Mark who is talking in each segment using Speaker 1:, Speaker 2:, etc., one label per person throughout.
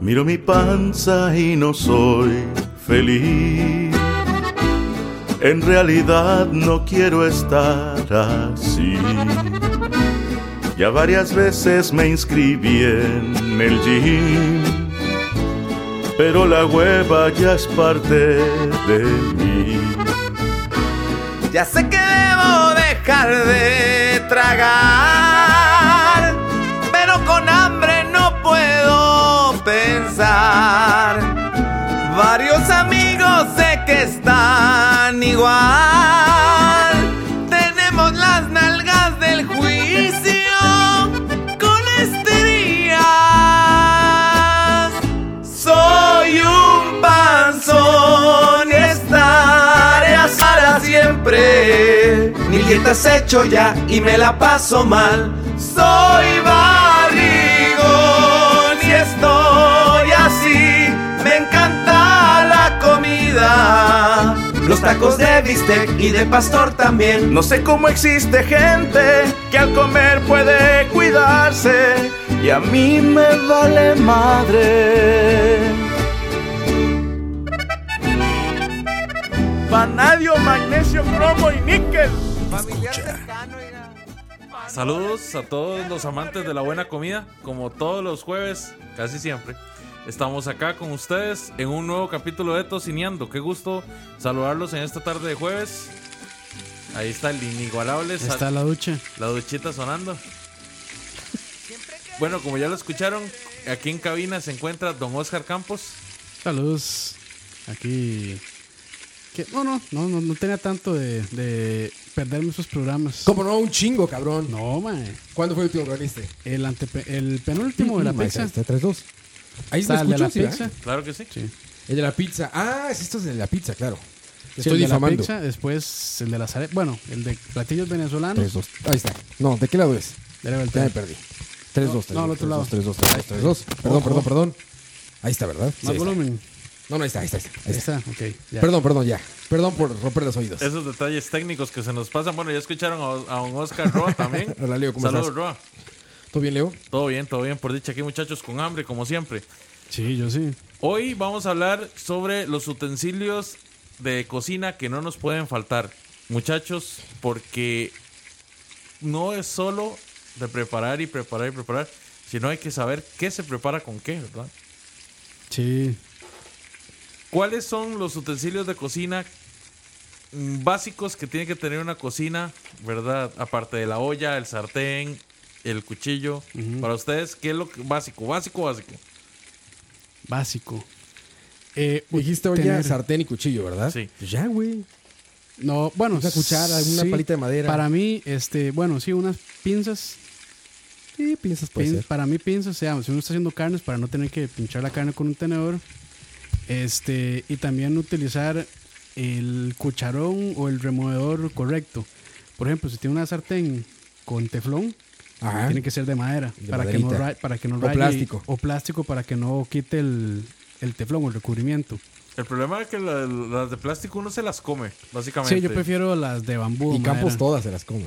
Speaker 1: Miro mi panza y no soy feliz. En realidad no quiero estar así. Ya varias veces me inscribí en el gym, pero la hueva ya es parte de mí.
Speaker 2: Ya sé que debo dejar de tragar, pero con hambre no puedo pensar. Varios amigos sé que están igual. Tenemos las nalgas del juicio con este esterías. Soy un panzón y estarás para siempre. Ni dietas hecho ya y me la paso mal. Soy barrigón y estoy así. Me encanta la comida. Los tacos de bistec y de pastor también.
Speaker 1: No sé cómo existe gente que al comer puede cuidarse y a mí me vale madre. Vanadio, magnesio, cromo y níquel.
Speaker 2: Familiar cercano, oiga.
Speaker 3: Saludos a todos los amantes de la buena comida, como todos los jueves, casi siempre. Estamos acá con ustedes en un nuevo capítulo de Tocineando. Qué gusto saludarlos en esta tarde de jueves. Ahí está el inigualable,
Speaker 4: Ahí
Speaker 3: sal-
Speaker 4: Está la ducha.
Speaker 3: la duchita sonando. Bueno, como ya lo escucharon, aquí en cabina se encuentra don Oscar Campos.
Speaker 4: Saludos. Aquí. Que, no, no, no, no, no tenía tanto de, de perderme sus programas.
Speaker 5: Como no, un chingo, cabrón.
Speaker 4: No, mae.
Speaker 5: ¿Cuándo fue el último que viniste?
Speaker 4: El, antepe- el penúltimo de la pizza.
Speaker 5: Está 3-2. Ahí se
Speaker 4: Está el de
Speaker 5: escuchó,
Speaker 4: la
Speaker 5: sí,
Speaker 4: pizza.
Speaker 5: ¿verdad?
Speaker 3: Claro que sí.
Speaker 4: Sí.
Speaker 5: ¿eh? El de la pizza. Ah, sí, esto es el de la pizza, claro. Te
Speaker 4: Sí,
Speaker 5: estoy
Speaker 4: el de la
Speaker 5: difamando.
Speaker 4: pizza, después el de las are- Bueno, el de platillos venezolanos.
Speaker 5: 3-2. Ahí está. No, ¿de qué lado es?
Speaker 4: Era el
Speaker 5: Ya
Speaker 4: tema.
Speaker 5: me perdí. 3-2.
Speaker 4: No, al otro lado.
Speaker 5: 3-2, 3-2. Perdón, perdón, perdón. Ahí está, ¿verdad? Sí,
Speaker 4: Más
Speaker 5: ahí está.
Speaker 4: volumen.
Speaker 5: No, no, ahí está, ahí está. ahí está.
Speaker 4: Ahí está, ok. ya.
Speaker 5: Perdón, perdón, ya. Perdón por romper los oídos.
Speaker 3: Esos detalles técnicos que se nos pasan. Bueno, ya escucharon a, a don Oscar Roa también.
Speaker 5: Hola, Leo, ¿cómo
Speaker 3: Saludos,
Speaker 5: estás?
Speaker 3: Roa.
Speaker 5: ¿Todo bien, Leo?
Speaker 3: Todo bien, todo bien. Por dicha aquí, muchachos, con hambre, como siempre.
Speaker 4: Sí, yo sí.
Speaker 3: Hoy vamos a hablar sobre los utensilios de cocina que no nos pueden faltar, muchachos, porque no es solo de preparar y preparar y preparar, sino hay que saber qué se prepara con qué, ¿verdad?
Speaker 4: Sí.
Speaker 3: ¿Cuáles son los utensilios de cocina mm, básicos que tiene que tener una cocina, verdad? Aparte de la olla, el sartén, el cuchillo. Para ustedes, ¿qué es lo que- básico? Básico, básico.
Speaker 4: Básico. Eh,
Speaker 5: Dijiste hoy ya
Speaker 4: tener-
Speaker 5: sartén y cuchillo, ¿verdad?
Speaker 3: Sí.
Speaker 5: Pues Ya, güey.
Speaker 4: No, bueno.
Speaker 5: Una cuchara, una palita de madera.
Speaker 4: Para mí, este, bueno, sí, unas pinzas.
Speaker 5: Sí, piensas puede
Speaker 4: Pin-
Speaker 5: ser.
Speaker 4: Para mí pinza, o sea, si uno está haciendo carnes, para no tener que pinchar la carne con un tenedor. Este, y también utilizar el cucharón o el removedor correcto. Por ejemplo, si tiene una sartén con teflón,
Speaker 5: Ajá.
Speaker 4: tiene que ser de madera
Speaker 5: Ah. De
Speaker 4: para, que no
Speaker 5: maderita.
Speaker 4: ra- para que no
Speaker 5: O
Speaker 4: raye.
Speaker 5: plástico.
Speaker 4: O plástico para que no quite el, el teflón o el recubrimiento.
Speaker 3: El problema es que la- las de plástico uno se las come, básicamente.
Speaker 4: Sí, yo prefiero las de bambú.
Speaker 5: Y
Speaker 4: madera.
Speaker 5: Campos todas se las come.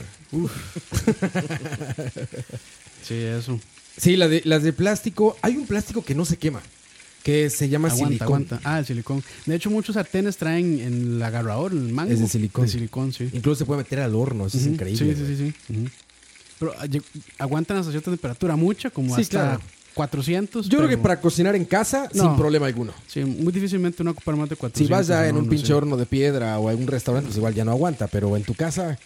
Speaker 4: Sí, eso.
Speaker 5: Sí, la de- las de plástico. Hay un plástico que no se quema. Que se llama
Speaker 4: Aguanta,
Speaker 5: pues silicón.
Speaker 4: aguanta. Ah, el silicón. De hecho, muchos sartenes traen el agarrador, el mango.
Speaker 5: Es de silicón.
Speaker 4: De silicón, sí.
Speaker 5: Incluso se puede meter al horno, eso es
Speaker 4: Ujú.
Speaker 5: increíble.
Speaker 4: Sí,
Speaker 5: güey.
Speaker 4: sí, sí, sí. Ujú. Pero ah, lle- aguantan hasta cierta temperatura, mucha, como
Speaker 5: Sí,
Speaker 4: hasta
Speaker 5: claro.
Speaker 4: 400.
Speaker 5: Yo creo que
Speaker 4: pero-
Speaker 5: para cocinar en casa, sin
Speaker 4: No.
Speaker 5: problema alguno.
Speaker 4: Sí, muy difícilmente uno ocupar más de 400.
Speaker 5: Si vas ya en
Speaker 4: no,
Speaker 5: un
Speaker 4: no
Speaker 5: pinche
Speaker 4: sé.
Speaker 5: horno de piedra o algún restaurante, pues igual ya no aguanta, pero en tu casa,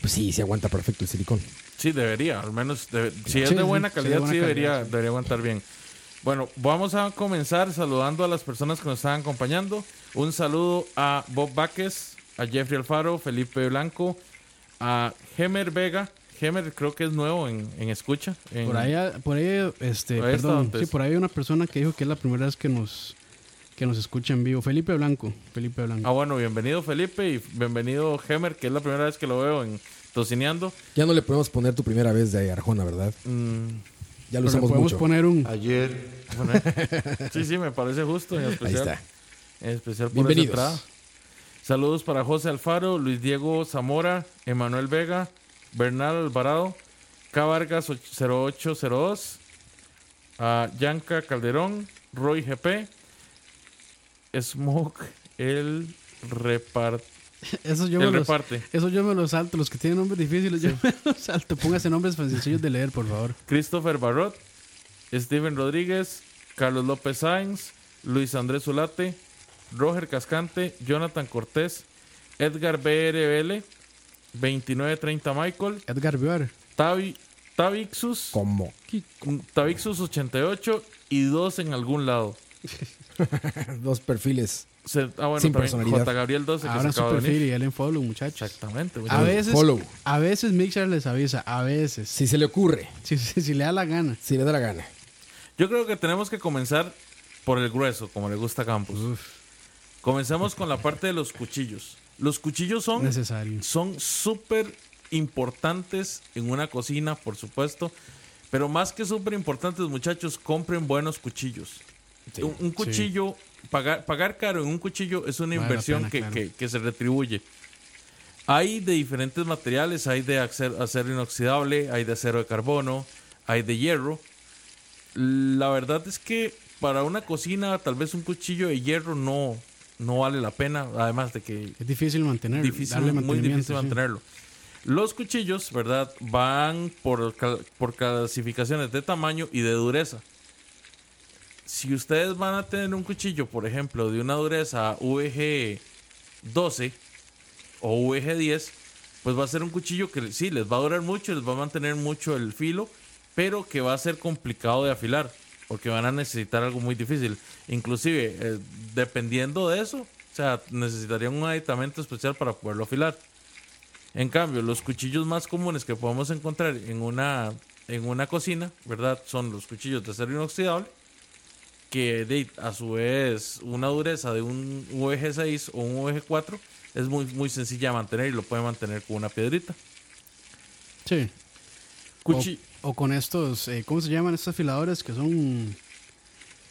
Speaker 5: pues sí, se aguanta perfecto el silicón.
Speaker 3: Sí, debería, al menos debe- si
Speaker 4: Sí,
Speaker 3: es
Speaker 4: sí,
Speaker 3: de buena
Speaker 4: sí,
Speaker 3: calidad,
Speaker 4: de buena
Speaker 3: sí debería,
Speaker 4: calidad,
Speaker 3: debería aguantar bien. Bueno, vamos a comenzar saludando a las personas que nos están acompañando. Un saludo a Bob Vázquez, a Jeffrey Alfaro, Felipe Blanco, a Gemer Vega. Gemer creo que es nuevo en, en escucha. en-
Speaker 4: Por ahí, por ahí, este,
Speaker 3: Por ahí estaba
Speaker 4: perdón,
Speaker 3: antes.
Speaker 4: sí, por ahí hay una persona que dijo que es la primera vez que nos, que nos escucha en vivo. Felipe Blanco, Felipe Blanco.
Speaker 3: Ah, bueno, bienvenido Felipe y bienvenido Gemer, que es la primera vez que lo veo en Tocineando.
Speaker 5: Ya no le podemos poner tu primera vez de Arjona, ¿verdad? Ya lo
Speaker 4: Mm. Pero le
Speaker 5: usamos
Speaker 4: podemos
Speaker 5: mucho.
Speaker 4: poner un...
Speaker 1: Ayer
Speaker 3: Sí, sí, me parece justo. En
Speaker 5: Ahí
Speaker 3: especial,
Speaker 5: está.
Speaker 3: en especial por esa
Speaker 5: Bienvenidos.
Speaker 3: entrada. Saludos para José Alfaro, Luis Diego Zamora, Emanuel Vega, Bernal Alvarado, K. Vargas 0802, a Yanka Calderón, Roy GP, Smoke, el, repar-
Speaker 4: Eso yo, me
Speaker 3: el
Speaker 4: los,
Speaker 3: reparte,
Speaker 4: eso yo me lo salto. Los que tienen nombres difíciles, yo me los salto. Póngase nombres sencillos de leer, por favor.
Speaker 3: Christopher Barrot, Steven Rodríguez, Carlos López Sáenz, Luis Andrés Zulate, Roger Cascante, Jonathan Cortés, Edgar BRBL, 2930 Michael,
Speaker 4: Edgar Vivar.
Speaker 3: Tavi, Tavixus, mm,
Speaker 5: ¿Cómo?
Speaker 3: Tavixus 88 y dos en algún lado.
Speaker 5: Dos perfiles.
Speaker 3: Se- ah, bueno,
Speaker 5: Sin
Speaker 3: también
Speaker 5: personalidad.
Speaker 3: J. Gabriel 12 que se
Speaker 4: Abran su
Speaker 3: acaba de
Speaker 4: perfil
Speaker 3: venir.
Speaker 4: y denle follow, muchachos.
Speaker 3: Exactamente. güey.
Speaker 4: A veces,
Speaker 5: Follow.
Speaker 4: a veces Mixer les avisa, a veces.
Speaker 5: Si se le ocurre,
Speaker 4: Si, si- si le da la gana.
Speaker 5: si le da la gana.
Speaker 3: Yo creo que tenemos que comenzar por el grueso, como le gusta a Campos. Comencemos con la parte de los cuchillos. Los cuchillos son
Speaker 4: Necesario.
Speaker 3: son súper importantes en una cocina, por supuesto. Pero más que súper importantes, muchachos, compren buenos cuchillos. un, un cuchillo, pagar, pagar caro en un cuchillo es una
Speaker 4: Vale la
Speaker 3: inversión
Speaker 4: pena,
Speaker 3: que,
Speaker 4: claro.
Speaker 3: que- que se retribuye. Hay de diferentes materiales, hay de acer- acero inoxidable, hay de acero de carbono, hay de hierro. La verdad es que para una cocina tal vez un cuchillo de hierro no, no vale la pena, además de que
Speaker 4: Es difícil mantenerlo.
Speaker 3: difícil,
Speaker 4: darle
Speaker 3: muy
Speaker 4: mantenimiento,
Speaker 3: difícil
Speaker 4: sí.
Speaker 3: mantenerlo. Los cuchillos, ¿verdad? Van por, cal- por clasificaciones de tamaño y de dureza. Si ustedes van a tener un cuchillo, por ejemplo, de una dureza VG 12 o VG 10, pues va a ser un cuchillo que sí, les va a durar mucho, les va a mantener mucho el filo, pero que va a ser complicado de afilar, porque van a necesitar algo muy difícil. Inclusive, eh, dependiendo de eso, o sea, necesitarían un aditamento especial para poderlo afilar. En cambio, los cuchillos más comunes que podemos encontrar en una, en una cocina, ¿verdad? Son los cuchillos de acero inoxidable, que de- a su vez una dureza de un VG6 o un VG4 es muy, muy sencilla de mantener y lo puede mantener con una piedrita.
Speaker 4: Sí.
Speaker 3: Cuchi-
Speaker 4: O, o con estos, eh, ¿cómo se llaman estos afiladores que son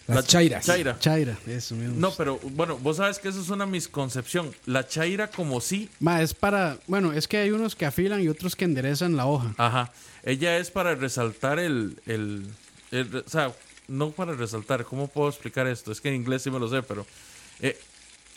Speaker 5: Las
Speaker 3: La-
Speaker 5: chairas.
Speaker 3: Chaira.
Speaker 4: chaira? Eso mismo.
Speaker 3: No, pero bueno, vos sabes que eso es una misconcepción. La chaira como sí,
Speaker 4: Ma, es para, bueno, es que hay unos que afilan y otros que enderezan la hoja.
Speaker 3: ajá, ella es para resaltar el, el, el- o sea, no para resaltar, ¿cómo puedo explicar esto? Es que en inglés sí me lo sé, pero eh,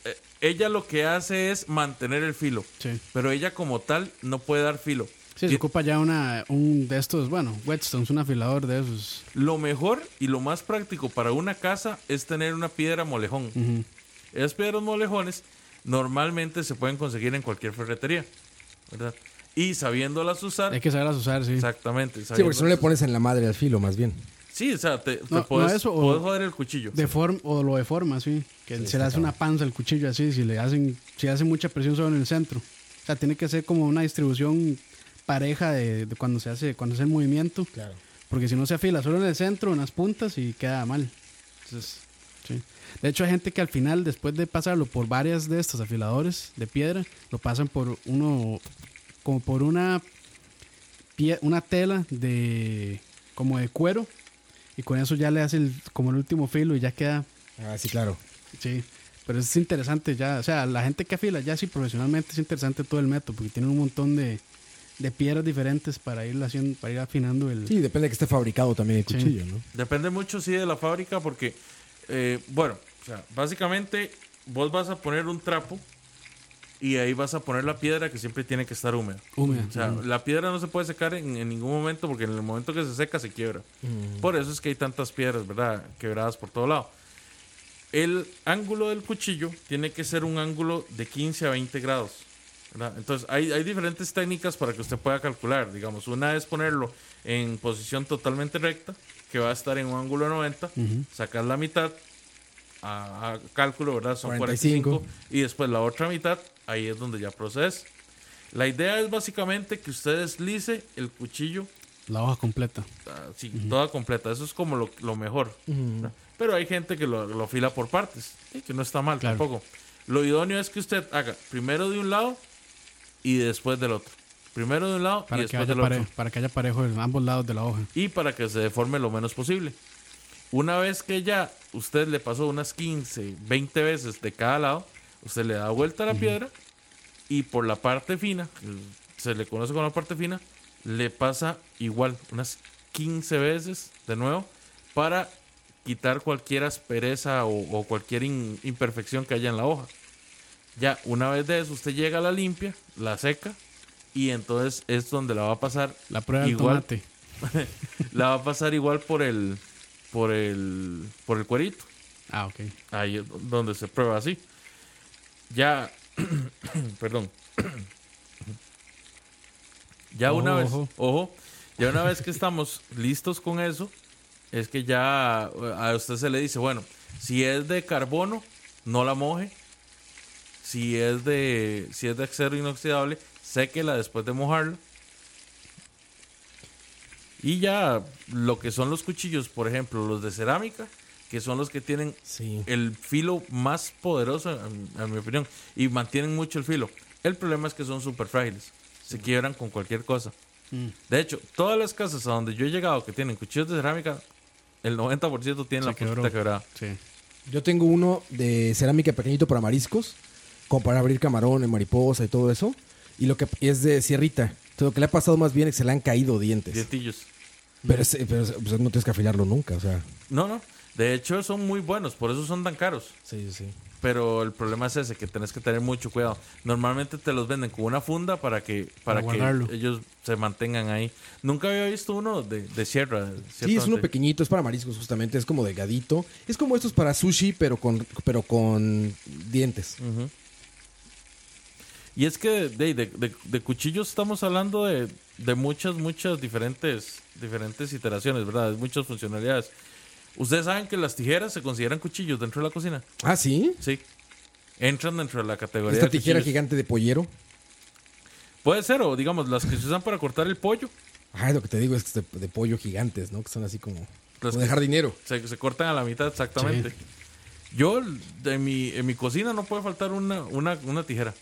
Speaker 3: eh, ella lo que hace es mantener el filo,
Speaker 4: Sí.
Speaker 3: pero ella como tal no puede dar filo.
Speaker 4: Sí,
Speaker 3: Y-
Speaker 4: se ocupa ya una, un de estos, bueno, Whetstones, un afilador de esos.
Speaker 3: Lo mejor y lo más práctico para una casa es tener una piedra molejón. Esas piedras molejones normalmente se pueden conseguir en cualquier ferretería, ¿verdad? Y sabiéndolas usar,
Speaker 4: Hay que saberlas usar, sí.
Speaker 3: exactamente.
Speaker 5: Sí, porque si no le
Speaker 3: sabiéndolas-
Speaker 5: pones en la madre al filo, más bien.
Speaker 3: Sí, o sea, te, te
Speaker 4: No, no,
Speaker 3: puedes,
Speaker 4: eso, o-
Speaker 3: puedes joder el cuchillo.
Speaker 4: De forma, o lo deforma, sí. Que se le hace una panza al cuchillo así, si le hacen, si hace mucha presión sobre el centro. O sea, tiene que ser como una distribución pareja de, de cuando se hace, cuando hace el movimiento.
Speaker 5: Claro.
Speaker 4: Porque si no se afila solo en el centro, en las puntas y queda mal. Entonces, sí. De hecho, hay gente que al final, después de pasarlo por varias de estos afiladores de piedra, lo pasan por uno, como por una, pie- una tela de, como de cuero. Y con eso ya le hace el- como el último filo y ya queda,
Speaker 5: Ah, sí, claro.
Speaker 4: sí. Pero es interesante ya, o sea, la gente que afila ya sí profesionalmente es interesante todo el método, porque tienen un montón de, de piedras diferentes para ir haciendo, para ir afinando el...
Speaker 5: Sí, depende de que esté fabricado también el
Speaker 4: Sí.
Speaker 5: cuchillo, ¿no?
Speaker 3: Depende mucho, sí, de la fábrica, porque, eh, bueno, o sea, básicamente vos vas a poner un trapo y ahí vas a poner la piedra que siempre tiene que estar húmeda.
Speaker 4: Húmeda.
Speaker 3: O sea, la piedra no se puede secar en, en ningún momento porque en el momento que se seca se quiebra. Por eso es que hay tantas piedras, ¿verdad? Quebradas por todo lado. El ángulo del cuchillo tiene que ser un ángulo de 15 a 20 grados. ¿verdad? Entonces, hay, hay diferentes técnicas para que usted pueda calcular. Digamos, una es ponerlo en posición totalmente recta, que va a estar en un ángulo de 90, sacar la mitad a, a cálculo, ¿verdad? Son 45.
Speaker 5: 45.
Speaker 3: y después la otra mitad, ahí es donde ya procedes. La idea es básicamente que usted deslice el cuchillo
Speaker 4: La hoja completa.
Speaker 3: así, toda completa. Eso es como lo, lo mejor. ¿verdad? Pero hay gente que lo, lo fila por partes, ¿sí? que no está mal
Speaker 4: Claro.
Speaker 3: tampoco. Lo idóneo es que usted haga primero de un lado y después del otro. Primero de un lado y
Speaker 4: Para que,
Speaker 3: después
Speaker 4: haya
Speaker 3: del otro.
Speaker 4: pare- para que haya parejo en ambos lados de la hoja.
Speaker 3: Y para que se deforme lo menos posible. Una vez que ya usted le pasó unas 15, 20 veces de cada lado, usted le da vuelta a la piedra y por la parte fina, que se le conoce como la parte fina, le pasa igual unas 15 veces de nuevo para quitar cualquier aspereza o, o cualquier in- imperfección que haya en la hoja. Ya, una vez de eso, usted llega a la limpia, la seca y entonces es donde la va a pasar
Speaker 4: La prueba del
Speaker 3: igual
Speaker 4: tomate.
Speaker 3: la va a pasar igual por el por el por el cuerito
Speaker 4: Ah, ok.
Speaker 3: ahí es donde se prueba así ya perdón ya
Speaker 4: Ojo,
Speaker 3: una vez
Speaker 4: ojo.
Speaker 3: ojo ya una vez que estamos listos con eso es que ya a usted se le dice bueno si es de carbono no la moje si es de si es de acero inoxidable séquela después de mojarla y ya lo que son los cuchillos, por ejemplo, los de cerámica, que son los que tienen
Speaker 5: Sí.
Speaker 3: el filo más poderoso, a mi, a mi opinión, y mantienen mucho el filo. El problema es que son súper frágiles, se quiebran con cualquier cosa.
Speaker 4: Mm.
Speaker 3: De hecho, todas las casas a donde yo he llegado que tienen cuchillos de cerámica, el 90% tienen
Speaker 4: Se
Speaker 3: la puntita
Speaker 4: quebró.
Speaker 3: quebrada.
Speaker 4: Sí.
Speaker 5: Yo tengo uno de cerámica pequeñito para mariscos, como para abrir camarones, mariposa y todo eso. Y lo que y es de sierrita. Entonces, lo que le ha pasado más bien es que se le han caído dientes.
Speaker 3: Dietillos.
Speaker 5: Pero, es- pero es- pues, no tienes que afilarlo nunca, o sea.
Speaker 3: No, no. De hecho, son muy buenos, por eso son tan caros.
Speaker 5: Sí, sí.
Speaker 3: Pero el problema es ese, que tenés que tener mucho cuidado. Normalmente te los venden con una funda para que, para
Speaker 4: Para
Speaker 3: que
Speaker 4: guardarlo.
Speaker 3: ellos se mantengan ahí. Nunca había visto uno de, de sierra.
Speaker 5: Sí, es uno
Speaker 3: ciertamente.
Speaker 5: pequeñito, es para mariscos justamente, es como delgadito. Es como estos para sushi, pero con, pero con dientes.
Speaker 3: Ujú. Y es que de, de- de- de cuchillos estamos hablando de, de muchas, muchas diferentes, diferentes iteraciones, ¿verdad? De muchas funcionalidades. Ustedes saben que las tijeras se consideran cuchillos dentro de la cocina.
Speaker 5: Ah, sí.
Speaker 3: Sí. Entran dentro de la categoría
Speaker 5: Esta
Speaker 3: de
Speaker 5: tijera
Speaker 3: cuchillos.
Speaker 5: gigante de pollero.
Speaker 3: Puede ser, o digamos, las que se usan para cortar el pollo.
Speaker 5: Ajá, lo que te digo es que es de, de pollo gigantes, ¿no? Que son así como,
Speaker 3: Los
Speaker 5: como
Speaker 3: que-
Speaker 5: de jardinero.
Speaker 3: Se, se cortan a la mitad exactamente. Yo, de mi, en mi cocina no puede faltar una, una, una tijera.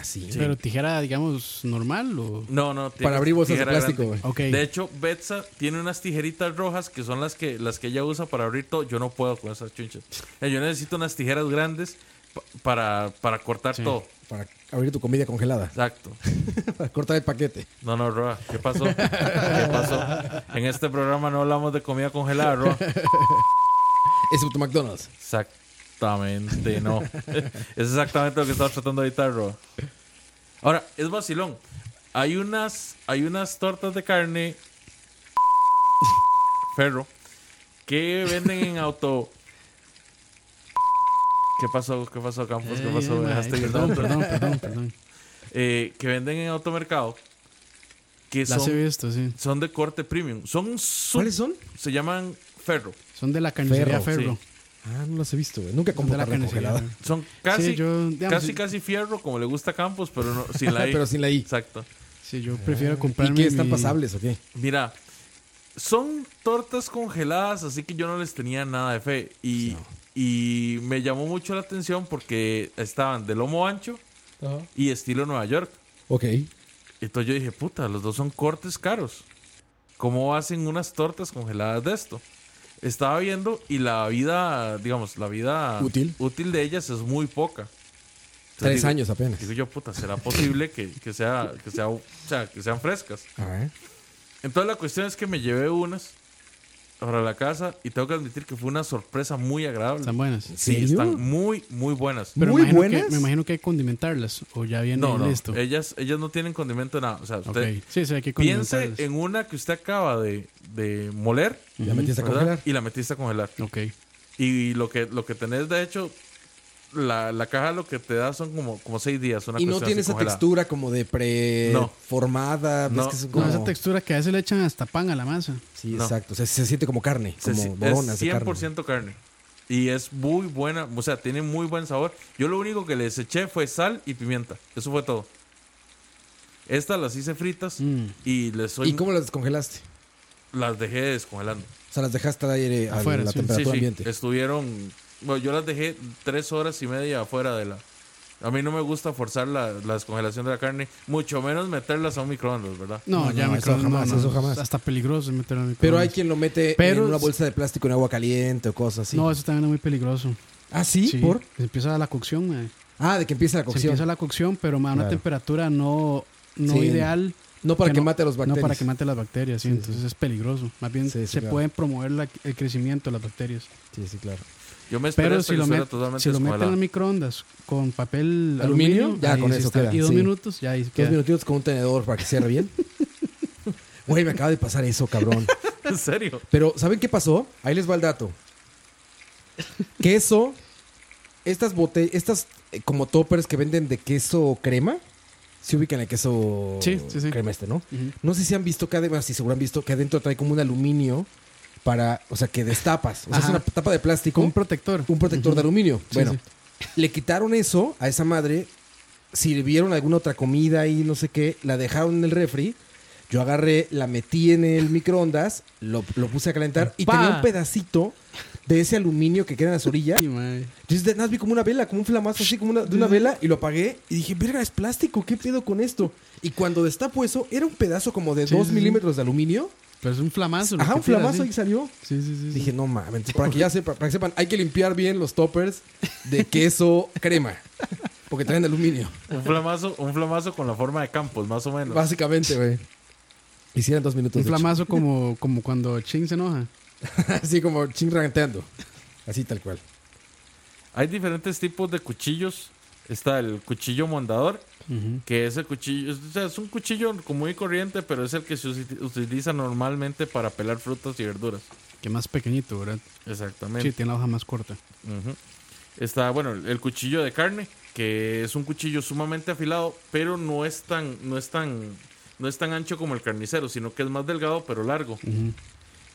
Speaker 5: Así.
Speaker 4: Pero tijera, digamos, normal o.
Speaker 3: No, no. tiene
Speaker 5: Para abrir bolsas de
Speaker 3: tijera
Speaker 5: plástico,
Speaker 3: grande.
Speaker 5: güey.
Speaker 4: Ok.
Speaker 3: De hecho, Betsa tiene unas tijeritas rojas que son las que, las que ella usa para abrir todo. Yo no puedo con esas chunchas. Eh, Yo necesito unas tijeras grandes pa- para, para cortar
Speaker 4: Sí.
Speaker 3: todo.
Speaker 5: Para abrir tu comida congelada.
Speaker 3: Exacto.
Speaker 5: para cortar el paquete.
Speaker 3: No, no, Roa. ¿Qué pasó? ¿Qué pasó? En este programa no hablamos de comida congelada, Roa.
Speaker 5: Excepto McDonald's.
Speaker 3: Exactamente, no. es exactamente lo que estaba tratando de evitar, Roa. Ahora, es vacilón. Hay unas, hay unas tortas de carne ferro que venden en auto. ¿Qué pasó? ¿Qué pasó, Campos? ¿Qué
Speaker 4: Ey,
Speaker 3: pasó?
Speaker 4: ey,
Speaker 3: Me
Speaker 4: ma,
Speaker 3: dejaste
Speaker 4: ey,
Speaker 3: ir,
Speaker 4: perdón,
Speaker 3: ¿no?
Speaker 4: Eh, perdón, perdón, perdón.
Speaker 3: Eh, que venden en automercado. Que
Speaker 4: Las he
Speaker 3: son,
Speaker 4: visto, sí.
Speaker 3: son de corte premium. Son su-
Speaker 5: ¿Cuáles son?
Speaker 3: Se llaman ferro.
Speaker 4: Son de la carnicería
Speaker 5: Ferro,
Speaker 4: Ferro.
Speaker 3: sí.
Speaker 5: Ah, no las he visto, güey. Nunca
Speaker 4: Son
Speaker 5: compro
Speaker 4: de la
Speaker 5: carne
Speaker 4: carnicería.
Speaker 5: congelada.
Speaker 3: Son casi,
Speaker 4: Sí, yo, digamos,
Speaker 3: casi,
Speaker 4: sí.
Speaker 3: casi fierro, como le gusta a Campos, pero no, sin la I.
Speaker 5: Pero sin la I.
Speaker 3: Exacto.
Speaker 4: Sí, yo prefiero
Speaker 5: Eh, ¿Y
Speaker 4: comprarme.
Speaker 5: qué? ¿Están
Speaker 4: mi-
Speaker 5: pasables o qué?
Speaker 3: Mira, son tortas congeladas, así que yo no les tenía nada de fe. Y, y me llamó mucho la atención porque estaban de lomo ancho y estilo Nueva York.
Speaker 5: Ok.
Speaker 3: Entonces yo dije, puta, los dos son cortes caros. ¿Cómo hacen unas tortas congeladas de esto? Estaba viendo y la vida, digamos, la vida
Speaker 5: Útil.
Speaker 3: de ellas es muy poca. Entonces
Speaker 5: Tres
Speaker 3: digo-
Speaker 5: años apenas.
Speaker 3: Digo yo, puta, ¿será posible que, que sea, que,
Speaker 5: Ah,
Speaker 3: sea, o sea, que sean frescas?
Speaker 5: A ver.
Speaker 3: Entonces la cuestión es que me llevé unas para la casa y tengo que admitir que fue una sorpresa muy agradable.
Speaker 4: Están buenas.
Speaker 3: Sí,
Speaker 5: serio?
Speaker 3: están muy, muy buenas.
Speaker 4: Pero
Speaker 5: Muy
Speaker 4: me imagino que-
Speaker 5: buenas.
Speaker 4: me imagino que hay que condimentarlas o ya viene
Speaker 3: No, no,
Speaker 4: listo.
Speaker 3: ellas, ellas no tienen condimento de nada. O sea, usted
Speaker 4: Ok. Sí, sí, hay que
Speaker 3: piense
Speaker 4: condimentarlas.
Speaker 3: en una que usted acaba de, de moler
Speaker 5: Ya metiste a
Speaker 3: ¿verdad?
Speaker 5: congelar.
Speaker 3: y la metiste a congelar.
Speaker 4: Ok.
Speaker 3: Y lo que, lo que tenés, de hecho, la, la caja lo que te da son como, como seis días. Una
Speaker 5: Y no
Speaker 3: cuestión
Speaker 5: tiene
Speaker 3: así
Speaker 5: esa
Speaker 3: congelada.
Speaker 5: textura como de
Speaker 3: No.
Speaker 5: preformada. ves
Speaker 3: No.
Speaker 5: que es
Speaker 4: Con
Speaker 5: como-
Speaker 4: esa textura que a veces le echan hasta pan a la masa.
Speaker 5: Sí,
Speaker 3: No.
Speaker 5: exacto. Se, se siente como carne,
Speaker 3: Se-
Speaker 5: como
Speaker 3: es
Speaker 5: moronas de carne.
Speaker 3: 100% carne. Y es muy buena, o sea, tiene muy buen sabor. Yo lo único que les eché fue sal y pimienta. Eso fue todo. Estas las hice fritas
Speaker 4: Mm.
Speaker 3: y les soy,
Speaker 5: ¿Y cómo las descongelaste?
Speaker 3: las dejé descongelando.
Speaker 5: O sea, las dejaste al aire, a
Speaker 4: Afuera,
Speaker 5: la
Speaker 3: Sí,
Speaker 4: sí.
Speaker 5: temperatura
Speaker 3: sí,
Speaker 5: ambiente.
Speaker 3: estuvieron... Bueno, yo las dejé tres horas y media afuera de la... A mí no me gusta forzar la, la descongelación de la carne, mucho menos meterlas a un microondas, ¿verdad?
Speaker 4: No,
Speaker 5: No,
Speaker 4: ya
Speaker 5: no,
Speaker 4: me
Speaker 5: eso jamás, eso jamás.
Speaker 4: Hasta peligroso meterlo en el
Speaker 5: Pero
Speaker 4: microondas.
Speaker 5: hay quien lo mete
Speaker 4: Pero-
Speaker 5: en una bolsa de plástico en agua caliente o cosas así.
Speaker 4: No, eso también es muy peligroso.
Speaker 5: ah, ¿sí?
Speaker 4: Sí,
Speaker 5: ¿Por?
Speaker 4: Se empieza la cocción, mae.
Speaker 5: Ah, de que empieza la
Speaker 4: Se
Speaker 5: cocción.
Speaker 4: empieza la cocción, pero mae, a una
Speaker 5: Claro.
Speaker 4: temperatura no, no
Speaker 5: Sí,
Speaker 4: ideal.
Speaker 5: No para que, mate a los
Speaker 4: No
Speaker 5: bacterias.
Speaker 4: para que mate las bacterias, sí,
Speaker 5: Sí,
Speaker 4: entonces es peligroso. Más bien
Speaker 5: Sí, sí,
Speaker 4: se
Speaker 5: claro.
Speaker 4: pueden promover la- el crecimiento de las bacterias.
Speaker 5: Sí, sí, claro.
Speaker 3: Yo me esperé
Speaker 4: Pero
Speaker 3: hasta
Speaker 4: si
Speaker 3: que
Speaker 4: lo,
Speaker 3: estuviera
Speaker 4: met-
Speaker 3: totalmente
Speaker 4: si lo meten
Speaker 3: descongelada.
Speaker 4: en microondas con papel
Speaker 5: ¿Aluminio?
Speaker 4: aluminio,
Speaker 5: Ya,
Speaker 4: ahí
Speaker 5: con
Speaker 4: sí
Speaker 5: eso
Speaker 4: está.
Speaker 5: queda,
Speaker 4: Y dos
Speaker 5: sí.
Speaker 4: minutos, ya ahí
Speaker 5: Dos
Speaker 4: queda.
Speaker 5: minutitos con un tenedor para que cierre bien. Güey, me acaba de pasar eso, cabrón.
Speaker 3: ¿En serio?
Speaker 5: Pero, ¿saben qué pasó? Ahí les va el dato. Queso, estas botellas, estas eh, como toppers que venden de queso crema, se ubican el queso
Speaker 4: Sí, sí, sí.
Speaker 5: crema este, ¿no?
Speaker 4: Ujú.
Speaker 5: No sé si han visto que además, si seguro han visto que adentro trae como un aluminio para, o sea, que destapas. O sea, es
Speaker 4: Ajá.
Speaker 5: una tapa de plástico.
Speaker 4: Con un protector.
Speaker 5: un protector de aluminio.
Speaker 4: Sí,
Speaker 5: bueno, le quitaron eso a esa madre, sirvieron alguna otra comida y no sé qué, la dejaron en el refri. Yo agarré, la metí en el microondas, lo, lo puse a calentar y
Speaker 4: ¡Pa!
Speaker 5: tenía un pedacito de ese aluminio que queda en la orilla.
Speaker 4: Sí, mae.
Speaker 5: Entonces, de nada, vi como una vela, como un flamazo así, como una, de una vela, y lo apagué. Y dije, verga, es plástico, ¿qué pedo con esto? Y cuando destapo eso, era un pedazo como de
Speaker 4: Sí,
Speaker 5: 2
Speaker 4: sí, sí.
Speaker 5: milímetros de aluminio.
Speaker 4: Pero es un flamazo. lo
Speaker 5: Ajá,
Speaker 4: que
Speaker 5: un
Speaker 4: tira,
Speaker 5: flamazo
Speaker 4: sí.
Speaker 5: y salió.
Speaker 4: Sí, sí, sí. sí.
Speaker 5: Dije, no mames, entonces, para que ya sepa, para que sepan, hay que limpiar bien los toppers de queso crema. Porque traen de aluminio,
Speaker 3: Un flamazo, un flamazo con la forma de Campos, más o menos.
Speaker 5: básicamente, güey. Hicieron dos minutos.
Speaker 4: un
Speaker 5: de hecho.
Speaker 4: flamazo como, como cuando Ching se enoja.
Speaker 5: Así como chingranteando. Así tal cual.
Speaker 3: Hay diferentes tipos de cuchillos. Está el cuchillo mondador, que es el cuchillo, es- o sea, es un cuchillo como muy corriente, pero es el que se usi- utiliza normalmente para pelar frutas y verduras.
Speaker 4: Que más pequeñito, ¿verdad? Sí,
Speaker 3: Exactamente.
Speaker 4: tiene la hoja más corta.
Speaker 3: Ujú. Está, bueno, el cuchillo de carne, que es un cuchillo sumamente afilado, pero no es tan, no es tan, no es tan ancho como el carnicero, sino que es más delgado pero largo.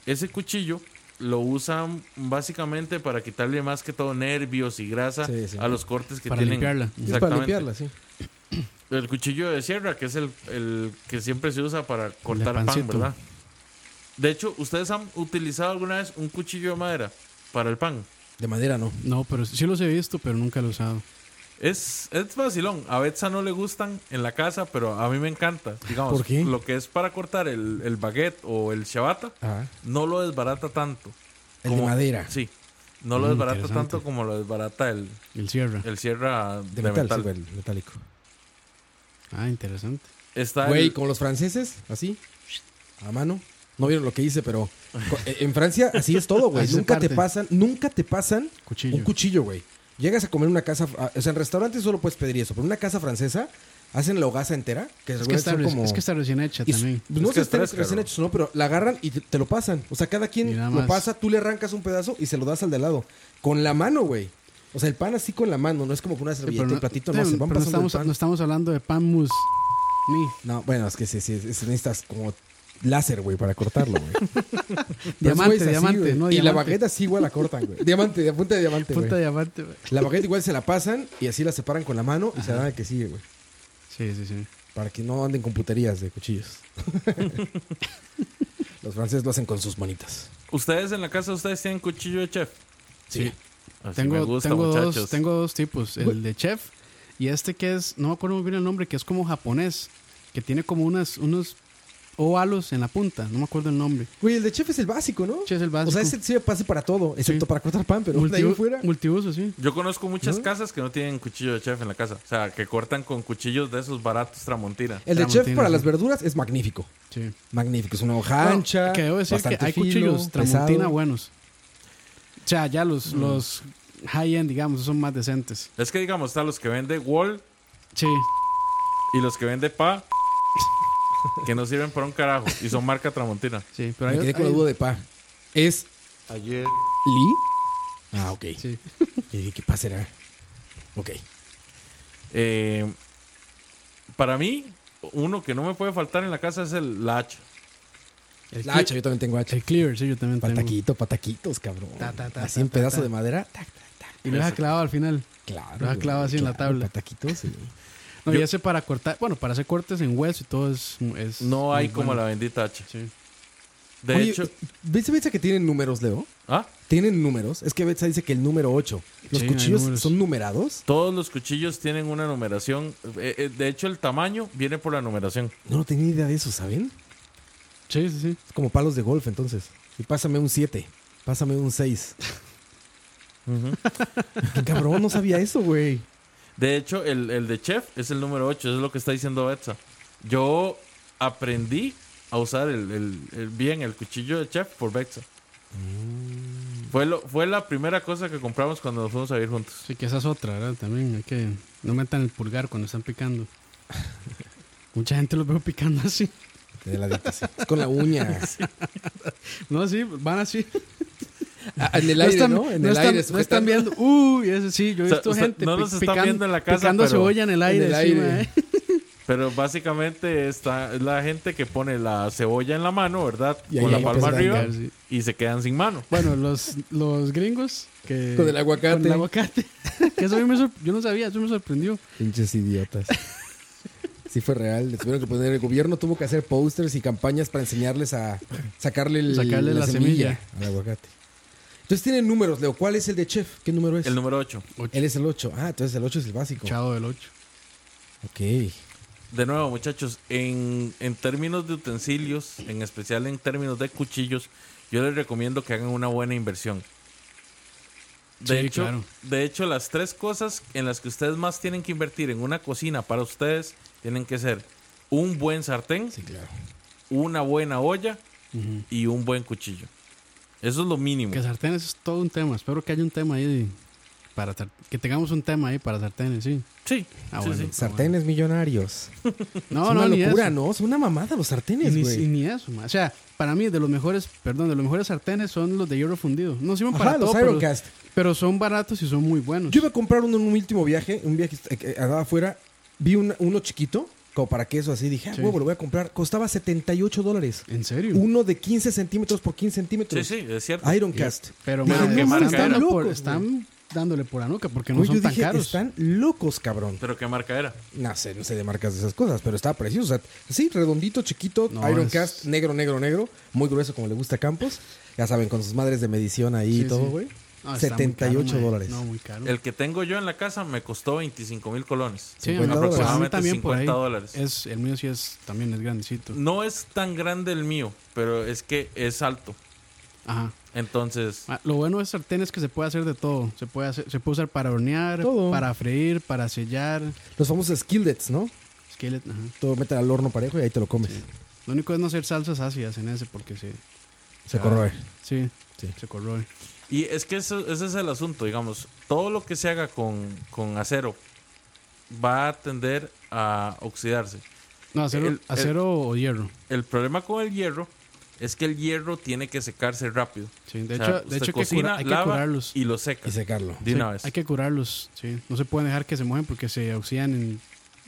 Speaker 3: Ese cuchillo lo usan básicamente para quitarle más que todo nervios y grasa
Speaker 5: Sí, sí.
Speaker 3: a los cortes que
Speaker 4: Para
Speaker 3: tienen.
Speaker 4: limpiarla.
Speaker 5: Y Es para
Speaker 3: Exactamente.
Speaker 5: limpiarla, sí.
Speaker 3: El cuchillo de sierra, que es el, el que siempre se usa para cortar pan,
Speaker 4: pancito.
Speaker 3: ¿verdad? De hecho, ¿ustedes han utilizado alguna vez un cuchillo de madera para el pan?
Speaker 5: De madera no.
Speaker 4: No, pero sí los he visto, pero nunca lo he usado.
Speaker 3: Es, es vacilón. A Betsa no le gustan en la casa, pero a mí me encanta. Digamos,
Speaker 5: ¿Por qué?
Speaker 3: lo que es para cortar el, el baguette o el ciabatta,
Speaker 5: Ajá.
Speaker 3: no lo desbarata tanto.
Speaker 5: El de madera.
Speaker 3: Sí. No lo
Speaker 4: Mm,
Speaker 3: desbarata
Speaker 4: interesante.
Speaker 3: tanto como lo desbarata el,
Speaker 4: El cierra.
Speaker 3: el sierra de,
Speaker 5: De metal,
Speaker 3: metal.
Speaker 5: sí, el metálico.
Speaker 4: Ah, interesante.
Speaker 3: Está
Speaker 5: Güey,
Speaker 3: el-
Speaker 5: como los franceses, así, a mano. No vieron lo que hice, pero co- eh, en Francia así es todo, güey.
Speaker 4: Así se
Speaker 5: nunca te
Speaker 4: parte.
Speaker 5: pasan, nunca te pasan
Speaker 4: Cuchillo.
Speaker 5: un cuchillo, güey. Llegas a comer en una casa, ah, o sea, en restaurantes solo puedes pedir eso, pero en una casa francesa hacen la hogaza entera, que
Speaker 4: Es que,
Speaker 5: regularmente
Speaker 4: está,
Speaker 5: son
Speaker 4: reci-
Speaker 5: como
Speaker 4: es que está recién hecha
Speaker 5: y-
Speaker 4: también.
Speaker 5: pues no
Speaker 3: Es que
Speaker 5: sé si
Speaker 3: es
Speaker 5: estén
Speaker 3: fresca,
Speaker 5: recién
Speaker 3: bro.
Speaker 5: hechos o no, pero la agarran y te, te lo pasan. O sea, cada
Speaker 4: Y
Speaker 5: quien
Speaker 4: nada
Speaker 5: lo
Speaker 4: más.
Speaker 5: pasa, tú le arrancas un pedazo y se lo das al de al lado. Con la mano, güey. O sea, el pan así con la mano, no es como con una
Speaker 4: Sí,
Speaker 5: servilleta, un este platito,
Speaker 4: sí,
Speaker 5: no, se
Speaker 4: pero
Speaker 5: van
Speaker 4: no
Speaker 5: pasando el
Speaker 4: estamos,
Speaker 5: pan.
Speaker 4: no estamos hablando de pan mousse. Ni
Speaker 5: No, bueno, es que sí, sí, es- necesitas como láser, güey, para cortarlo, güey. Pero
Speaker 4: Diamante,
Speaker 5: es, güey, es así,
Speaker 4: diamante,
Speaker 5: güey.
Speaker 4: no,
Speaker 5: Y la
Speaker 4: diamante.
Speaker 5: bagueta sí igual la cortan, güey. Diamante, de punta de diamante, güey.
Speaker 4: punta de diamante. güey.
Speaker 5: La bagueta igual se la pasan y así la separan con la mano y se la dan al que sigue, güey.
Speaker 4: Sí, sí, sí.
Speaker 5: Para que no anden con puterías de cuchillos. Los franceses lo hacen con sus manitas.
Speaker 3: Ustedes en la casa, ustedes tienen cuchillo de chef.
Speaker 5: Sí.
Speaker 3: Así
Speaker 4: Tengo,
Speaker 3: me gusta,
Speaker 4: tengo,
Speaker 3: muchachos.
Speaker 4: dos, tengo dos tipos. El de chef y este que es, no me acuerdo muy bien el nombre, que es como japonés. Que tiene como unas, unos o halos en la punta, no me acuerdo el nombre.
Speaker 5: Güey, el de chef es el básico, ¿no?
Speaker 4: Chef es el básico.
Speaker 5: O sea, ese sirve pase para todo, excepto
Speaker 4: Sí.
Speaker 5: para cortar pan, pero de ahí en
Speaker 4: Multibu-
Speaker 5: fuera.
Speaker 4: Multiuso, sí.
Speaker 3: Yo conozco muchas casas que no tienen cuchillo de chef en la casa. O sea, que cortan con cuchillos de esos baratos tramontina.
Speaker 5: El de chef
Speaker 4: Tramontina,
Speaker 5: para
Speaker 4: sí.
Speaker 5: las verduras es magnífico.
Speaker 4: sí.
Speaker 5: Magnífico. Es una hoja
Speaker 4: Bueno,
Speaker 5: ancha.
Speaker 4: que debo decir que
Speaker 5: bastante
Speaker 4: hay
Speaker 5: filo,
Speaker 4: cuchillos tramontina
Speaker 5: pesado.
Speaker 4: buenos. O sea, ya los, los high-end, digamos, son más decentes.
Speaker 3: Es que, digamos, están los que vende Wall
Speaker 4: Sí.
Speaker 3: y los que vende Pa, que no sirven para un carajo y son marca tramontina.
Speaker 4: Sí, pero
Speaker 5: Me
Speaker 4: hay,
Speaker 5: quedé con la
Speaker 4: hay-
Speaker 5: duda de pa. ¿Es
Speaker 2: Ayer.
Speaker 5: Lee? Ah, ok.
Speaker 4: sí.
Speaker 5: Y dije, ¿Qué pa será? Ok.
Speaker 3: Eh, para mí, uno que no me puede faltar en la casa es el la hacha.
Speaker 4: El,
Speaker 5: La
Speaker 4: cle-
Speaker 5: hacha, yo también tengo hacha.
Speaker 4: el clear, sí, yo también tengo.
Speaker 5: Pataquito, pataquitos, cabrón.
Speaker 4: Ta, ta, ta,
Speaker 5: Así
Speaker 4: ta,
Speaker 5: en
Speaker 4: ta,
Speaker 5: pedazo
Speaker 4: ta.
Speaker 5: de madera. Tac, tac, tac.
Speaker 4: Y lo deja clavado al final.
Speaker 5: Claro.
Speaker 4: Lo deja
Speaker 5: güey,
Speaker 4: clavado así en la
Speaker 5: claro,
Speaker 4: tabla.
Speaker 5: Pataquitos, sí.
Speaker 4: No,
Speaker 3: Yo-
Speaker 4: y ese para cortar, bueno, para hacer cortes en hueso y todo es... es
Speaker 3: No hay
Speaker 4: muy
Speaker 3: como
Speaker 4: bueno.
Speaker 3: la bendita hacha.
Speaker 4: Sí.
Speaker 3: De
Speaker 5: Oye,
Speaker 3: hecho,
Speaker 5: ¿viste, viste que tienen números, Leo?
Speaker 3: ¿ah?
Speaker 5: Tienen números. Es que Betsa dice que el número 8. Los
Speaker 4: Sí, hay
Speaker 5: cuchillos
Speaker 4: números.
Speaker 5: son numerados.
Speaker 3: todos los cuchillos tienen una numeración. Eh, eh, de hecho, el tamaño viene por la numeración.
Speaker 5: No, no tenía idea de eso, ¿saben?
Speaker 4: Sí, sí, sí.
Speaker 5: Es como palos de golf, entonces. Y pásame un 7. Pásame un 6. Qué cabrón, no sabía eso, güey.
Speaker 3: De hecho, el, el de chef es el número 8, eso es lo que está diciendo Betsa. Yo aprendí a usar el, el- el- bien el cuchillo de chef por Betsa. Fue, lo, fue la primera cosa que compramos cuando nos fuimos a vivir juntos.
Speaker 4: Sí, que esa es otra, ¿verdad? También hay que... No metan el pulgar cuando están picando. Mucha gente los veo picando así.
Speaker 5: De ladito, sí. Es con la uña.
Speaker 4: No, así, van así.
Speaker 5: Ah, en el aire, ¿no? En el
Speaker 4: están,
Speaker 5: aire.
Speaker 4: no están
Speaker 5: sujetando.
Speaker 4: viendo. Uy, ese sí, yo he
Speaker 3: O sea,
Speaker 4: visto
Speaker 3: usted-
Speaker 4: gente
Speaker 3: no
Speaker 4: pi-
Speaker 3: los están viendo en la casa,
Speaker 4: picando
Speaker 3: pero-
Speaker 4: cebolla en el aire.
Speaker 5: el
Speaker 4: sí,
Speaker 5: aire.
Speaker 4: mae.
Speaker 3: Pero básicamente está, es la gente que pone la cebolla en la mano, ¿verdad?
Speaker 5: Y ahí
Speaker 3: Con la
Speaker 5: ya
Speaker 3: palma
Speaker 5: empiezan a
Speaker 3: arriba
Speaker 4: brincar, sí.
Speaker 3: y se quedan sin mano.
Speaker 4: Bueno, los, los gringos que...
Speaker 5: Con el aguacate.
Speaker 4: Con el aguacate. Que eso a mí me sor- yo no sabía, eso me sorprendió.
Speaker 5: Pinches idiotas. Sí fue real, les tuvieron que poner, el gobierno tuvo que hacer posters y campañas para enseñarles a sacarle, el-
Speaker 4: Sacarle la semilla.
Speaker 5: al aguacate. Entonces tienen números, Leo. ¿Cuál es el de chef? ¿Qué número es?
Speaker 3: El número 8.
Speaker 5: Él es el 8. Ah, entonces el 8 es el básico.
Speaker 4: Chavo del 8.
Speaker 5: Ok.
Speaker 3: De nuevo, muchachos, en, en términos de utensilios, en especial en términos de cuchillos, yo les recomiendo que hagan una buena inversión. De,
Speaker 4: Sí,
Speaker 3: hecho,
Speaker 4: claro.
Speaker 3: de hecho, las tres cosas en las que ustedes más tienen que invertir en una cocina para ustedes tienen que ser un buen sartén,
Speaker 5: Sí, claro.
Speaker 3: una buena olla y un buen cuchillo. Eso es lo mínimo.
Speaker 4: Que sartenes es todo un tema. Espero que haya un tema ahí para sar- que tengamos un tema ahí para sartenes, sí.
Speaker 3: Sí,
Speaker 4: Ah,
Speaker 3: sí,
Speaker 4: bueno.
Speaker 3: sí.
Speaker 5: Sartenes millonarios.
Speaker 4: No,
Speaker 5: es
Speaker 4: no,
Speaker 5: una
Speaker 4: ni
Speaker 5: locura,
Speaker 4: eso.
Speaker 5: ¿no? Es una mamada los
Speaker 4: Y
Speaker 5: sartenes,
Speaker 4: ni, y
Speaker 5: güey.
Speaker 4: ni eso, ma. o sea, para mí de los mejores, perdón, de los mejores sartenes son los de hierro fundido. No sirven para
Speaker 5: Ajá, los
Speaker 4: todo, pero-
Speaker 5: Ironcast.
Speaker 4: Pero, son baratos y son muy buenos.
Speaker 5: Yo iba a comprar uno en un último viaje, un viaje eh, que andaba afuera, vi un- uno chiquito, como para queso así, dije, ah,
Speaker 4: Sí.
Speaker 5: huevo, lo voy a comprar. Costaba 78 dólares.
Speaker 4: ¿En serio?
Speaker 5: Uno de 15 centímetros por 15
Speaker 3: Sí,
Speaker 5: centímetros.
Speaker 3: sí, es cierto.
Speaker 5: Ironcast.
Speaker 4: Pero,
Speaker 3: Pero
Speaker 4: ma,
Speaker 3: qué
Speaker 4: están
Speaker 3: marca
Speaker 4: dando
Speaker 5: era.
Speaker 4: por-
Speaker 5: Locos,
Speaker 4: están dándole por anuca porque no
Speaker 5: Güey,
Speaker 4: son
Speaker 5: yo
Speaker 4: tan
Speaker 5: dije,
Speaker 4: caros.
Speaker 5: están locos, cabrón.
Speaker 3: Pero qué marca era.
Speaker 5: No sé, no sé de marcas de esas cosas, pero estaba precioso. O sea, sí, redondito, chiquito,
Speaker 4: No,
Speaker 5: Ironcast,
Speaker 4: es-
Speaker 5: negro, negro, negro, muy grueso como le gusta a Campos. Ya saben, con sus madres de medición ahí y
Speaker 4: Sí,
Speaker 5: todo,
Speaker 4: sí.
Speaker 5: güey.
Speaker 4: No, está Ah, muy
Speaker 5: 78
Speaker 4: caro, ma.
Speaker 5: dólares.
Speaker 4: No, muy caro.
Speaker 3: El que tengo yo en la casa me costó 25 mil colones.
Speaker 4: Sí,
Speaker 5: 50
Speaker 4: aproximadamente
Speaker 5: dólares.
Speaker 4: pues, también por
Speaker 3: 50
Speaker 4: ahí.
Speaker 3: dólares.
Speaker 4: Es, el mío sí es, también es grandecito.
Speaker 3: No es tan grande el mío, pero es que es alto.
Speaker 4: Ajá.
Speaker 3: Entonces,
Speaker 4: Ah, Lo bueno de sartenes es que se puede hacer de todo. Se puede, hacer- se puede usar para hornear,
Speaker 5: Todo.
Speaker 4: para freír, para sellar.
Speaker 5: Los famosos skillets, ¿no?
Speaker 4: Skillet, ajá.
Speaker 5: Todo mete al horno parejo y ahí te lo comes.
Speaker 4: Lo único es no hacer salsas ácidas en ese porque se, Ah.
Speaker 5: Se corroe.
Speaker 4: sí,
Speaker 5: Sí.
Speaker 4: se corroe.
Speaker 3: y es que eso- ese es el asunto, digamos, todo lo que se haga con, con acero va a tender a oxidarse.
Speaker 4: No, acero,
Speaker 3: El- el-
Speaker 4: acero o hierro.
Speaker 3: El problema con el hierro es que el hierro tiene que secarse rápido.
Speaker 4: Sí, de
Speaker 3: O sea,
Speaker 4: hecho, de
Speaker 3: usted
Speaker 4: hecho hay que cura- hay que
Speaker 3: lava
Speaker 4: curarlos.
Speaker 3: y lo seca
Speaker 5: Y secarlo.
Speaker 3: de una
Speaker 4: Sí,
Speaker 3: vez.
Speaker 4: Hay que curarlos, sí. No se pueden dejar que se mojen porque se oxidan en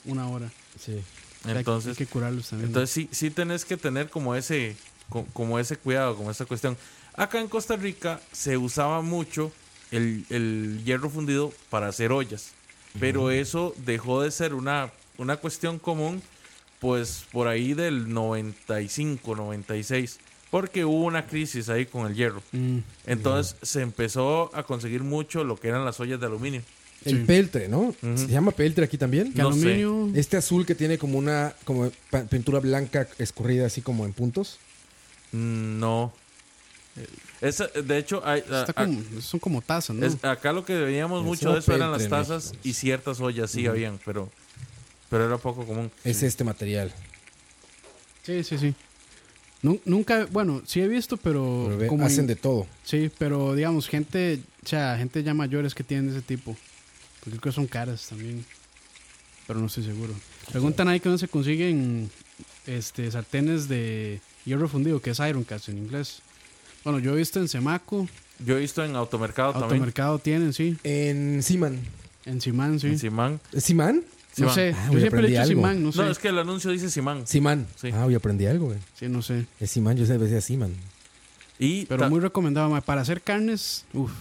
Speaker 4: una hora.
Speaker 5: Sí.
Speaker 4: O sea, hay-
Speaker 3: Entonces,
Speaker 4: hay que curarlos también.
Speaker 3: Entonces sí, sí tenés que tener como ese, co- como ese cuidado, como esa cuestión. Acá en Costa Rica se usaba mucho el, el hierro fundido para hacer ollas, pero eso dejó de ser una, una cuestión común pues por ahí del 95, 96, porque hubo una crisis ahí con el hierro.
Speaker 4: Mm,
Speaker 3: Entonces se empezó a conseguir mucho lo que eran las ollas de aluminio.
Speaker 5: El
Speaker 4: Sí.
Speaker 5: peltre, ¿no? Se llama peltre aquí también.
Speaker 3: No sé.
Speaker 4: Aluminio. pues,
Speaker 5: Este azul que tiene como una como pa- pintura blanca escurrida así como en puntos.
Speaker 3: Mm, No. Eh, Esa- de hecho, hay- a-
Speaker 4: Está
Speaker 3: a-
Speaker 4: como- son como tazas, ¿no?
Speaker 3: ah, es- ah, acá lo que veíamos
Speaker 5: Es
Speaker 3: mucho de eso eran las
Speaker 5: papel, trenes.
Speaker 3: tazas y ciertas ollas, sí habían, pero, pero era poco común.
Speaker 5: Es este material.
Speaker 4: Sí, sí, sí. Nu- nunca, bueno, sí he visto, pero.
Speaker 5: Pero ve,
Speaker 4: Oh, como
Speaker 5: hacen
Speaker 4: en-
Speaker 5: de todo.
Speaker 4: Sí, pero digamos, gente, o sea, gente ya mayores que tienen ese tipo. Porque creo que son caras también. Pero no estoy seguro. Preguntan ahí que dónde se consiguen este, sartenes de hierro fundido, que es Ironcast en inglés. Bueno, yo he visto en Semaco,
Speaker 3: Yo he visto en automercado, también,
Speaker 4: Automercado tienen, sí.
Speaker 5: En Siman.
Speaker 4: En Simán, sí.
Speaker 3: en Simán.
Speaker 5: ¿Es ¿Siman?
Speaker 4: No
Speaker 3: Simán.
Speaker 4: sé,
Speaker 5: Ah,
Speaker 4: yo siempre
Speaker 5: güey,
Speaker 4: le he
Speaker 5: aprendí
Speaker 4: dicho
Speaker 5: algo.
Speaker 4: Simán, no sé.
Speaker 3: No, es que el anuncio dice Simán.
Speaker 5: Simán.
Speaker 3: Sí.
Speaker 5: Ah, hoy aprendí algo, güey.
Speaker 4: Sí, no sé.
Speaker 5: Es Simán, yo siempre decía Siman.
Speaker 3: Y
Speaker 4: Pero
Speaker 3: ta-
Speaker 4: muy recomendado, ma. Para hacer carnes, uff,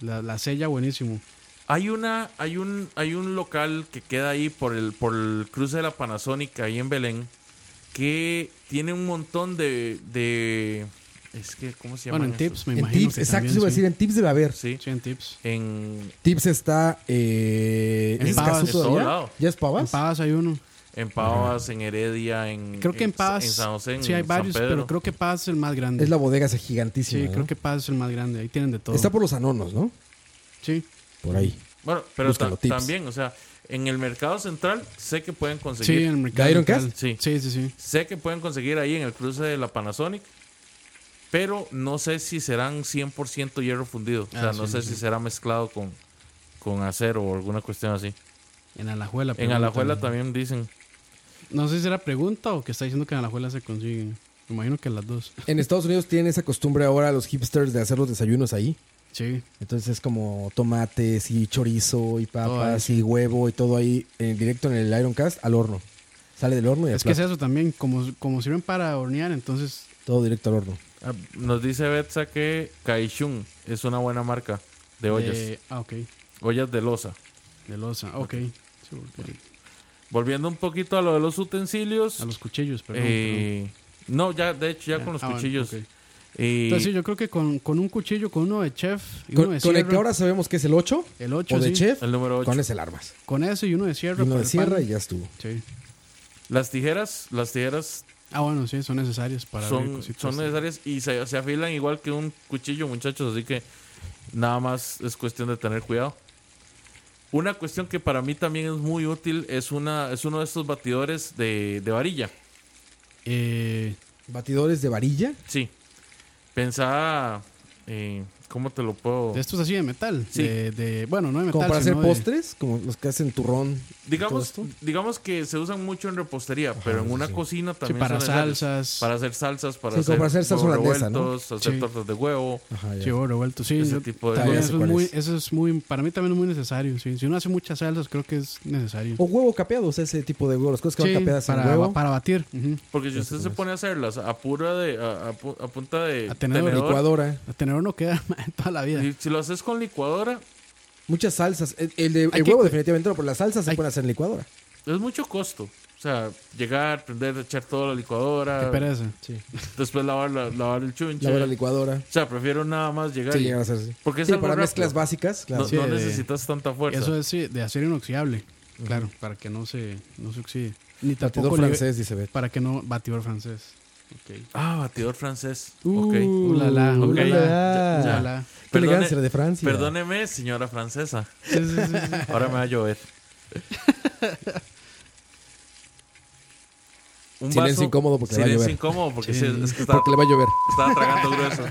Speaker 4: la, la sella buenísimo.
Speaker 3: hay una, hay un, hay un local que queda ahí por el, por el cruce de la Panasonic ahí en Belén, que tiene un montón de, de es que, ¿cómo se llama?
Speaker 4: Bueno, en tips, me
Speaker 5: En
Speaker 4: imagino.
Speaker 5: tips,
Speaker 4: que
Speaker 5: exacto,
Speaker 4: también,
Speaker 5: iba a
Speaker 4: sí.
Speaker 5: decir, en tips debe haber.
Speaker 3: Sí.
Speaker 4: Sí, en tips.
Speaker 3: En,
Speaker 5: Tips está. Eh,
Speaker 4: En
Speaker 5: ¿Es
Speaker 4: Pavas.
Speaker 5: Cazú
Speaker 4: En
Speaker 3: todo
Speaker 5: todavía?
Speaker 3: lado.
Speaker 5: ¿Ya es Pavas?
Speaker 4: En Pavas hay uno.
Speaker 3: en Pavas, en Heredia, en
Speaker 4: Creo que en Pavas.
Speaker 3: en San José, en
Speaker 4: sí, hay
Speaker 3: San
Speaker 4: varios,
Speaker 3: Pedro.
Speaker 4: pero creo que Pavas es el más grande.
Speaker 5: Es la bodega esa
Speaker 4: sí,
Speaker 5: gigantísima. ¿no?
Speaker 4: creo que Pavas es el más grande. Ahí tienen de todo.
Speaker 5: Está por los anonos, ¿no?
Speaker 4: Sí.
Speaker 5: Por ahí.
Speaker 3: Bueno, pero ta-
Speaker 5: Búscalo, tips.
Speaker 3: también, o sea, en el mercado central sé que pueden
Speaker 4: Sí,
Speaker 3: conseguir.
Speaker 4: en el mercado.
Speaker 5: ¿De Ironcast?
Speaker 4: local.
Speaker 3: Sí.
Speaker 4: Sí, sí, sí.
Speaker 3: Sé que pueden conseguir ahí en el cruce de la Panasonic, pero no sé si serán 100% hierro fundido. O sea,
Speaker 4: Ah,
Speaker 3: no
Speaker 4: sí,
Speaker 3: sé
Speaker 4: sí.
Speaker 3: si será mezclado con, con acero o alguna cuestión así.
Speaker 4: En Alajuela.
Speaker 3: En
Speaker 4: preguntan.
Speaker 3: Alajuela también dicen.
Speaker 4: No sé si era pregunta o que está diciendo que en Alajuela se consiguen. Me imagino que las dos.
Speaker 5: En Estados Unidos tienen esa costumbre ahora los hipsters de hacer los desayunos ahí.
Speaker 4: Sí.
Speaker 5: Entonces es como tomates y chorizo y
Speaker 4: Todo
Speaker 5: papas y huevo y todo ahí en directo en el Ironcast al horno. Sale del horno y al
Speaker 4: Es que es
Speaker 5: plato.
Speaker 4: eso también. Como, como sirven para hornear, entonces.
Speaker 5: todo directo al horno.
Speaker 3: Ah, Nos dice Betsa que Kaishun es una buena marca de ollas.
Speaker 4: eh, ah, ok.
Speaker 3: Ollas de losa.
Speaker 4: De losa. Ok. Sí, porque-
Speaker 3: Volviendo un poquito a lo de los utensilios.
Speaker 4: a los cuchillos, perdón. perdón.
Speaker 3: eh, No, ya, de hecho, ya con los
Speaker 4: Ah, bueno,
Speaker 3: cuchillos.
Speaker 4: ok.
Speaker 3: Eh,
Speaker 4: Entonces, sí, yo creo que con, con un cuchillo, con uno de chef y uno de
Speaker 5: Con, con el
Speaker 4: sierra,
Speaker 5: que ahora sabemos que es el 8,
Speaker 4: El ocho,
Speaker 5: o de
Speaker 4: sí.
Speaker 5: chef,
Speaker 3: El número ocho.
Speaker 5: con ese el armas.
Speaker 4: con eso y uno de
Speaker 5: Y
Speaker 4: sierra.
Speaker 5: uno
Speaker 4: para
Speaker 5: de
Speaker 4: el
Speaker 5: sierra
Speaker 4: pan.
Speaker 5: y ya estuvo.
Speaker 4: Sí.
Speaker 3: Las tijeras, las tijeras
Speaker 4: Ah, bueno, sí, son necesarias para abrir
Speaker 3: son,
Speaker 4: cositas.
Speaker 3: son necesarias y se, se afilan igual que un cuchillo, muchachos, así que nada más es cuestión de tener cuidado. Una cuestión que para mí también es muy útil es una es uno de estos batidores de, de varilla.
Speaker 4: Eh,
Speaker 5: Batidores de varilla.
Speaker 3: Sí. Pensaba eh, ¿cómo te lo puedo?
Speaker 4: de estos así de metal.
Speaker 3: Sí.
Speaker 4: De, de- bueno, no mm, de metal.
Speaker 5: Como para hacer
Speaker 4: sino de-
Speaker 5: postres, como los que hacen turrón. y
Speaker 3: Digamos,
Speaker 5: todo esto.
Speaker 3: digamos que se usan mucho en repostería, pero en una cocina también
Speaker 4: para
Speaker 3: son necesarios.
Speaker 4: salsas.
Speaker 3: para hacer salsas, para
Speaker 5: Sí, como
Speaker 3: hacer,
Speaker 5: para hacer salsa
Speaker 3: huevos
Speaker 5: holandesa, ¿no?
Speaker 3: revueltos, hacer
Speaker 4: Sí.
Speaker 3: tortas de huevo.
Speaker 5: Ajá, ya.
Speaker 4: Sí, huevo Ah, revuelto, sí.
Speaker 3: Ese
Speaker 4: yo-
Speaker 3: tipo de
Speaker 4: también
Speaker 5: cosas.
Speaker 4: eso,
Speaker 5: Ya sé
Speaker 4: es
Speaker 5: cuál
Speaker 4: muy,
Speaker 5: es.
Speaker 4: eso es muy, para mí también es muy necesario. sí. Si uno hace muchas salsas, creo que es necesario.
Speaker 5: O huevo capeado, o sea, ese tipo de huevos. Las cosas Oh, que
Speaker 4: Sí,
Speaker 5: van capeadas en
Speaker 4: para,
Speaker 5: huevo.
Speaker 4: para batir. ujú.
Speaker 3: Porque si usted se pone a hacerlas a pura de a, a pu- a punta de
Speaker 4: A tenedor,
Speaker 5: Licuadora.
Speaker 4: A tener uno queda en toda la vida.
Speaker 3: y si lo haces con licuadora
Speaker 5: Muchas salsas. El, el de- el
Speaker 4: Hay que-
Speaker 5: huevo definitivamente no, pero las salsas se
Speaker 4: hay-
Speaker 5: pueden hacer en licuadora.
Speaker 3: es mucho costo. O sea, llegar, prender, echar toda la
Speaker 4: Qué
Speaker 3: licuadora,
Speaker 4: pereza.
Speaker 3: después lavar la- lavar el chunche.
Speaker 5: Lavar la licuadora.
Speaker 3: o sea, prefiero nada más llegar.
Speaker 5: Sí,
Speaker 3: y-
Speaker 5: llegar a hacer así.
Speaker 3: Porque es
Speaker 5: Sí,
Speaker 3: algo
Speaker 5: para
Speaker 3: rápido.
Speaker 5: mezclas básicas, claro.
Speaker 3: no,
Speaker 4: Sí,
Speaker 3: no
Speaker 4: de-
Speaker 3: necesitas tanta fuerza.
Speaker 4: Eso es sí, de acero inoxidable. Claro, para que no se, no se oxide. Ni tampoco
Speaker 5: Batidor
Speaker 4: le-
Speaker 5: francés, dice Bet.
Speaker 4: Para que no batidor francés. Ok.
Speaker 3: Ah, batidor francés. ok.
Speaker 4: Uh, la, la,
Speaker 3: ok.
Speaker 4: uh, la, la, la,
Speaker 5: Ya, ya.
Speaker 4: la.
Speaker 5: Qué
Speaker 3: Perdone-
Speaker 5: elegancia la de Francia.
Speaker 3: Perdóneme, señora francesa.
Speaker 4: Sí, sí, sí, sí.
Speaker 3: Ahora me va a llover. Un
Speaker 5: Silencio incómodo porque le va a
Speaker 3: silencio
Speaker 5: llover.
Speaker 3: incómodo porque
Speaker 4: Sí.
Speaker 3: se- es que estaba,
Speaker 5: Porque le va a llover.
Speaker 3: estaba tragando grueso.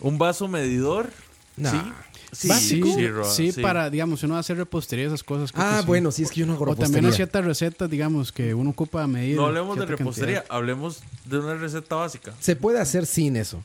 Speaker 3: Un vaso medidor.
Speaker 5: Nah. ah,
Speaker 3: Sí,
Speaker 4: ¿Básico? Sí,
Speaker 3: Roa, sí.
Speaker 4: para, digamos, si uno va a hacer repostería, esas cosas. creo
Speaker 5: Ah,
Speaker 4: que sí.
Speaker 5: bueno, sí, es que yo no hago
Speaker 4: O también hay
Speaker 5: repostería.
Speaker 4: ciertas recetas, digamos, que uno ocupa a medir.
Speaker 3: No hablemos de
Speaker 4: cierta
Speaker 3: repostería,
Speaker 4: cantidad.
Speaker 3: hablemos de una receta básica.
Speaker 5: Se puede hacer sin eso.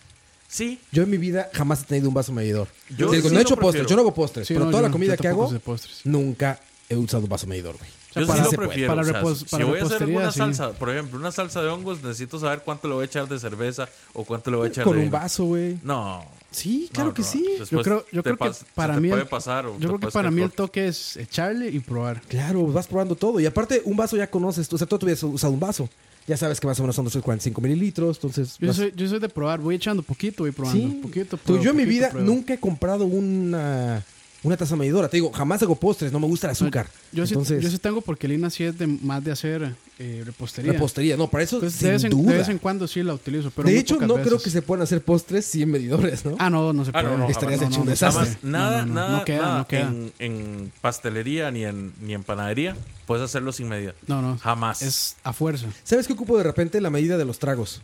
Speaker 3: Sí,
Speaker 5: Yo en mi vida jamás he tenido un vaso medidor.
Speaker 3: Yo
Speaker 5: Te digo,
Speaker 3: sí
Speaker 5: no he
Speaker 3: lo
Speaker 5: hecho postres,
Speaker 3: prefiero.
Speaker 5: yo no hago postres.
Speaker 4: Sí,
Speaker 5: pero
Speaker 4: no, yo
Speaker 5: toda la
Speaker 4: no-
Speaker 5: comida
Speaker 4: yo
Speaker 5: que
Speaker 4: tampoco
Speaker 5: hago,
Speaker 4: sé postres.
Speaker 5: nunca he usado un vaso medidor, güey.
Speaker 4: sea,
Speaker 3: yo
Speaker 4: para-
Speaker 3: sí lo
Speaker 4: se
Speaker 5: puede.
Speaker 3: prefiero.
Speaker 4: para
Speaker 3: o sea,
Speaker 4: repos-
Speaker 3: si
Speaker 4: para
Speaker 3: voy a hacer
Speaker 4: repostería,
Speaker 3: una
Speaker 4: sí.
Speaker 3: salsa, por ejemplo, una salsa de hongos, necesito saber cuánto le voy a echar de cerveza o cuánto le voy a echar
Speaker 5: Con
Speaker 3: de
Speaker 5: un
Speaker 3: vino.
Speaker 5: vaso, güey.
Speaker 3: No.
Speaker 5: Sí,
Speaker 3: no,
Speaker 5: claro que
Speaker 3: Roa,
Speaker 5: sí.
Speaker 3: después
Speaker 4: creo-
Speaker 3: te
Speaker 4: yo creo que
Speaker 3: pas- se
Speaker 4: para
Speaker 3: te
Speaker 4: mí el-
Speaker 3: puede pasar o te
Speaker 4: Yo creo que
Speaker 3: puedes
Speaker 4: para mí el
Speaker 3: quedar
Speaker 4: toque es echarle y probar.
Speaker 5: Claro, vas probando todo. Y aparte, un vaso ya conoces. tú- O sea, tú tuvieras usado un vaso. Ya sabes que más o menos son 245 mililitros. Entonces,
Speaker 4: Yo
Speaker 5: vas-
Speaker 4: soy, yo soy de probar, voy echando poquito, voy probando.
Speaker 5: sí.
Speaker 4: Poquito,
Speaker 5: Tú,
Speaker 4: pruebo,
Speaker 5: yo en mi
Speaker 4: poquito
Speaker 5: vida
Speaker 4: pruebo.
Speaker 5: nunca he comprado una, Una taza medidora. Te digo, jamás hago postres, no me gusta el azúcar.
Speaker 4: Yo, sí-
Speaker 5: Entonces,
Speaker 4: yo sí tengo porque Lina sí es de, más de hacer eh, repostería.
Speaker 5: repostería. No, para eso,
Speaker 4: Entonces, de
Speaker 5: sin
Speaker 4: vez, en,
Speaker 5: duda.
Speaker 4: de vez en cuando sí la utilizo. Pero
Speaker 5: de
Speaker 4: muy
Speaker 5: hecho,
Speaker 4: pocas
Speaker 5: no
Speaker 4: veces.
Speaker 5: creo que se puedan hacer postres sin medidores, ¿no?
Speaker 4: Ah, no, no se
Speaker 3: Ah, no,
Speaker 4: puede.
Speaker 3: no,
Speaker 5: Estarías
Speaker 3: jamás.
Speaker 5: hecho un
Speaker 4: no, no,
Speaker 3: Nada
Speaker 5: desastre.
Speaker 4: no,
Speaker 3: más,
Speaker 4: no,
Speaker 3: nada,
Speaker 4: no, no,
Speaker 3: nada,
Speaker 4: no queda,
Speaker 3: nada
Speaker 4: no queda.
Speaker 3: En, en pastelería ni en, ni en panadería puedes hacerlo sin medida.
Speaker 4: No, no.
Speaker 3: Jamás.
Speaker 4: Es a fuerza.
Speaker 5: ¿Sabes qué ocupo de repente? La medida de los tragos.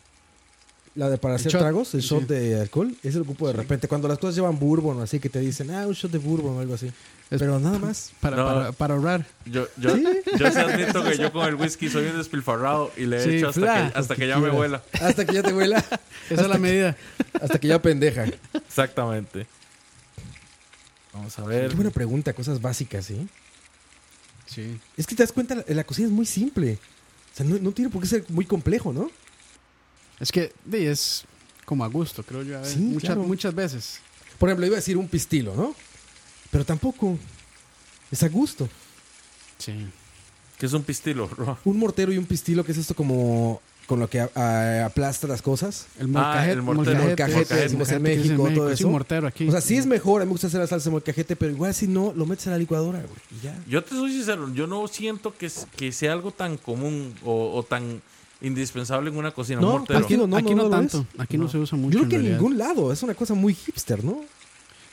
Speaker 5: La de para
Speaker 4: El
Speaker 5: hacer
Speaker 4: shot.
Speaker 5: tragos, el
Speaker 4: Sí.
Speaker 5: shot de alcohol. Ese lo ocupo de repente. Cuando las cosas llevan bourbon, así que te dicen, ah, un shot de bourbon o algo así.
Speaker 4: Es-
Speaker 5: Pero nada más.
Speaker 4: Para,
Speaker 3: No.
Speaker 4: para, para ahorrar.
Speaker 3: Yo, yo, yo sí admito que yo con el whisky soy un despilfarrado y le he
Speaker 4: Sí,
Speaker 3: hecho hasta
Speaker 4: fla,
Speaker 3: que, hasta
Speaker 5: Lo
Speaker 3: que ya me
Speaker 5: quieras.
Speaker 3: vuela.
Speaker 5: Hasta que ya te vuela.
Speaker 4: Esa es la medida.
Speaker 5: Hasta que ya pendeja.
Speaker 3: Exactamente. Vamos a ver.
Speaker 5: Qué buena pregunta, cosas básicas, ¿sí?
Speaker 4: Sí.
Speaker 5: Es que te das cuenta, la, la cocina es muy simple. O sea, no, no tiene por qué ser muy complejo, ¿no?
Speaker 4: Es que de, es como a gusto, creo yo. a ver.
Speaker 5: Sí,
Speaker 4: muchas,
Speaker 5: claro.
Speaker 4: muchas veces.
Speaker 5: Por ejemplo, iba a decir un pistilo, ¿no? Pero tampoco. Es a gusto.
Speaker 4: Sí.
Speaker 3: Ah, ¿Qué es un pistilo, Roa?
Speaker 5: Un mortero y un pistilo, que es esto como con lo que a- a- aplasta las cosas.
Speaker 4: El
Speaker 3: Ah,
Speaker 4: morcajete.
Speaker 3: el mortero.
Speaker 5: Molcajete,
Speaker 3: molcajete,
Speaker 5: decimos en
Speaker 4: molcajete que dicen
Speaker 5: México, todo
Speaker 4: Sí,
Speaker 5: eso.
Speaker 4: un mortero aquí.
Speaker 5: O sea, sí es mejor, a mí me gusta hacer la salsa de molcajete, pero igual si no, lo metes a la licuadora, güey. Y ya.
Speaker 3: Yo te soy sincero, yo no siento que, es- que sea algo tan común o, o tan indispensable en una cocina.
Speaker 5: No,
Speaker 3: un mortero.
Speaker 4: Aquí
Speaker 5: no,
Speaker 4: no,
Speaker 5: no,
Speaker 4: aquí
Speaker 5: no
Speaker 4: no,
Speaker 5: lo
Speaker 4: tanto. Aquí no. se usa mucho.
Speaker 5: Yo creo
Speaker 4: en
Speaker 5: que en
Speaker 4: realidad.
Speaker 5: ningún lado, es una cosa muy hipster, ¿no?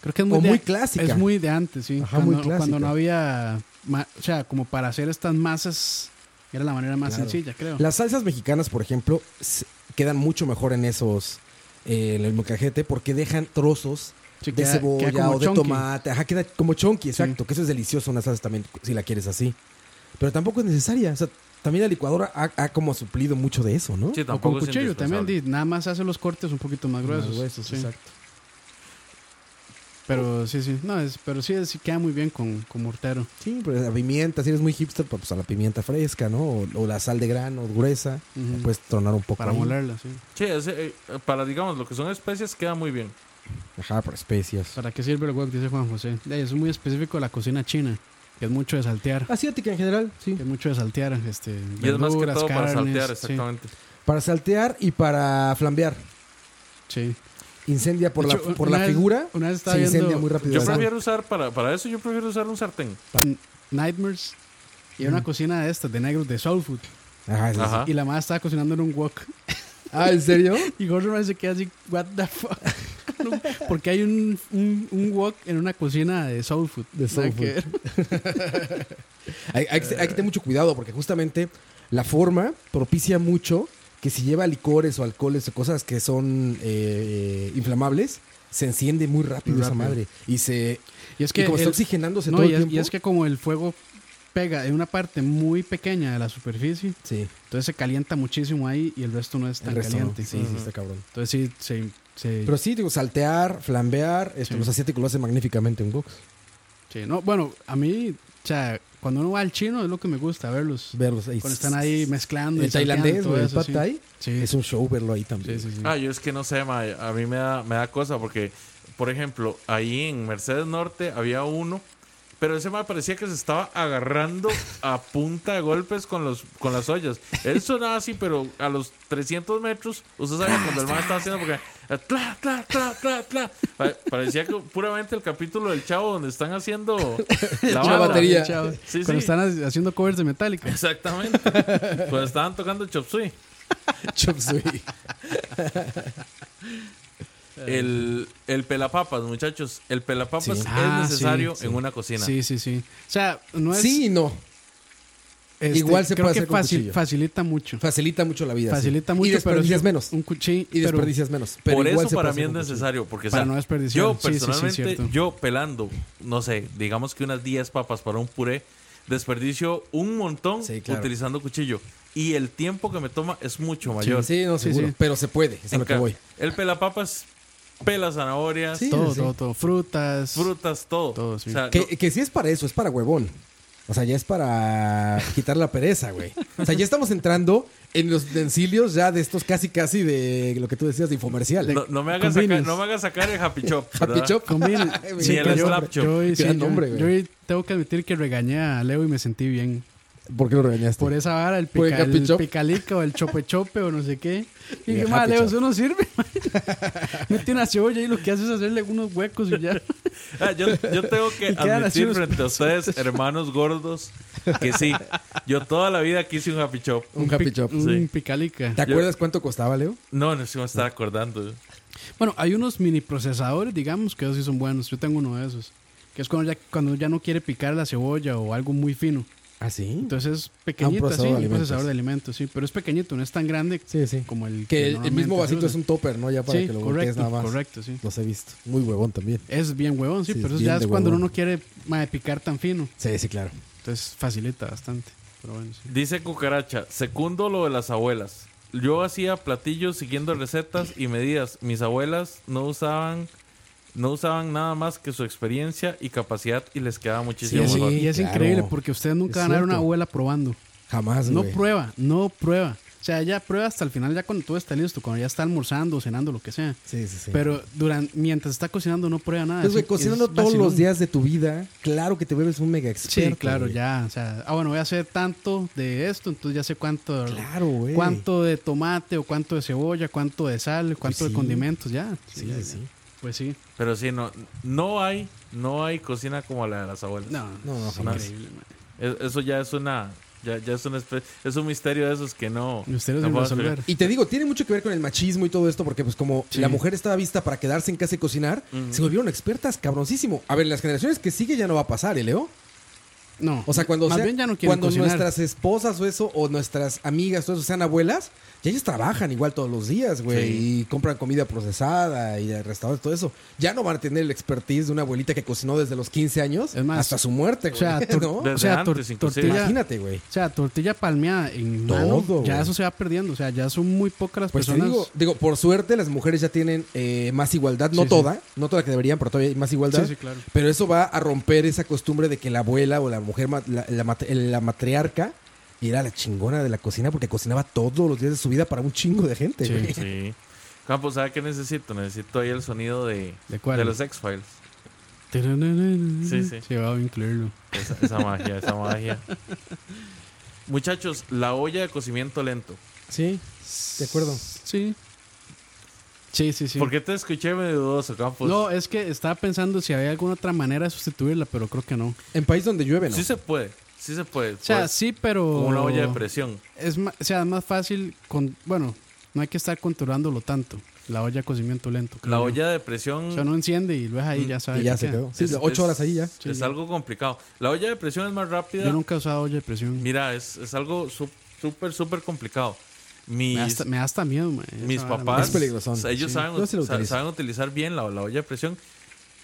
Speaker 4: Creo que es
Speaker 5: o
Speaker 4: muy, de-
Speaker 5: muy clásica.
Speaker 4: Es muy de antes, sí.
Speaker 5: Ajá, muy
Speaker 4: cuando,
Speaker 5: clásica.
Speaker 4: cuando no había. ma- O sea, como para hacer estas masas era la manera más
Speaker 5: Claro.
Speaker 4: sencilla, creo.
Speaker 5: Las salsas mexicanas, por ejemplo, se- quedan mucho mejor en esos, eh, en el molcajete, porque dejan trozos
Speaker 4: Sí,
Speaker 5: de
Speaker 4: queda-
Speaker 5: cebolla
Speaker 4: queda como
Speaker 5: o de
Speaker 4: chunky.
Speaker 5: tomate. Ajá, queda como chonky, exacto. Que eso es delicioso, una salsa también, si la quieres así. Pero tampoco es necesaria. O sea, también la licuadora ha, ha como suplido mucho de eso, ¿no?
Speaker 3: Sí,
Speaker 4: O con
Speaker 3: tampoco es
Speaker 4: cuchillo también,
Speaker 3: Pues indispensable.
Speaker 4: di, nada más hace los cortes un poquito más gruesos.
Speaker 5: Más gruesos,
Speaker 4: sí.
Speaker 5: exacto.
Speaker 4: Pero sí, sí, no, es, pero sí, sí queda muy bien con, con mortero.
Speaker 5: Sí, pero la pimienta, si eres muy hipster, pues a la pimienta fresca, ¿no? O, o la sal de grano gruesa,
Speaker 4: Ujú.
Speaker 5: puedes tronar un poco.
Speaker 4: Para
Speaker 5: ahí.
Speaker 4: molerla, sí.
Speaker 3: Sí, ese, eh, para, digamos, lo que son especias queda muy bien.
Speaker 5: Ajá, para especias.
Speaker 4: ¿Para qué sirve el wok? Dice Juan José. De ahí, es muy específico de la cocina china, que es mucho de saltear.
Speaker 5: Asiática en general, sí.
Speaker 4: Que es mucho de saltear, este,
Speaker 3: Y es más que
Speaker 4: verduras,
Speaker 3: todo para
Speaker 4: carnes,
Speaker 3: saltear,
Speaker 4: sí,
Speaker 3: exactamente.
Speaker 5: Para saltear y para flambear.
Speaker 4: Sí,
Speaker 5: Incendia por
Speaker 4: De
Speaker 5: la,
Speaker 4: hecho,
Speaker 5: por
Speaker 4: una
Speaker 5: la
Speaker 4: vez-
Speaker 5: figura,
Speaker 4: una vez estaba
Speaker 5: se incendia
Speaker 4: viendo-
Speaker 5: muy rápido.
Speaker 3: Yo
Speaker 5: la sal.
Speaker 3: prefiero usar, para, para eso yo prefiero usar un sartén.
Speaker 4: N- Nightmares. Y
Speaker 5: Mm.
Speaker 4: era una cocina de estas, de negros, de soul food.
Speaker 5: Ajá, es
Speaker 3: Ajá.
Speaker 4: Y la madre estaba cocinando en un wok.
Speaker 5: Ah, ¿en serio?
Speaker 4: Y Gordon Ramsay se queda así, what the fuck. No, Porque hay un, un, un wok en una cocina de soul food.
Speaker 5: De soul
Speaker 4: Nada que
Speaker 5: food.
Speaker 4: ver.
Speaker 5: Hay, hay que hay que tener mucho cuidado porque justamente la forma propicia mucho que si lleva licores o alcoholes o cosas que son eh, inflamables, se enciende muy rápido,
Speaker 4: Muy
Speaker 5: esa
Speaker 4: rápido.
Speaker 5: madre. Y se
Speaker 4: Y es
Speaker 5: y
Speaker 4: que
Speaker 5: como está
Speaker 4: el-
Speaker 5: oxigenándose
Speaker 4: no,
Speaker 5: todo
Speaker 4: y,
Speaker 5: el
Speaker 4: es,
Speaker 5: tiempo.
Speaker 4: y es que como el fuego pega en una parte muy pequeña de la superficie,
Speaker 5: Sí,
Speaker 4: entonces se calienta muchísimo ahí y el resto no es
Speaker 5: el
Speaker 4: tan
Speaker 5: resto, ¿no?
Speaker 4: caliente.
Speaker 5: Sí, sí, está cabrón.
Speaker 4: Entonces sí, se, se-
Speaker 5: Pero sí, digo, saltear, flambear, esto,
Speaker 4: Sí.
Speaker 5: los asiáticos lo hacen magníficamente un box.
Speaker 4: sí, no, bueno, a mí, o sea, cuando uno va al chino es lo que me gusta verlos.
Speaker 5: Verlos ahí.
Speaker 4: Cuando están ahí mezclando. y
Speaker 5: El
Speaker 4: salteando,
Speaker 5: tailandés,
Speaker 4: todo
Speaker 5: güey, el
Speaker 4: eso,
Speaker 5: pad
Speaker 4: sí.
Speaker 5: thai,
Speaker 4: Sí.
Speaker 5: es un show verlo ahí
Speaker 4: Sí,
Speaker 5: también.
Speaker 4: sí, sí.
Speaker 3: Ah, yo es que no sé, ma, a mí me da, me da cosa porque, por ejemplo, ahí en Mercedes Norte había uno, pero ese me parecía que se estaba agarrando a punta de golpes con, los, con las ollas. Él sonaba así, pero a los 300 metros, usted sabe cuando el man estaba haciendo porque... eh, tla, tla, tla, tla, tla. Pa- Parecía que puramente el capítulo del Chavo donde están haciendo la,
Speaker 5: La
Speaker 3: banda.
Speaker 5: batería.
Speaker 4: Chao.
Speaker 3: Sí,
Speaker 4: eh, Cuando
Speaker 3: sí.
Speaker 4: están ha- haciendo covers de Metallica.
Speaker 3: Exactamente. Cuando estaban tocando Chop Suey.
Speaker 5: Chop suey.
Speaker 3: El, el pelapapas, muchachos. El pelapapas
Speaker 5: Eh. Sí.
Speaker 3: es
Speaker 4: Ah,
Speaker 3: necesario
Speaker 4: sí, sí.
Speaker 3: en una cocina.
Speaker 4: Sí, sí, sí. O sea, no es.
Speaker 5: Sí y no.
Speaker 4: este,
Speaker 5: igual se
Speaker 4: creo
Speaker 5: puede
Speaker 4: que
Speaker 5: hacer con
Speaker 4: facil-
Speaker 5: cuchillo.
Speaker 4: facilita mucho.
Speaker 5: Facilita mucho la vida. sí.
Speaker 4: facilita mucho.
Speaker 5: Y
Speaker 4: pero
Speaker 5: desperdicias
Speaker 4: sí,
Speaker 5: menos.
Speaker 4: Un cuchillo.
Speaker 5: Y desperdicias menos. Pero
Speaker 3: Por
Speaker 5: igual
Speaker 3: eso
Speaker 5: se
Speaker 3: para
Speaker 5: puede
Speaker 3: mí es
Speaker 5: hacer con
Speaker 3: necesario, porque o
Speaker 4: Para
Speaker 3: sea,
Speaker 4: no desperdiciar.
Speaker 3: yo
Speaker 4: Sí, sí, sí,
Speaker 3: personalmente,
Speaker 4: cierto.
Speaker 3: yo pelando, no sé, digamos que unas 10 papas para un puré, desperdicio un montón
Speaker 5: Sí, claro.
Speaker 3: utilizando cuchillo. Y el tiempo que me toma es mucho mayor.
Speaker 5: cuchillo. Sí, no,
Speaker 4: Sí,
Speaker 5: seguro.
Speaker 4: sí.
Speaker 5: Pero se puede, es a lo
Speaker 3: En
Speaker 5: que
Speaker 3: ca-
Speaker 5: voy.
Speaker 3: El pelapapas pela zanahorias,
Speaker 5: Sí,
Speaker 4: todo,
Speaker 5: sí.
Speaker 4: todo, todo. Frutas.
Speaker 3: frutas, todo.
Speaker 4: Todo, sí.
Speaker 3: O sea,
Speaker 5: Que, que sí es para eso, es para huevón. O sea, ya es para quitar la pereza, güey. O sea, ya estamos entrando en los utensilios ya de estos casi casi de lo que tú decías de infomercial.
Speaker 3: no, no- no me hagas sacar,
Speaker 4: Convenience.
Speaker 3: no me hagas sacar el happy chop.
Speaker 5: Happy
Speaker 3: ¿verdad?
Speaker 5: Chop.
Speaker 4: Combine.
Speaker 5: Ay,
Speaker 3: Sí,
Speaker 4: Sí,
Speaker 3: el
Speaker 4: claro,
Speaker 3: slap
Speaker 4: yo,
Speaker 3: chop.
Speaker 4: hoy sí,
Speaker 5: Gran
Speaker 4: yo-
Speaker 5: nombre,
Speaker 4: yo
Speaker 5: güey.
Speaker 4: hoy tengo que admitir que regañé a Leo y me sentí bien.
Speaker 5: ¿Por qué lo regañaste?
Speaker 4: Por esa vara, el,
Speaker 5: Por el
Speaker 4: pica- el
Speaker 5: happy chop.
Speaker 4: picalica o el chope chope o no sé qué. Y
Speaker 5: Y
Speaker 4: dije,
Speaker 5: el
Speaker 4: ma,
Speaker 5: happy
Speaker 4: Leo,
Speaker 5: chop".
Speaker 4: eso no sirve. Mete una cebolla y lo que hace es hacerle unos huecos y ya.
Speaker 3: Ah, Yo, yo tengo que
Speaker 5: Y quedan así
Speaker 3: admitir
Speaker 5: unos
Speaker 3: frente a ustedes, hermanos gordos, que sí. Yo toda la vida quise un Happy Chop.
Speaker 5: Un happy
Speaker 4: pic-
Speaker 5: chop.
Speaker 4: Un
Speaker 3: Sí.
Speaker 4: picalica.
Speaker 5: ¿Te acuerdas cuánto costaba, Leo?
Speaker 3: No, no se me está acordando.
Speaker 4: Bueno, hay unos mini procesadores, digamos, que esos sí son buenos. Yo tengo uno de esos. Que es cuando ya, cuando ya no quiere picar la cebolla o algo muy fino.
Speaker 5: ¿Ah, sí?
Speaker 4: Entonces es pequeñito, así,
Speaker 5: procesador de
Speaker 4: un
Speaker 5: alimentos.
Speaker 4: procesador de alimentos, sí. Pero es pequeñito, no es tan grande
Speaker 5: Sí, sí.
Speaker 4: como el
Speaker 5: Que el- el
Speaker 4: normalmente
Speaker 5: mismo
Speaker 4: se
Speaker 5: vasito
Speaker 4: usa.
Speaker 5: es un topper, ¿no? Ya para
Speaker 4: Sí,
Speaker 5: que lo voltees
Speaker 4: correcto,
Speaker 5: nada más.
Speaker 4: correcto, sí.
Speaker 5: Los he visto. Muy huevón también.
Speaker 4: Es bien huevón, sí,
Speaker 5: Sí,
Speaker 4: pero
Speaker 5: es
Speaker 4: eso ya
Speaker 5: bien
Speaker 4: es
Speaker 5: de
Speaker 4: cuando uno
Speaker 5: huevón.
Speaker 4: no quiere mae, picar tan fino.
Speaker 5: Sí, sí, claro.
Speaker 4: Entonces facilita bastante. Pero bueno, sí.
Speaker 3: Dice Cucaracha, secundo lo de las abuelas. Yo hacía platillos siguiendo recetas y medidas. Mis abuelas no usaban no usaban nada más que su experiencia y capacidad y les quedaba
Speaker 4: Y
Speaker 3: muchísimo
Speaker 4: es,
Speaker 5: Sí,
Speaker 3: mejor.
Speaker 4: y es
Speaker 5: claro.
Speaker 4: increíble porque ustedes nunca
Speaker 5: Es
Speaker 4: van a ver una
Speaker 5: cierto.
Speaker 4: abuela probando.
Speaker 5: Jamás,
Speaker 4: No
Speaker 5: güey.
Speaker 4: prueba, no prueba. O sea, ella prueba hasta el final, ya cuando todo está listo, cuando ya está almorzando, cenando, lo que sea.
Speaker 5: Sí, sí, sí.
Speaker 4: Pero durante, mientras está cocinando, no prueba nada.
Speaker 5: Entonces,
Speaker 4: Sí,
Speaker 5: güey, cocinando
Speaker 4: es
Speaker 5: todos
Speaker 4: vacilón.
Speaker 5: los días de tu vida, claro que te vuelves un mega
Speaker 4: Sí,
Speaker 5: experto.
Speaker 4: claro,
Speaker 5: güey.
Speaker 4: ya. O sea, ah, bueno, voy a hacer tanto de esto, entonces ya sé cuánto.
Speaker 5: Claro, güey.
Speaker 4: Cuánto de tomate o cuánto de cebolla, cuánto de sal, cuánto de
Speaker 5: sí.
Speaker 4: condimentos, ya.
Speaker 5: Sí,
Speaker 4: ya,
Speaker 5: sí,
Speaker 4: ya.
Speaker 5: sí.
Speaker 4: Pues sí.
Speaker 3: Pero sí, no, no hay, no hay cocina como la de las abuelas.
Speaker 4: No,
Speaker 5: No,
Speaker 4: no,
Speaker 5: no,
Speaker 4: es
Speaker 5: jamás.
Speaker 4: increíble, man.
Speaker 3: Es- eso ya es una, ya, ya es una espe- es un misterio de esos que no.
Speaker 4: Misterios
Speaker 3: no
Speaker 4: sin
Speaker 3: puedo
Speaker 4: resolver.
Speaker 3: explicar.
Speaker 5: Y te digo, tiene mucho que ver con el machismo y todo esto, porque pues como
Speaker 4: Sí.
Speaker 5: la mujer estaba vista para quedarse en casa y cocinar, se volvieron expertas, cabroncísimo. A ver, las generaciones que sigue ya no va a pasar, ¿eh, Leo?
Speaker 4: No.
Speaker 5: O sea, cuando,
Speaker 4: Más
Speaker 5: sea-
Speaker 4: bien ya no quieren
Speaker 5: cuando
Speaker 4: cocinar.
Speaker 5: nuestras esposas o eso, o nuestras amigas, todo eso, sean abuelas, ya ellas trabajan igual todos los días, güey, y compran comida procesada y de restaurantes, todo eso. Ya no van a tener el expertise de una abuelita que cocinó desde los 15 años
Speaker 4: Es más,
Speaker 5: hasta su muerte,
Speaker 4: o
Speaker 5: güey.
Speaker 4: sea, tor-
Speaker 5: ¿no?
Speaker 3: Desde
Speaker 4: o sea, tor-
Speaker 3: antes, inclusive.
Speaker 4: tortilla,
Speaker 5: Imagínate, güey.
Speaker 4: o sea, tortilla palmeada en mano,
Speaker 5: Todo,
Speaker 4: ya
Speaker 5: güey.
Speaker 4: eso se va perdiendo, o sea, ya son muy pocas las
Speaker 5: Pues te
Speaker 4: personas.
Speaker 5: digo, digo, por suerte las mujeres ya tienen eh, más igualdad, no
Speaker 4: Sí, sí.
Speaker 5: toda, no toda que deberían, pero todavía hay más igualdad.
Speaker 4: Sí, sí, claro.
Speaker 5: Pero eso va a romper esa costumbre de que la abuela o la mujer, ma- la, la mat- la matriarca, era la chingona de la cocina porque cocinaba todos los días de su vida para un chingo de gente.
Speaker 4: Sí.
Speaker 5: güey.
Speaker 3: Sí. Campos, ¿sabe qué necesito? Necesito ahí el sonido de,
Speaker 4: ¿De cuál?
Speaker 3: los X-Files.
Speaker 4: Sí,
Speaker 3: Sí,
Speaker 4: sí.
Speaker 3: sí.
Speaker 4: Se va a incluirlo.
Speaker 3: Esa, esa magia, esa magia. Muchachos, la olla de cocimiento lento.
Speaker 5: Sí, de acuerdo.
Speaker 4: Sí. Sí, sí, sí.
Speaker 3: ¿Por qué te escuché medio dudoso, Campos?
Speaker 4: no, es que estaba pensando si había alguna otra manera de sustituirla, pero creo que no. O
Speaker 5: En país donde llueve, ¿no?
Speaker 3: Sí se puede, sí se puede.
Speaker 4: sea,
Speaker 3: Pues,
Speaker 4: sí, pero
Speaker 3: Con una olla de presión.
Speaker 4: es ma- o sea, es más fácil con bueno, no hay que estar controlándolo tanto. La olla de cocimiento lento. creo
Speaker 3: La
Speaker 4: yo.
Speaker 3: olla Mm, de
Speaker 4: o
Speaker 3: presión
Speaker 4: sea, no enciende y lo deja ahí, ya sabes.
Speaker 5: y ya se quedó. Sí,
Speaker 3: Es-
Speaker 5: ocho
Speaker 3: es-
Speaker 5: horas ahí ya.
Speaker 3: es algo complicado. La olla de presión es más rápida.
Speaker 4: Yo nunca he usado olla de presión.
Speaker 3: Mira, es, es algo su- súper, súper complicado.
Speaker 4: Me
Speaker 3: Mis,
Speaker 4: da hasta, me da hasta miedo, mae, esa
Speaker 3: mis
Speaker 4: vara,
Speaker 3: papás,
Speaker 5: Es peligrosón.
Speaker 3: o sea, ellos
Speaker 5: Sí.
Speaker 3: saben,
Speaker 5: Yo sí lo
Speaker 3: sa-
Speaker 5: utilizo.
Speaker 3: saben utilizar bien la, la olla de presión.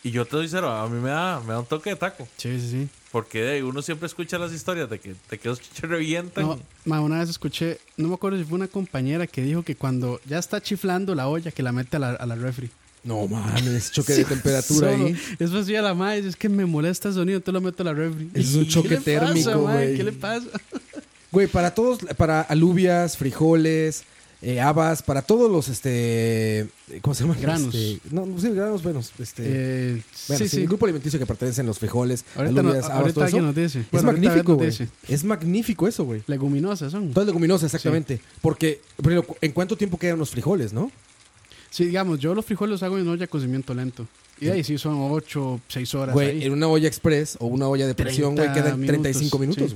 Speaker 3: Y yo te doy cero, a mí me da, me da un toque de taco.
Speaker 4: Sí, sí, sí.
Speaker 3: Porque de ahí uno siempre escucha las historias de que, de que los chichos revientan.
Speaker 4: No, ma, una vez escuché, no me acuerdo si fue una compañera que dijo que cuando ya está chiflando la olla, que la mete a la, a la refri.
Speaker 5: No mames, choque de temperatura
Speaker 4: Solo.
Speaker 5: ahí.
Speaker 4: Eso sí a la madre, es que me molesta el sonido, entonces lo meto a la refri.
Speaker 5: Eso es un
Speaker 4: ¿Qué
Speaker 5: choque
Speaker 4: le pasa,
Speaker 5: térmico,
Speaker 4: mae?
Speaker 5: güey.
Speaker 4: ¿Qué le pasa?
Speaker 5: Güey, para todos, para alubias, frijoles, eh, habas, para todos los, este, ¿cómo se llama?
Speaker 4: Granos.
Speaker 5: Este, no, no, sí, granos, bueno, este,
Speaker 4: Eh,
Speaker 5: bueno,
Speaker 4: sí,
Speaker 5: sí,
Speaker 4: sí.
Speaker 5: el grupo alimenticio que pertenecen los frijoles,
Speaker 4: Ahorita, no-
Speaker 5: alubias, habas,
Speaker 4: ahorita
Speaker 5: todo eso.
Speaker 4: alguien nos dice.
Speaker 5: es
Speaker 4: Bueno, ahorita
Speaker 5: magnífico,
Speaker 4: nos
Speaker 5: güey.
Speaker 4: dice.
Speaker 5: Es magnífico eso, güey.
Speaker 4: Leguminosas son.
Speaker 5: Todo es leguminosa, exactamente. Porque, pero, ¿en cuánto tiempo quedan los frijoles, no?
Speaker 4: Sí, digamos, yo los frijoles los hago en olla de cocimiento lento. Y de ahí sí son 8, 6 horas.
Speaker 5: Güey,
Speaker 4: ahí.
Speaker 5: en una olla express o una olla de presión, güey,
Speaker 4: 30
Speaker 5: quedan 35
Speaker 4: minutos,
Speaker 5: minutos,
Speaker 4: sí.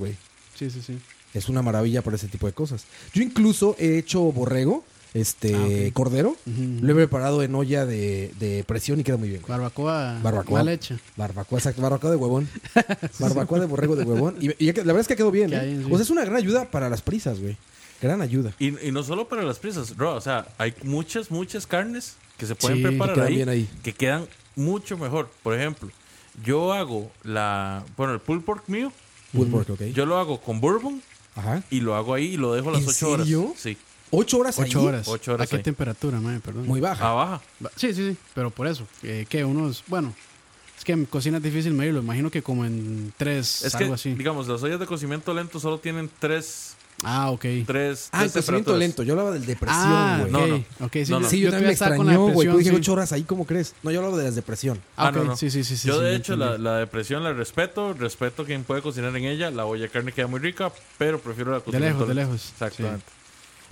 Speaker 4: Sí,
Speaker 5: güey.
Speaker 4: sí, sí.
Speaker 5: Es una maravilla para ese tipo de cosas. Yo incluso he hecho borrego, este
Speaker 4: Ah,
Speaker 5: cordero, lo he preparado en olla de, de presión y queda muy bien. güey.
Speaker 4: Barbacoa,
Speaker 5: Barbacoa.
Speaker 4: mal hecha.
Speaker 5: Barbacoa, exacto, barbacoa de huevón. barbacoa de borrego de huevón. Y, y ya que- la verdad es que quedó bien.
Speaker 4: Que
Speaker 5: ¿eh?
Speaker 4: hay, sí.
Speaker 5: O sea, es una gran ayuda para las prisas, güey. Gran ayuda.
Speaker 3: Y, y no solo para las prisas, bro, o sea, hay muchas, muchas carnes que se pueden
Speaker 4: Sí, que
Speaker 3: preparar
Speaker 5: quedan
Speaker 3: ahí,
Speaker 5: bien ahí.
Speaker 3: que quedan mucho mejor. Por ejemplo, yo hago la, bueno, el pulled pork mío,
Speaker 5: Pulled pork, ok.
Speaker 3: yo lo hago con bourbon
Speaker 5: Ajá.
Speaker 3: y lo hago ahí y lo dejo las
Speaker 5: ¿En
Speaker 3: 8 horas.
Speaker 5: serio?
Speaker 3: Sí,
Speaker 5: Ocho horas ahí.
Speaker 4: 8 horas.
Speaker 3: Ocho horas
Speaker 4: ¿A qué
Speaker 3: ahí.
Speaker 4: temperatura, mae? Perdón.
Speaker 5: Muy baja.
Speaker 3: a baja.
Speaker 4: Ba- Sí, sí, sí, pero por eso. Eh, que unos, bueno, es que en cocina es difícil medirlo, imagino que como en tres,
Speaker 3: Es que,
Speaker 4: algo así.
Speaker 3: digamos, las ollas de cocimiento lento solo tienen tres,
Speaker 4: Ah, ok.
Speaker 3: tres,
Speaker 5: ah, el
Speaker 3: tres
Speaker 5: cocimiento
Speaker 3: temperaturas.
Speaker 5: lento. Yo hablaba del de presión,
Speaker 4: ah,
Speaker 5: güey.
Speaker 4: no,
Speaker 3: No,
Speaker 4: no.
Speaker 3: no.
Speaker 4: Ok, sí,
Speaker 3: No, no.
Speaker 5: Sí, yo
Speaker 4: te
Speaker 5: también me extrañó, güey. Yo dije ocho horas ahí, ¿cómo crees? No, yo hablaba de las de presión.
Speaker 4: Ah,
Speaker 3: Ah,
Speaker 4: ok,
Speaker 3: no, no.
Speaker 4: sí, sí, sí. sí,
Speaker 3: Yo,
Speaker 4: sí,
Speaker 3: de
Speaker 4: ya
Speaker 3: hecho,
Speaker 4: entendí.
Speaker 3: la, la depresión la respeto. Respeto quien puede cocinar en ella. La olla de carne queda muy rica, pero prefiero la cocina.
Speaker 4: lejos, de lejos,
Speaker 3: Exactamente.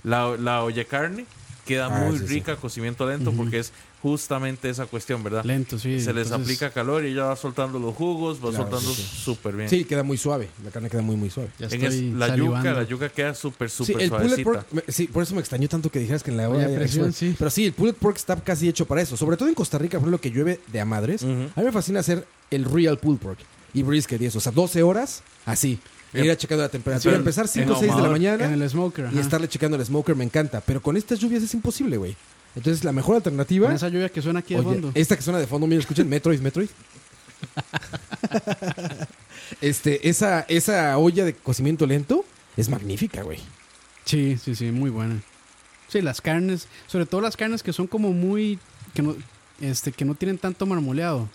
Speaker 3: La, la olla de carne queda
Speaker 5: Ah,
Speaker 3: muy
Speaker 5: sí, sí.
Speaker 3: rica a cocimiento lento porque es justamente esa cuestión, ¿verdad?
Speaker 4: Lento, sí.
Speaker 3: Se les
Speaker 4: entonces-
Speaker 3: aplica calor y ella va soltando los jugos, va
Speaker 5: Claro,
Speaker 3: soltando
Speaker 5: sí, sí.
Speaker 3: súper bien.
Speaker 5: Sí, queda muy suave. La carne queda muy, muy suave.
Speaker 4: Ya
Speaker 3: En es-
Speaker 4: estoy
Speaker 3: la
Speaker 4: salivando.
Speaker 3: yuca, la yuca queda súper,
Speaker 5: Sí,
Speaker 3: súper
Speaker 5: el pulled
Speaker 3: suavecita.
Speaker 5: pork, me- sí, por eso me extrañó tanto que dijeras que en la
Speaker 4: Oye,
Speaker 5: olla de
Speaker 4: presión,
Speaker 5: extra-
Speaker 4: sí.
Speaker 5: Pero sí, el pulled pork está casi hecho para eso. Sobre todo en Costa Rica, por lo que llueve de a madres. A mí me fascina hacer el real pulled pork y brisket y eso. O sea, 12 horas así. E ir a checando la temperatura.
Speaker 3: Pero
Speaker 5: empezar 5
Speaker 3: en
Speaker 5: o 6 de la
Speaker 3: ahumador,
Speaker 5: mañana.
Speaker 4: En el smoker.
Speaker 5: y
Speaker 4: ajá.
Speaker 5: estarle checando el smoker me encanta. Pero con estas lluvias es imposible, güey. Entonces, la mejor alternativa.
Speaker 4: Con esa lluvia que suena aquí de
Speaker 5: Oye,
Speaker 4: fondo.
Speaker 5: Esta que suena de fondo, miren, escuchen, Metroid, Metroid. este, esa, esa olla de cocimiento lento es magnífica, güey.
Speaker 4: Sí, sí, sí, muy buena. Sí, las carnes, sobre todo las carnes que son como muy, que no, este, que no tienen tanto marmoleado.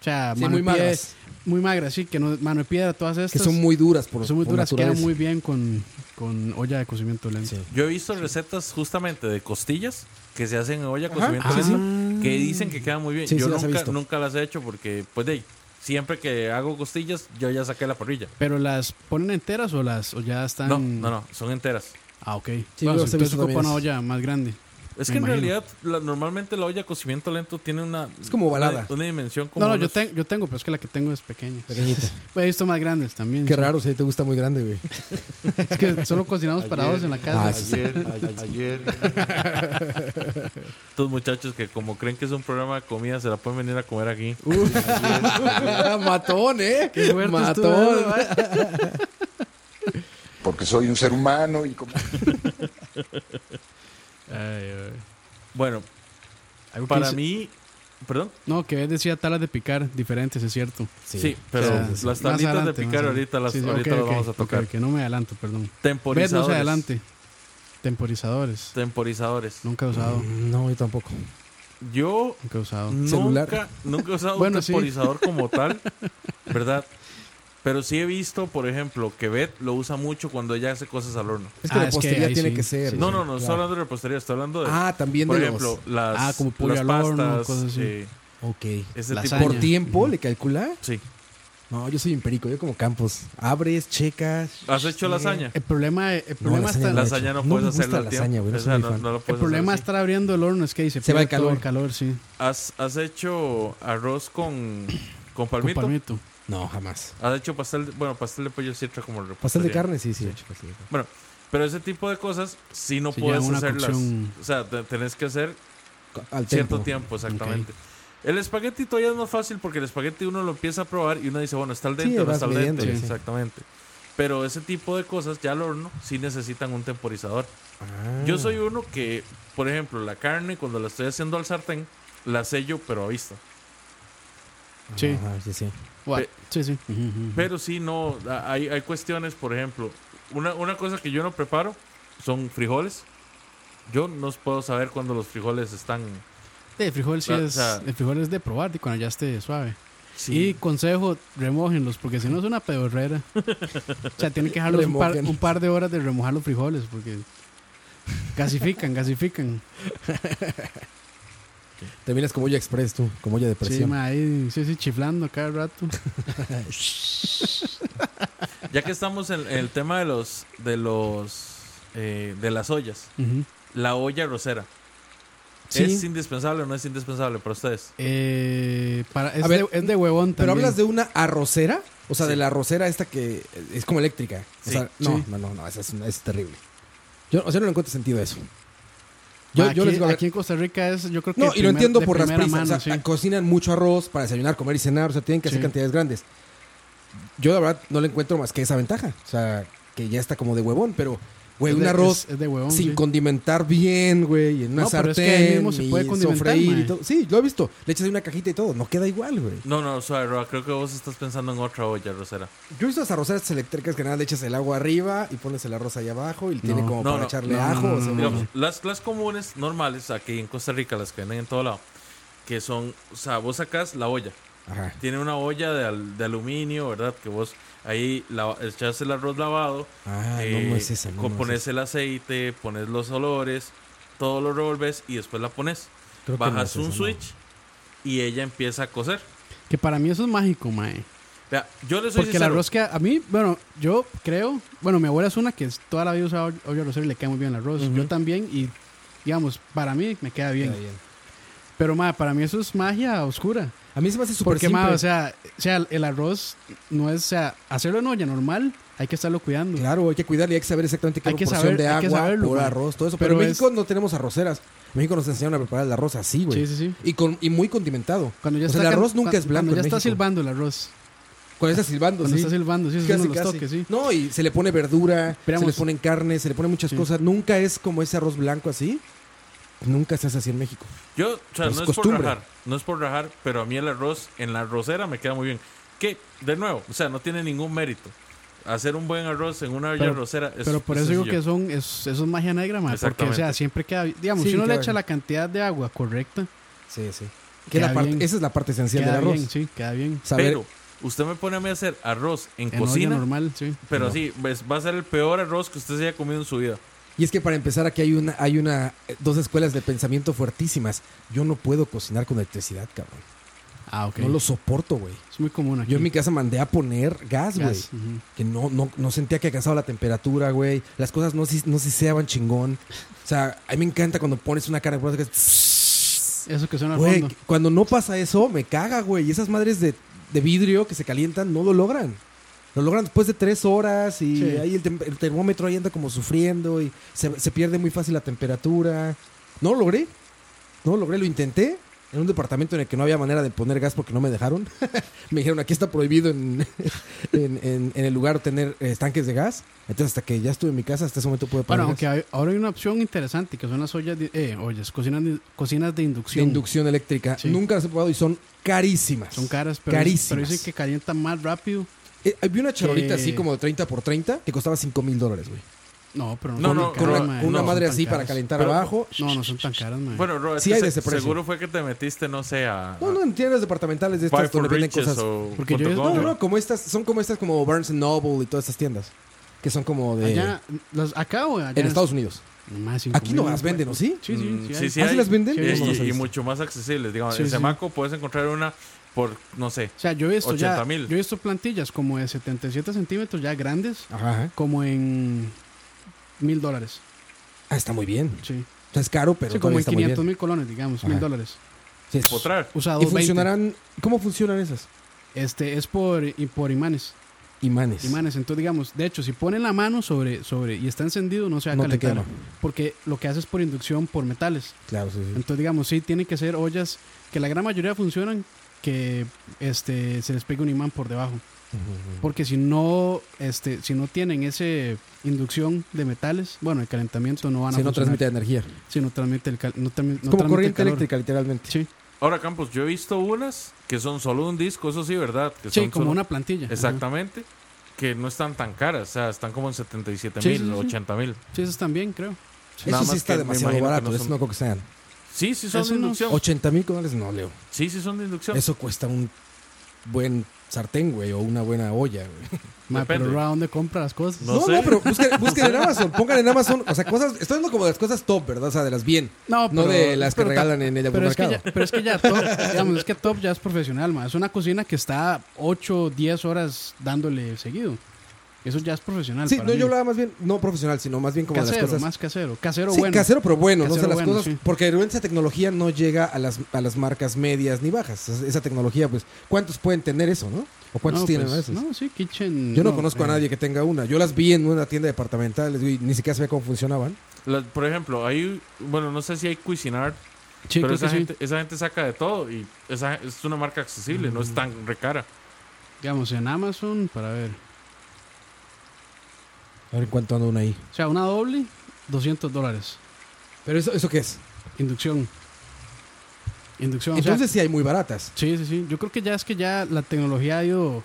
Speaker 4: O sea,
Speaker 5: Sí,
Speaker 4: mano
Speaker 5: muy
Speaker 4: de pie-
Speaker 5: magras.
Speaker 4: Muy magras, sí, que no, mano de piedra, todas
Speaker 5: Que
Speaker 4: estas.
Speaker 5: son muy duras por
Speaker 4: son muy
Speaker 5: por
Speaker 4: duras, quedan
Speaker 5: naturaleza.
Speaker 4: muy bien con, con olla de cocimiento lento.
Speaker 5: Sí.
Speaker 3: Yo he visto recetas justamente de costillas que se hacen en olla
Speaker 5: Ajá,
Speaker 3: cocimiento
Speaker 5: ah, sí,
Speaker 3: lento, que dicen que quedan muy bien.
Speaker 5: Sí,
Speaker 3: yo
Speaker 5: sí, las he
Speaker 3: nunca,
Speaker 5: visto.
Speaker 3: nunca las he hecho porque, pues, de ahí, siempre que hago costillas, yo ya saqué la parrilla.
Speaker 4: Pero las ponen enteras o las o ya están.
Speaker 3: No, no, no, son enteras.
Speaker 4: Ah, ok.
Speaker 5: Sí,
Speaker 4: Bueno,
Speaker 5: yo las he
Speaker 4: entonces
Speaker 5: visto
Speaker 4: ocupa
Speaker 5: también
Speaker 4: una
Speaker 5: esas.
Speaker 4: olla más grande.
Speaker 3: Es
Speaker 4: Me
Speaker 3: que en
Speaker 4: imagino.
Speaker 3: realidad, la- normalmente la olla de cocimiento lento tiene una.
Speaker 5: Es como
Speaker 3: una-
Speaker 5: ovalada.
Speaker 3: Una, dimensión como.
Speaker 4: No, no, yo,
Speaker 3: unos-
Speaker 4: tengo yo tengo, pero es que la que tengo es pequeña.
Speaker 5: Pequeñita.
Speaker 4: He visto más grandes también.
Speaker 5: Qué
Speaker 4: sí.
Speaker 5: raro, si te gusta muy grande, güey.
Speaker 4: Es que solo cocinamos para dos en la casa.
Speaker 5: Ah, sí, sí.
Speaker 3: Estos muchachos que, como creen que es un programa de comida, se la pueden venir a comer aquí.
Speaker 5: Matón, ¿eh?
Speaker 4: Qué fuerte
Speaker 5: Matón.
Speaker 4: estuvo, ¿eh?
Speaker 6: porque soy un ser humano y como...
Speaker 4: Ay, ay.
Speaker 3: Bueno,
Speaker 4: Algo que
Speaker 3: para
Speaker 4: hice-
Speaker 3: mí. Perdón.
Speaker 4: No, que decía talas de picar diferentes, es cierto.
Speaker 3: Sí, pero
Speaker 4: O sea,
Speaker 3: las
Speaker 4: más
Speaker 3: tablitas
Speaker 4: adelante,
Speaker 3: de
Speaker 4: más
Speaker 3: picar
Speaker 4: adelante.
Speaker 3: ahorita las
Speaker 4: Sí, sí,
Speaker 3: ahorita
Speaker 4: ok,
Speaker 3: las
Speaker 4: ok,
Speaker 3: vamos a
Speaker 4: ok,
Speaker 3: tocar.
Speaker 4: ok, no me adelanto, perdón. Ves, no
Speaker 3: Temporizadores.
Speaker 4: se adelante. Temporizadores.
Speaker 3: Temporizadores.
Speaker 4: Nunca he usado.
Speaker 5: No, yo tampoco.
Speaker 3: Yo
Speaker 4: Nunca he usado.
Speaker 5: Celular.
Speaker 3: nunca, nunca he usado
Speaker 4: Bueno,
Speaker 3: un
Speaker 4: sí.
Speaker 3: temporizador como tal, ¿verdad? Pero sí he visto, por ejemplo, que Beth lo usa mucho cuando ella hace cosas al horno.
Speaker 5: Es que
Speaker 4: Ah,
Speaker 5: la
Speaker 4: es que
Speaker 5: postería
Speaker 4: ahí
Speaker 5: tiene
Speaker 4: sí,
Speaker 5: que ser.
Speaker 4: sí,
Speaker 3: no,
Speaker 5: güey,
Speaker 3: no, no, estoy
Speaker 5: claro.
Speaker 3: hablando de repostería, estoy hablando de,
Speaker 5: Ah, también
Speaker 3: por
Speaker 5: de
Speaker 3: ejemplo,
Speaker 5: los...
Speaker 3: las,
Speaker 4: Ah, como pollo
Speaker 3: las
Speaker 4: al horno,
Speaker 3: pastas,
Speaker 4: cosas así.
Speaker 3: eh,
Speaker 5: Ok.
Speaker 3: ese
Speaker 4: Las
Speaker 3: tipo.
Speaker 4: años.
Speaker 5: ¿Por
Speaker 4: Lasaña.
Speaker 5: tiempo le calcula?
Speaker 3: Sí.
Speaker 5: No, yo soy imperico, yo como Campos. Abres, checas.
Speaker 3: ¿Has hecho
Speaker 5: Sí.
Speaker 3: lasaña?
Speaker 4: El problema, el problema,
Speaker 5: lasaña
Speaker 4: está-
Speaker 5: no he hecho.
Speaker 3: Lasaña no
Speaker 5: No
Speaker 3: puedes
Speaker 5: me gusta
Speaker 3: hacerla al
Speaker 5: la
Speaker 3: tiempo.
Speaker 5: lasaña, güey, no
Speaker 3: Esa
Speaker 5: soy
Speaker 3: no-
Speaker 5: fan.
Speaker 3: no la
Speaker 4: el
Speaker 3: puedes
Speaker 4: problema
Speaker 3: hacer así.
Speaker 4: estar abriendo el horno, es que ahí se,
Speaker 5: Se va
Speaker 4: pierde
Speaker 5: el
Speaker 4: todo
Speaker 5: calor.
Speaker 4: el calor, sí.
Speaker 3: ¿Has, has hecho arroz con, con
Speaker 4: Con
Speaker 3: palmito?
Speaker 4: palmito.
Speaker 5: No, jamás.
Speaker 3: ¿Has hecho pastel? De, bueno, pastel de pollo sí entra como repostería.
Speaker 5: Pastel de carne, sí, sí. he hecho pastel de carne.
Speaker 3: Bueno, pero ese tipo de cosas sí no
Speaker 4: Sí,
Speaker 3: puedes
Speaker 4: ya una
Speaker 3: hacerlas.
Speaker 4: cocción.
Speaker 3: O sea, te- tenés que hacer
Speaker 5: Al
Speaker 3: cierto tiempo,
Speaker 5: tiempo.
Speaker 3: exactamente. El espagueti todavía es más fácil porque el espagueti uno lo empieza a probar y uno dice, bueno, está al
Speaker 5: Sí,
Speaker 3: dente o no
Speaker 5: vas
Speaker 3: está al
Speaker 5: midiendo,
Speaker 3: dente.
Speaker 5: sí.
Speaker 3: Exactamente. Pero ese tipo de cosas ya al horno sí necesitan un temporizador.
Speaker 5: Ah.
Speaker 3: Yo soy uno que, por ejemplo, la carne cuando la estoy haciendo al sartén, la sello pero a vista.
Speaker 4: Sí.
Speaker 5: Ajá, Ah, sí, sí.
Speaker 4: Guau.
Speaker 3: Pe-
Speaker 4: sí, sí. Ujú, ujú.
Speaker 3: Pero sí, no, a- hay, hay cuestiones, por ejemplo, una, una cosa que yo no preparo son frijoles. Yo no puedo saber cuando los frijoles están...
Speaker 4: Sí, el frijol sí
Speaker 3: O
Speaker 4: es,
Speaker 3: sea-
Speaker 4: el frijol es de probar y cuando ya esté suave.
Speaker 3: Sí.
Speaker 4: Y consejo, remójenlos, porque si no es una pedorrera. o sea, tienen que dejarlos un par,
Speaker 5: Remojen.
Speaker 4: un par de horas de remojar los frijoles, porque gasifican, gasifican.
Speaker 5: Te vienes como olla express tú, como olla de
Speaker 4: Sí,
Speaker 5: presión.
Speaker 4: ma, ahí, sí, sí, chiflando cada rato.
Speaker 3: Ya que estamos en, en el tema de los... De los... eh, de las ollas.
Speaker 4: Ujú.
Speaker 3: La olla rosera.
Speaker 5: Sí.
Speaker 3: ¿Es indispensable o no es indispensable para ustedes?
Speaker 4: Eh, para, es,
Speaker 5: A ver,
Speaker 4: de, es de huevón
Speaker 5: Pero
Speaker 4: también.
Speaker 5: hablas de una arrocera, o sea, de la arrocera esta que es como eléctrica. O
Speaker 3: Sí.
Speaker 5: sea, no,
Speaker 4: Sí.
Speaker 5: no, no, no, esa es, una- es terrible. Yo, o sea, no le encuentro sentido a eso.
Speaker 4: Ma,
Speaker 5: Yo,
Speaker 4: aquí,
Speaker 5: yo les digo, a ver,
Speaker 4: aquí en Costa Rica es, yo creo que.
Speaker 5: no, y lo
Speaker 4: primer-
Speaker 5: entiendo
Speaker 4: de
Speaker 5: por las
Speaker 4: primera
Speaker 5: prisas.
Speaker 4: mano,
Speaker 5: o sea,
Speaker 4: sí.
Speaker 5: cocinan mucho arroz para desayunar, comer y cenar, o sea, tienen que hacer
Speaker 4: Sí.
Speaker 5: cantidades grandes. Yo, la verdad, no le encuentro más que esa ventaja. O sea, que ya está como de huevón, pero, güey,
Speaker 4: Es
Speaker 5: un
Speaker 4: de-
Speaker 5: arroz
Speaker 4: es- es de huevón,
Speaker 5: sin
Speaker 4: sí.
Speaker 5: condimentar bien, güey, en una
Speaker 4: No, pero
Speaker 5: sartén.
Speaker 4: es que ahí mismo se puede
Speaker 5: y
Speaker 4: condimentar,
Speaker 5: sofreír y
Speaker 4: mae.
Speaker 5: todo. Sí, lo he visto. Le echas de una cajita y todo, no queda igual, güey.
Speaker 3: No, no, suave, Roa, creo que vos estás pensando en otra olla rosera.
Speaker 5: Yo he visto las arroceras eléctricas que nada le echas el agua arriba y pones el arroz allá abajo y tiene como
Speaker 3: No,
Speaker 5: para
Speaker 3: no,
Speaker 5: echarle
Speaker 4: no,
Speaker 5: ajo.
Speaker 4: no,
Speaker 5: o sea,
Speaker 4: no,
Speaker 3: Digamos, las, las comunes, normales, aquí en Costa Rica, las que venden en todo lado, que son, o sea, vos sacás la olla.
Speaker 5: Ajá.
Speaker 3: Tiene una olla de, al- de aluminio, ¿verdad? Que vos ahí la, echás el arroz lavado,
Speaker 5: Ah, no, no es esa,
Speaker 3: co-
Speaker 5: no, no es
Speaker 3: pones el aceite, pones los olores, todo lo revolves y después la pones.
Speaker 5: Creo que no
Speaker 3: Bajas
Speaker 5: es
Speaker 3: un
Speaker 5: esa, no.
Speaker 3: switch y ella empieza a cocer.
Speaker 4: Que para mí eso es mágico, eh. mae.
Speaker 3: Vea, yo les soy
Speaker 4: Porque el
Speaker 3: sincero,
Speaker 4: arroz que a mí, bueno, yo creo, bueno, mi abuela es una que es- toda la vida usaba olla arrocera y le cae muy bien el arroz. Yo también, y digamos, para mí me queda bien.
Speaker 5: Está bien.
Speaker 4: Pero, ma, para mí eso es magia oscura.
Speaker 5: A mí se me hace súper
Speaker 4: Porque,
Speaker 5: simple.
Speaker 4: ma, o sea, o sea, el arroz no es, o sea, hacerlo en olla normal, hay que estarlo cuidando.
Speaker 5: Claro, hay que cuidarle, hay que saber exactamente qué
Speaker 4: Hay que
Speaker 5: proporción
Speaker 4: saber-
Speaker 5: de
Speaker 4: hay que
Speaker 5: agua,
Speaker 4: saberlo,
Speaker 5: por
Speaker 4: man.
Speaker 5: arroz, todo eso. Pero,
Speaker 4: Pero
Speaker 5: en México
Speaker 4: es-
Speaker 5: no tenemos arroceras. En México nos enseñaron a preparar el arroz así,
Speaker 4: Sí,
Speaker 5: güey.
Speaker 4: sí, sí.
Speaker 5: Y, con, y muy condimentado.
Speaker 4: Cuando ya
Speaker 5: O sea,
Speaker 4: está
Speaker 5: el
Speaker 4: can-
Speaker 5: arroz nunca
Speaker 4: cua-
Speaker 5: es blanco.
Speaker 4: Cuando ya
Speaker 5: en
Speaker 4: está
Speaker 5: México.
Speaker 4: silbando el arroz.
Speaker 5: Cuando está silbando,
Speaker 4: Cuando
Speaker 5: sí.
Speaker 4: está silbando, sí, esos son los toques, sí.
Speaker 5: No, y se le pone verdura,
Speaker 4: Esperamos.
Speaker 5: se le ponen carne, se le ponen muchas
Speaker 4: Sí.
Speaker 5: cosas. Nunca es como ese arroz blanco así. Nunca se hace así en México.
Speaker 3: Yo, o sea,
Speaker 5: Pero es
Speaker 3: no es
Speaker 5: costumbre.
Speaker 3: por rajar, no es por rajar, pero a mí el arroz en la arrocera me queda muy bien. Que, de nuevo, o sea, no tiene ningún mérito. Hacer un buen arroz en una olla
Speaker 4: Pero-
Speaker 3: arrocera es
Speaker 4: Pero por
Speaker 3: es
Speaker 4: eso digo que
Speaker 3: sencillo.
Speaker 4: son, es, eso es magia negra, ma, porque, o sea,
Speaker 3: Exactamente.
Speaker 4: siempre queda, digamos,
Speaker 5: Sí,
Speaker 4: si uno le
Speaker 5: queda
Speaker 4: echa
Speaker 5: bien.
Speaker 4: la cantidad de agua correcta,
Speaker 5: Sí, sí. Que la
Speaker 4: Queda
Speaker 5: parte-
Speaker 4: bien.
Speaker 5: esa es la parte esencial del
Speaker 4: queda
Speaker 5: arroz.
Speaker 4: bien, sí, queda bien.
Speaker 5: Saber-
Speaker 3: Pero usted me pone a mí a hacer arroz en,
Speaker 4: En
Speaker 3: cocina,
Speaker 4: olla normal, sí.
Speaker 3: pero así, ves, va a ser el peor arroz que usted se haya comido en su vida.
Speaker 5: Y es que para empezar aquí hay una, hay una, eh, dos escuelas de pensamiento fuertísimas. Yo no puedo cocinar con electricidad, cabrón.
Speaker 4: Ah, ok.
Speaker 5: No lo soporto, güey.
Speaker 4: es muy común aquí.
Speaker 5: Yo en mi casa mandé a poner gas, güey.
Speaker 4: Gas, ujú.
Speaker 5: Que no, no, no sentía que alcanzaba la temperatura, güey. Las cosas no, si- no siseaban chingón. O sea, a mí me encanta cuando pones una cara de
Speaker 4: Eso que suena al
Speaker 5: Güey,
Speaker 4: fondo.
Speaker 5: cuando no pasa eso, me caga, güey. Y esas madres de, de vidrio que se calientan no lo logran. Lo logran después de tres horas y
Speaker 4: Sí.
Speaker 5: ahí el, tem- el termómetro ahí anda como sufriendo y se, se pierde muy fácil la temperatura. No lo logré. No lo logré, lo intenté. En un departamento en el que no había manera de poner gas porque no me dejaron. me dijeron, aquí está prohibido en, en, en- en el lugar tener eh, estanques de gas. Entonces, hasta que ya estuve en mi casa, hasta ese momento pude
Speaker 4: Bueno,
Speaker 5: poner gas.
Speaker 4: aunque hay- ahora hay una opción interesante que son las ollas, de, eh, ollas, cocinas de, cocinas de
Speaker 5: de
Speaker 4: inducción.
Speaker 5: inducción eléctrica.
Speaker 4: Sí.
Speaker 5: Nunca las he probado y son carísimas.
Speaker 4: Son caras, pero,
Speaker 5: Carísimas.
Speaker 4: pero dicen que calientan más rápido.
Speaker 5: Eh, había una charolita
Speaker 4: Que-
Speaker 5: así como de 30 por 30 que costaba 5 mil dólares, güey.
Speaker 4: No, pero no,
Speaker 3: No,
Speaker 4: son
Speaker 3: no,
Speaker 4: tan
Speaker 5: Con
Speaker 4: caras,
Speaker 3: no,
Speaker 4: mae.
Speaker 5: una, una
Speaker 4: No son
Speaker 5: madre
Speaker 4: tan
Speaker 5: así para
Speaker 4: caras.
Speaker 5: calentar abajo.
Speaker 4: No, no son tan caras, mae.
Speaker 3: Bueno, Ro, es
Speaker 5: Sí
Speaker 3: que
Speaker 5: hay de
Speaker 3: se-
Speaker 5: ese precio.
Speaker 3: seguro fue que te metiste, no sé, a,
Speaker 5: No, no, en tiendas departamentales de
Speaker 3: a Five
Speaker 5: estas donde
Speaker 3: for
Speaker 5: venden
Speaker 3: Riches
Speaker 5: cosas.
Speaker 3: o
Speaker 4: Porque yo-
Speaker 3: punto com,
Speaker 5: No, no,
Speaker 3: ¿no?
Speaker 5: no, como estas, son como estas como Barnes Noble y todas estas tiendas. Que son como de...
Speaker 4: allá, las, acá o allá.
Speaker 5: Eh, en Estados Unidos.
Speaker 4: Más cinco
Speaker 5: Aquí no
Speaker 4: mil,
Speaker 5: las
Speaker 4: güey.
Speaker 5: venden, ¿o sí?
Speaker 4: Sí, sí,
Speaker 3: Mm,
Speaker 4: sí.
Speaker 3: sí,
Speaker 4: hay.
Speaker 3: sí
Speaker 5: ¿Ah, sí
Speaker 3: hay.
Speaker 5: las venden?
Speaker 4: Sí,
Speaker 3: Y-
Speaker 4: no, no
Speaker 3: y-
Speaker 5: las he
Speaker 3: y
Speaker 5: visto.
Speaker 3: mucho más accesibles. Digamos,
Speaker 4: Sí,
Speaker 3: en
Speaker 4: sí.
Speaker 3: Semaco puedes encontrar una por, no sé,
Speaker 4: O sea, yo he visto ya,
Speaker 3: 80,000.
Speaker 4: yo he visto plantillas como de 77 centímetros ya grandes,
Speaker 5: Ajá, ajá.
Speaker 4: como en mil dólares.
Speaker 5: Ah, está muy bien.
Speaker 4: Sí.
Speaker 5: O sea, es caro, pero
Speaker 4: sí, como en
Speaker 5: todavía está muy
Speaker 4: 500
Speaker 5: bien.
Speaker 4: mil colones, digamos,
Speaker 5: Ajá.
Speaker 4: mil dólares.
Speaker 5: Sí, es-
Speaker 3: potrar.
Speaker 4: O sea,
Speaker 5: ¿Y
Speaker 4: 220.
Speaker 5: funcionarán? ¿Cómo funcionan esas?
Speaker 4: Este es por, y por imanes.
Speaker 5: Imanes.
Speaker 4: Imanes. Entonces, digamos, de hecho, si ponen la mano sobre, sobre y está encendido, no se va a
Speaker 5: No te
Speaker 4: calentar.
Speaker 5: quema.
Speaker 4: Porque lo que hace es por inducción por metales.
Speaker 5: Claro, sí, sí.
Speaker 4: Entonces, digamos, sí, tienen que ser ollas que la gran mayoría funcionan que este se les pegue un imán por debajo. Porque si no, este, si no tienen ese inducción de metales, bueno, el calentamiento no van a
Speaker 5: Si no
Speaker 4: funcionar.
Speaker 5: transmite energía.
Speaker 4: Sí, no transmite el cal- no transmi- no transmite
Speaker 5: como
Speaker 4: el
Speaker 5: corriente
Speaker 4: calor.
Speaker 5: eléctrica, literalmente.
Speaker 4: Sí,
Speaker 3: Ahora, Campos, yo he visto unas que son solo un disco, eso sí, ¿verdad? Que
Speaker 4: sí
Speaker 3: son
Speaker 4: como
Speaker 3: solo-
Speaker 4: una plantilla. Ajá.
Speaker 3: Exactamente. Que no están tan caras, o sea, están como en 77
Speaker 4: Sí,
Speaker 3: mil,
Speaker 4: sí, sí.
Speaker 3: 80 mil.
Speaker 4: Sí, esas también, creo.
Speaker 5: Eso
Speaker 3: Nada
Speaker 5: sí
Speaker 3: más
Speaker 5: está
Speaker 3: que me
Speaker 5: demasiado
Speaker 3: imagino que
Speaker 5: barato.
Speaker 3: no
Speaker 5: Eso
Speaker 3: son-
Speaker 5: no creo que sean.
Speaker 3: Sí, sí son
Speaker 4: Eso
Speaker 3: de
Speaker 4: no-
Speaker 3: inducción.
Speaker 5: 80 mil dólares, no, Leo.
Speaker 3: Sí, sí son de inducción.
Speaker 5: Eso cuesta un buen sartén, güey, o una buena olla, güey.
Speaker 4: Ma, pero
Speaker 3: Depende.
Speaker 4: Ra, ¿dónde compra las cosas?
Speaker 3: No.
Speaker 5: No, no,
Speaker 3: sé.
Speaker 5: pero busquen, busquen en Amazon, pongan en Amazon, o sea, cosas, estoy hablando como de las cosas top, ¿verdad? O sea, de las bien.
Speaker 4: No, pero-
Speaker 5: de las que
Speaker 4: pero ta-
Speaker 5: regalan en el
Speaker 4: Pero es, que
Speaker 5: mercado.
Speaker 4: ya, pero es que ya Top, digamos, es que Top ya es profesional, ma. Es una cocina que está 8, 10 horas dándole seguido. Eso ya es profesional.
Speaker 5: Sí,
Speaker 4: para
Speaker 5: no,
Speaker 4: mí.
Speaker 5: yo hablaba más bien, no profesional, sino más bien como
Speaker 4: casero,
Speaker 5: de las cosas.
Speaker 4: más casero. Casero
Speaker 5: sí,
Speaker 4: bueno.
Speaker 5: casero, pero bueno, ¿no? O sea,
Speaker 4: Casero
Speaker 5: las
Speaker 4: bueno,
Speaker 5: cosas.
Speaker 4: sí.
Speaker 5: Porque realmente esa tecnología no llega a las, a las marcas medias ni bajas. Es- Esa tecnología, pues, ¿cuántos pueden tener eso, no? ¿O cuántos
Speaker 4: No,
Speaker 5: tienen
Speaker 4: pues,
Speaker 5: a veces?
Speaker 4: No, sí, kitchen.
Speaker 5: Yo no, conozco a
Speaker 4: eh,
Speaker 5: nadie que tenga una. Yo las vi en una tienda departamental, güey, ni siquiera sabía cómo funcionaban.
Speaker 3: La- por ejemplo, hay, bueno, no sé si hay Cuisinart,
Speaker 4: Sí,
Speaker 3: pero
Speaker 4: creo
Speaker 3: esa
Speaker 4: que sí.
Speaker 3: gente, esa gente saca de todo y esa, es una marca accesible, no es tan recara.
Speaker 4: Digamos, en Amazon, para ver.
Speaker 5: A ver en cuánto anda una ahí.
Speaker 4: O sea, una doble, 200 dólares.
Speaker 5: ¿Pero eso, eso qué es?
Speaker 4: Inducción. Inducción. o sea,
Speaker 5: Entonces sí hay muy baratas.
Speaker 4: sí, sí, sí. Yo creo que ya es que ya la tecnología ha ido.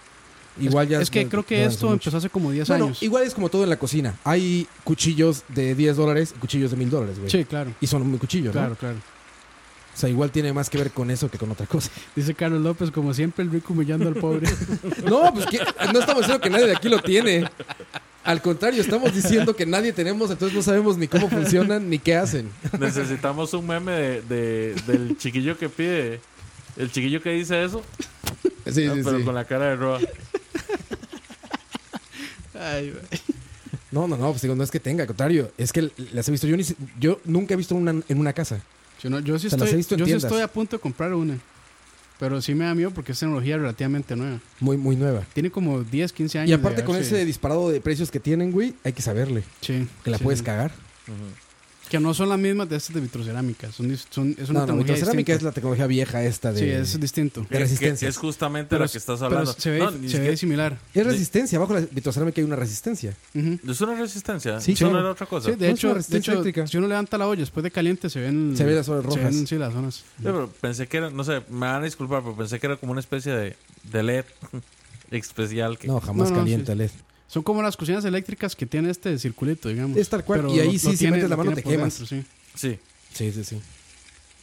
Speaker 5: Igual
Speaker 4: es,
Speaker 5: ya
Speaker 4: Es que
Speaker 5: no-
Speaker 4: creo
Speaker 5: no
Speaker 4: que
Speaker 5: avanzó
Speaker 4: esto
Speaker 5: mucho.
Speaker 4: empezó hace como 10
Speaker 5: Bueno,
Speaker 4: años.
Speaker 5: igual es como todo en la cocina. Hay cuchillos de 10 dólares y cuchillos de 1000 dólares, güey.
Speaker 4: Sí, claro.
Speaker 5: Y son muy cuchillos, ¿no?
Speaker 4: Claro, claro.
Speaker 5: O sea, igual tiene más que ver con eso que con otra cosa.
Speaker 4: Dice Carlos López, como siempre, el rico humillando al pobre.
Speaker 5: No, pues que, no estamos diciendo que nadie de aquí lo tiene. Al contrario, estamos diciendo que nadie tenemos, entonces no sabemos ni cómo funcionan ni qué hacen.
Speaker 3: Necesitamos un meme de, de- del chiquillo que pide, el chiquillo que dice eso,
Speaker 5: Sí,
Speaker 3: ah,
Speaker 5: sí,
Speaker 3: pero
Speaker 5: sí.
Speaker 3: con la cara de Roa.
Speaker 4: Ay, güey.
Speaker 5: No, no, no, pues digo, no es que tenga, al contrario, es que las he visto. Yo, ni si- yo nunca he visto una en una casa.
Speaker 4: Yo, no- yo sí,
Speaker 5: O sea, las he
Speaker 4: estoy,
Speaker 5: visto en
Speaker 4: yo sí
Speaker 5: tiendas.
Speaker 4: estoy a punto de comprar una. Pero sí me da miedo porque es tecnología relativamente nueva.
Speaker 5: Muy, muy nueva.
Speaker 4: Tiene como 10, 15 años.
Speaker 5: Y
Speaker 4: de
Speaker 5: aparte con
Speaker 4: haberse-
Speaker 5: ese disparado de precios que tienen, güey, hay que saberle
Speaker 4: Sí,
Speaker 5: que la
Speaker 4: sí,
Speaker 5: puedes
Speaker 4: sí.
Speaker 5: cagar.
Speaker 4: Que no son las mismas de estas de vitrocerámica. Son, dis- son- es
Speaker 5: No,
Speaker 4: una
Speaker 5: no,
Speaker 4: tecnología distinta.
Speaker 5: vitrocerámica es la tecnología vieja esta de...
Speaker 4: Sí, es distinto.
Speaker 5: de
Speaker 3: Es que-
Speaker 5: resistencia.
Speaker 3: Es justamente
Speaker 4: Pero
Speaker 3: la que
Speaker 4: s-
Speaker 3: estás
Speaker 4: pero
Speaker 3: hablando.
Speaker 4: se ve,
Speaker 3: No, ni
Speaker 4: se ve
Speaker 3: siquiera-
Speaker 4: similar.
Speaker 5: Es resistencia, abajo de la vitrocerámica hay una resistencia.
Speaker 4: Ujú.
Speaker 3: ¿Es una resistencia?
Speaker 5: Sí,
Speaker 3: ¿Solo
Speaker 5: claro.
Speaker 3: era otra cosa?
Speaker 4: Sí, de
Speaker 5: una
Speaker 4: hecho, de
Speaker 5: resistencia
Speaker 4: hecho,
Speaker 5: eléctrica.
Speaker 4: si uno levanta la olla después de caliente, se ven,
Speaker 5: Se ven las zonas
Speaker 4: se
Speaker 5: rojas.
Speaker 4: ven, sí, las zonas.
Speaker 3: Sí, pero pensé que era, no sé, me van a disculpar, pero pensé que era como una especie de, de LED especial. Que,
Speaker 5: No, jamás
Speaker 4: No, no,
Speaker 5: calienta E LED.
Speaker 4: Son como las cocinas eléctricas que tiene este circulito, digamos.
Speaker 5: Es tal cual, y ahí sí, si metes la
Speaker 4: lo
Speaker 5: mano,
Speaker 4: tiene
Speaker 5: te
Speaker 4: por
Speaker 5: quemas.
Speaker 4: dentro, sí.
Speaker 3: Sí.
Speaker 5: Sí, sí, sí.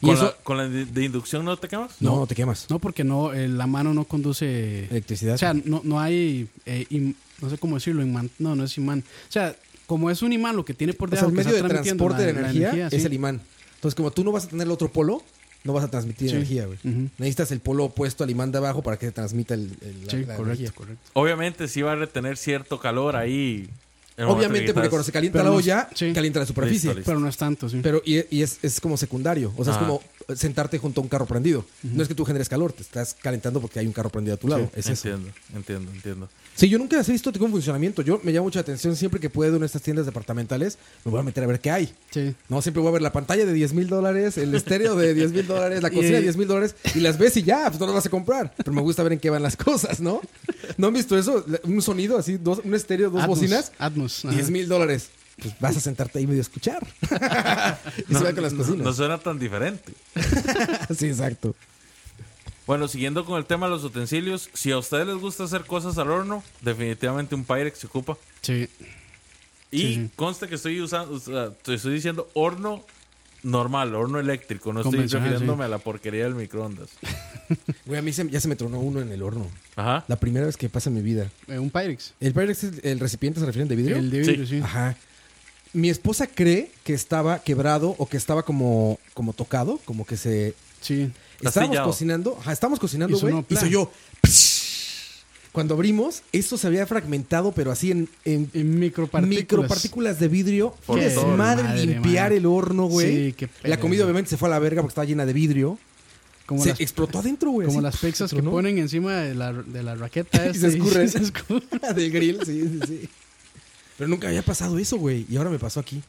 Speaker 5: ¿Y
Speaker 3: ¿Con,
Speaker 5: eso?
Speaker 3: la, ¿Con la de, de inducción no te quemas?
Speaker 5: No, te quemas.
Speaker 4: No, porque no, eh, la mano no conduce...
Speaker 5: Electricidad.
Speaker 4: O sea, no, no hay, eh, im- no sé cómo decirlo, imán. No, no es imán. O sea, como es un imán lo que tiene por
Speaker 5: O sea,
Speaker 4: debajo,
Speaker 5: el
Speaker 4: que
Speaker 5: medio
Speaker 4: está
Speaker 5: de
Speaker 4: transmitiendo
Speaker 5: transporte de
Speaker 4: la- la
Speaker 5: energía, es
Speaker 4: sí.
Speaker 5: el imán. Entonces, como tú no vas a tener el otro polo, no vas a transmitir
Speaker 4: Sí.
Speaker 5: energía, güey.
Speaker 4: Ujú.
Speaker 5: Necesitas el polo opuesto al imán de abajo para que se transmita el, el- la-
Speaker 4: Sí,
Speaker 5: la
Speaker 4: correcto,
Speaker 5: energía.
Speaker 4: correcto.
Speaker 3: Obviamente sí va a retener cierto calor ahí. en el momento
Speaker 5: Obviamente,
Speaker 3: que
Speaker 5: porque
Speaker 3: estás-
Speaker 5: cuando se calienta
Speaker 4: Pero
Speaker 5: la
Speaker 4: no-
Speaker 5: olla,
Speaker 4: sí.
Speaker 5: calienta la superficie.
Speaker 3: Listo, listo.
Speaker 4: Pero no es tanto, sí.
Speaker 5: Pero, y, y es, es como secundario. O sea,
Speaker 3: Ah.
Speaker 5: es como sentarte junto a un carro prendido. No es que tú generes calor, te estás calentando porque hay un carro prendido a tu lado. es eso.
Speaker 3: Entiendo, entiendo, entiendo.
Speaker 5: Sí, yo nunca las he visto con funcionamiento. Yo me llama mucha atención siempre que puedo en estas tiendas departamentales. Me voy a meter a ver qué hay.
Speaker 4: sí.
Speaker 5: No, siempre voy a ver la pantalla de 10 mil dólares, el estéreo de 10 mil dólares, la
Speaker 4: Y-
Speaker 5: cocina de 10 mil dólares y las ves y ya, pues no las vas a comprar. Pero me gusta ver en qué van las cosas, ¿no? ¿No han visto eso? La- Un sonido así, dos, un estéreo, dos
Speaker 4: Atmos,
Speaker 5: bocinas,
Speaker 4: Atmos. ajá.
Speaker 5: 10 mil dólares. Pues vas a sentarte ahí medio a escuchar. y se va con las cocinas.
Speaker 3: No suena tan diferente.
Speaker 5: sí, exacto.
Speaker 3: Bueno, siguiendo con el tema de los utensilios, si a ustedes les gusta hacer cosas al horno, definitivamente un Pyrex se ocupa.
Speaker 4: Sí.
Speaker 3: Y
Speaker 4: Sí, sí.
Speaker 3: conste que estoy usando, o sea, te estoy diciendo horno normal, horno eléctrico, no estoy
Speaker 4: Convencional,
Speaker 3: refiriéndome a la porquería del microondas.
Speaker 5: Güey, a mí se- ya se me tronó uno en el horno.
Speaker 3: Ajá.
Speaker 5: La primera vez que pasa en mi vida.
Speaker 4: Eh, un Pyrex.
Speaker 5: ¿El Pyrex, es el recipiente se refieren de vidrio?
Speaker 4: El de
Speaker 3: Sí.
Speaker 4: vidrio, sí.
Speaker 5: Ajá. Mi esposa cree que estaba quebrado o que estaba como, como tocado, como que se
Speaker 4: Sí.
Speaker 5: Estábamos
Speaker 3: Astillado.
Speaker 5: cocinando, ajá, estábamos cocinando,
Speaker 4: Hizo
Speaker 5: güey.
Speaker 4: uno,
Speaker 5: Y
Speaker 4: plan.
Speaker 5: soy yo. Cuando abrimos, esto se había fragmentado, pero así en, en
Speaker 4: Y micropartículas.
Speaker 5: micropartículas de vidrio.
Speaker 3: Por
Speaker 5: Qué
Speaker 3: todo el-
Speaker 5: desmadre
Speaker 4: madre,
Speaker 5: limpiar
Speaker 4: madre.
Speaker 5: el horno, güey.
Speaker 4: Sí, qué
Speaker 5: la
Speaker 4: pena.
Speaker 5: comida obviamente se fue a la verga porque estaba llena de vidrio.
Speaker 4: Como
Speaker 5: se
Speaker 4: las,
Speaker 5: explotó adentro, güey.
Speaker 4: como
Speaker 5: así,
Speaker 4: las pizzas que
Speaker 5: pues, tronó.
Speaker 4: ponen encima de la, de la raqueta.
Speaker 5: Y
Speaker 4: esta
Speaker 5: se escurren.
Speaker 4: se escurre.
Speaker 5: Del grill, sí, sí, sí. Pero nunca había pasado eso, güey. Y ahora me pasó aquí.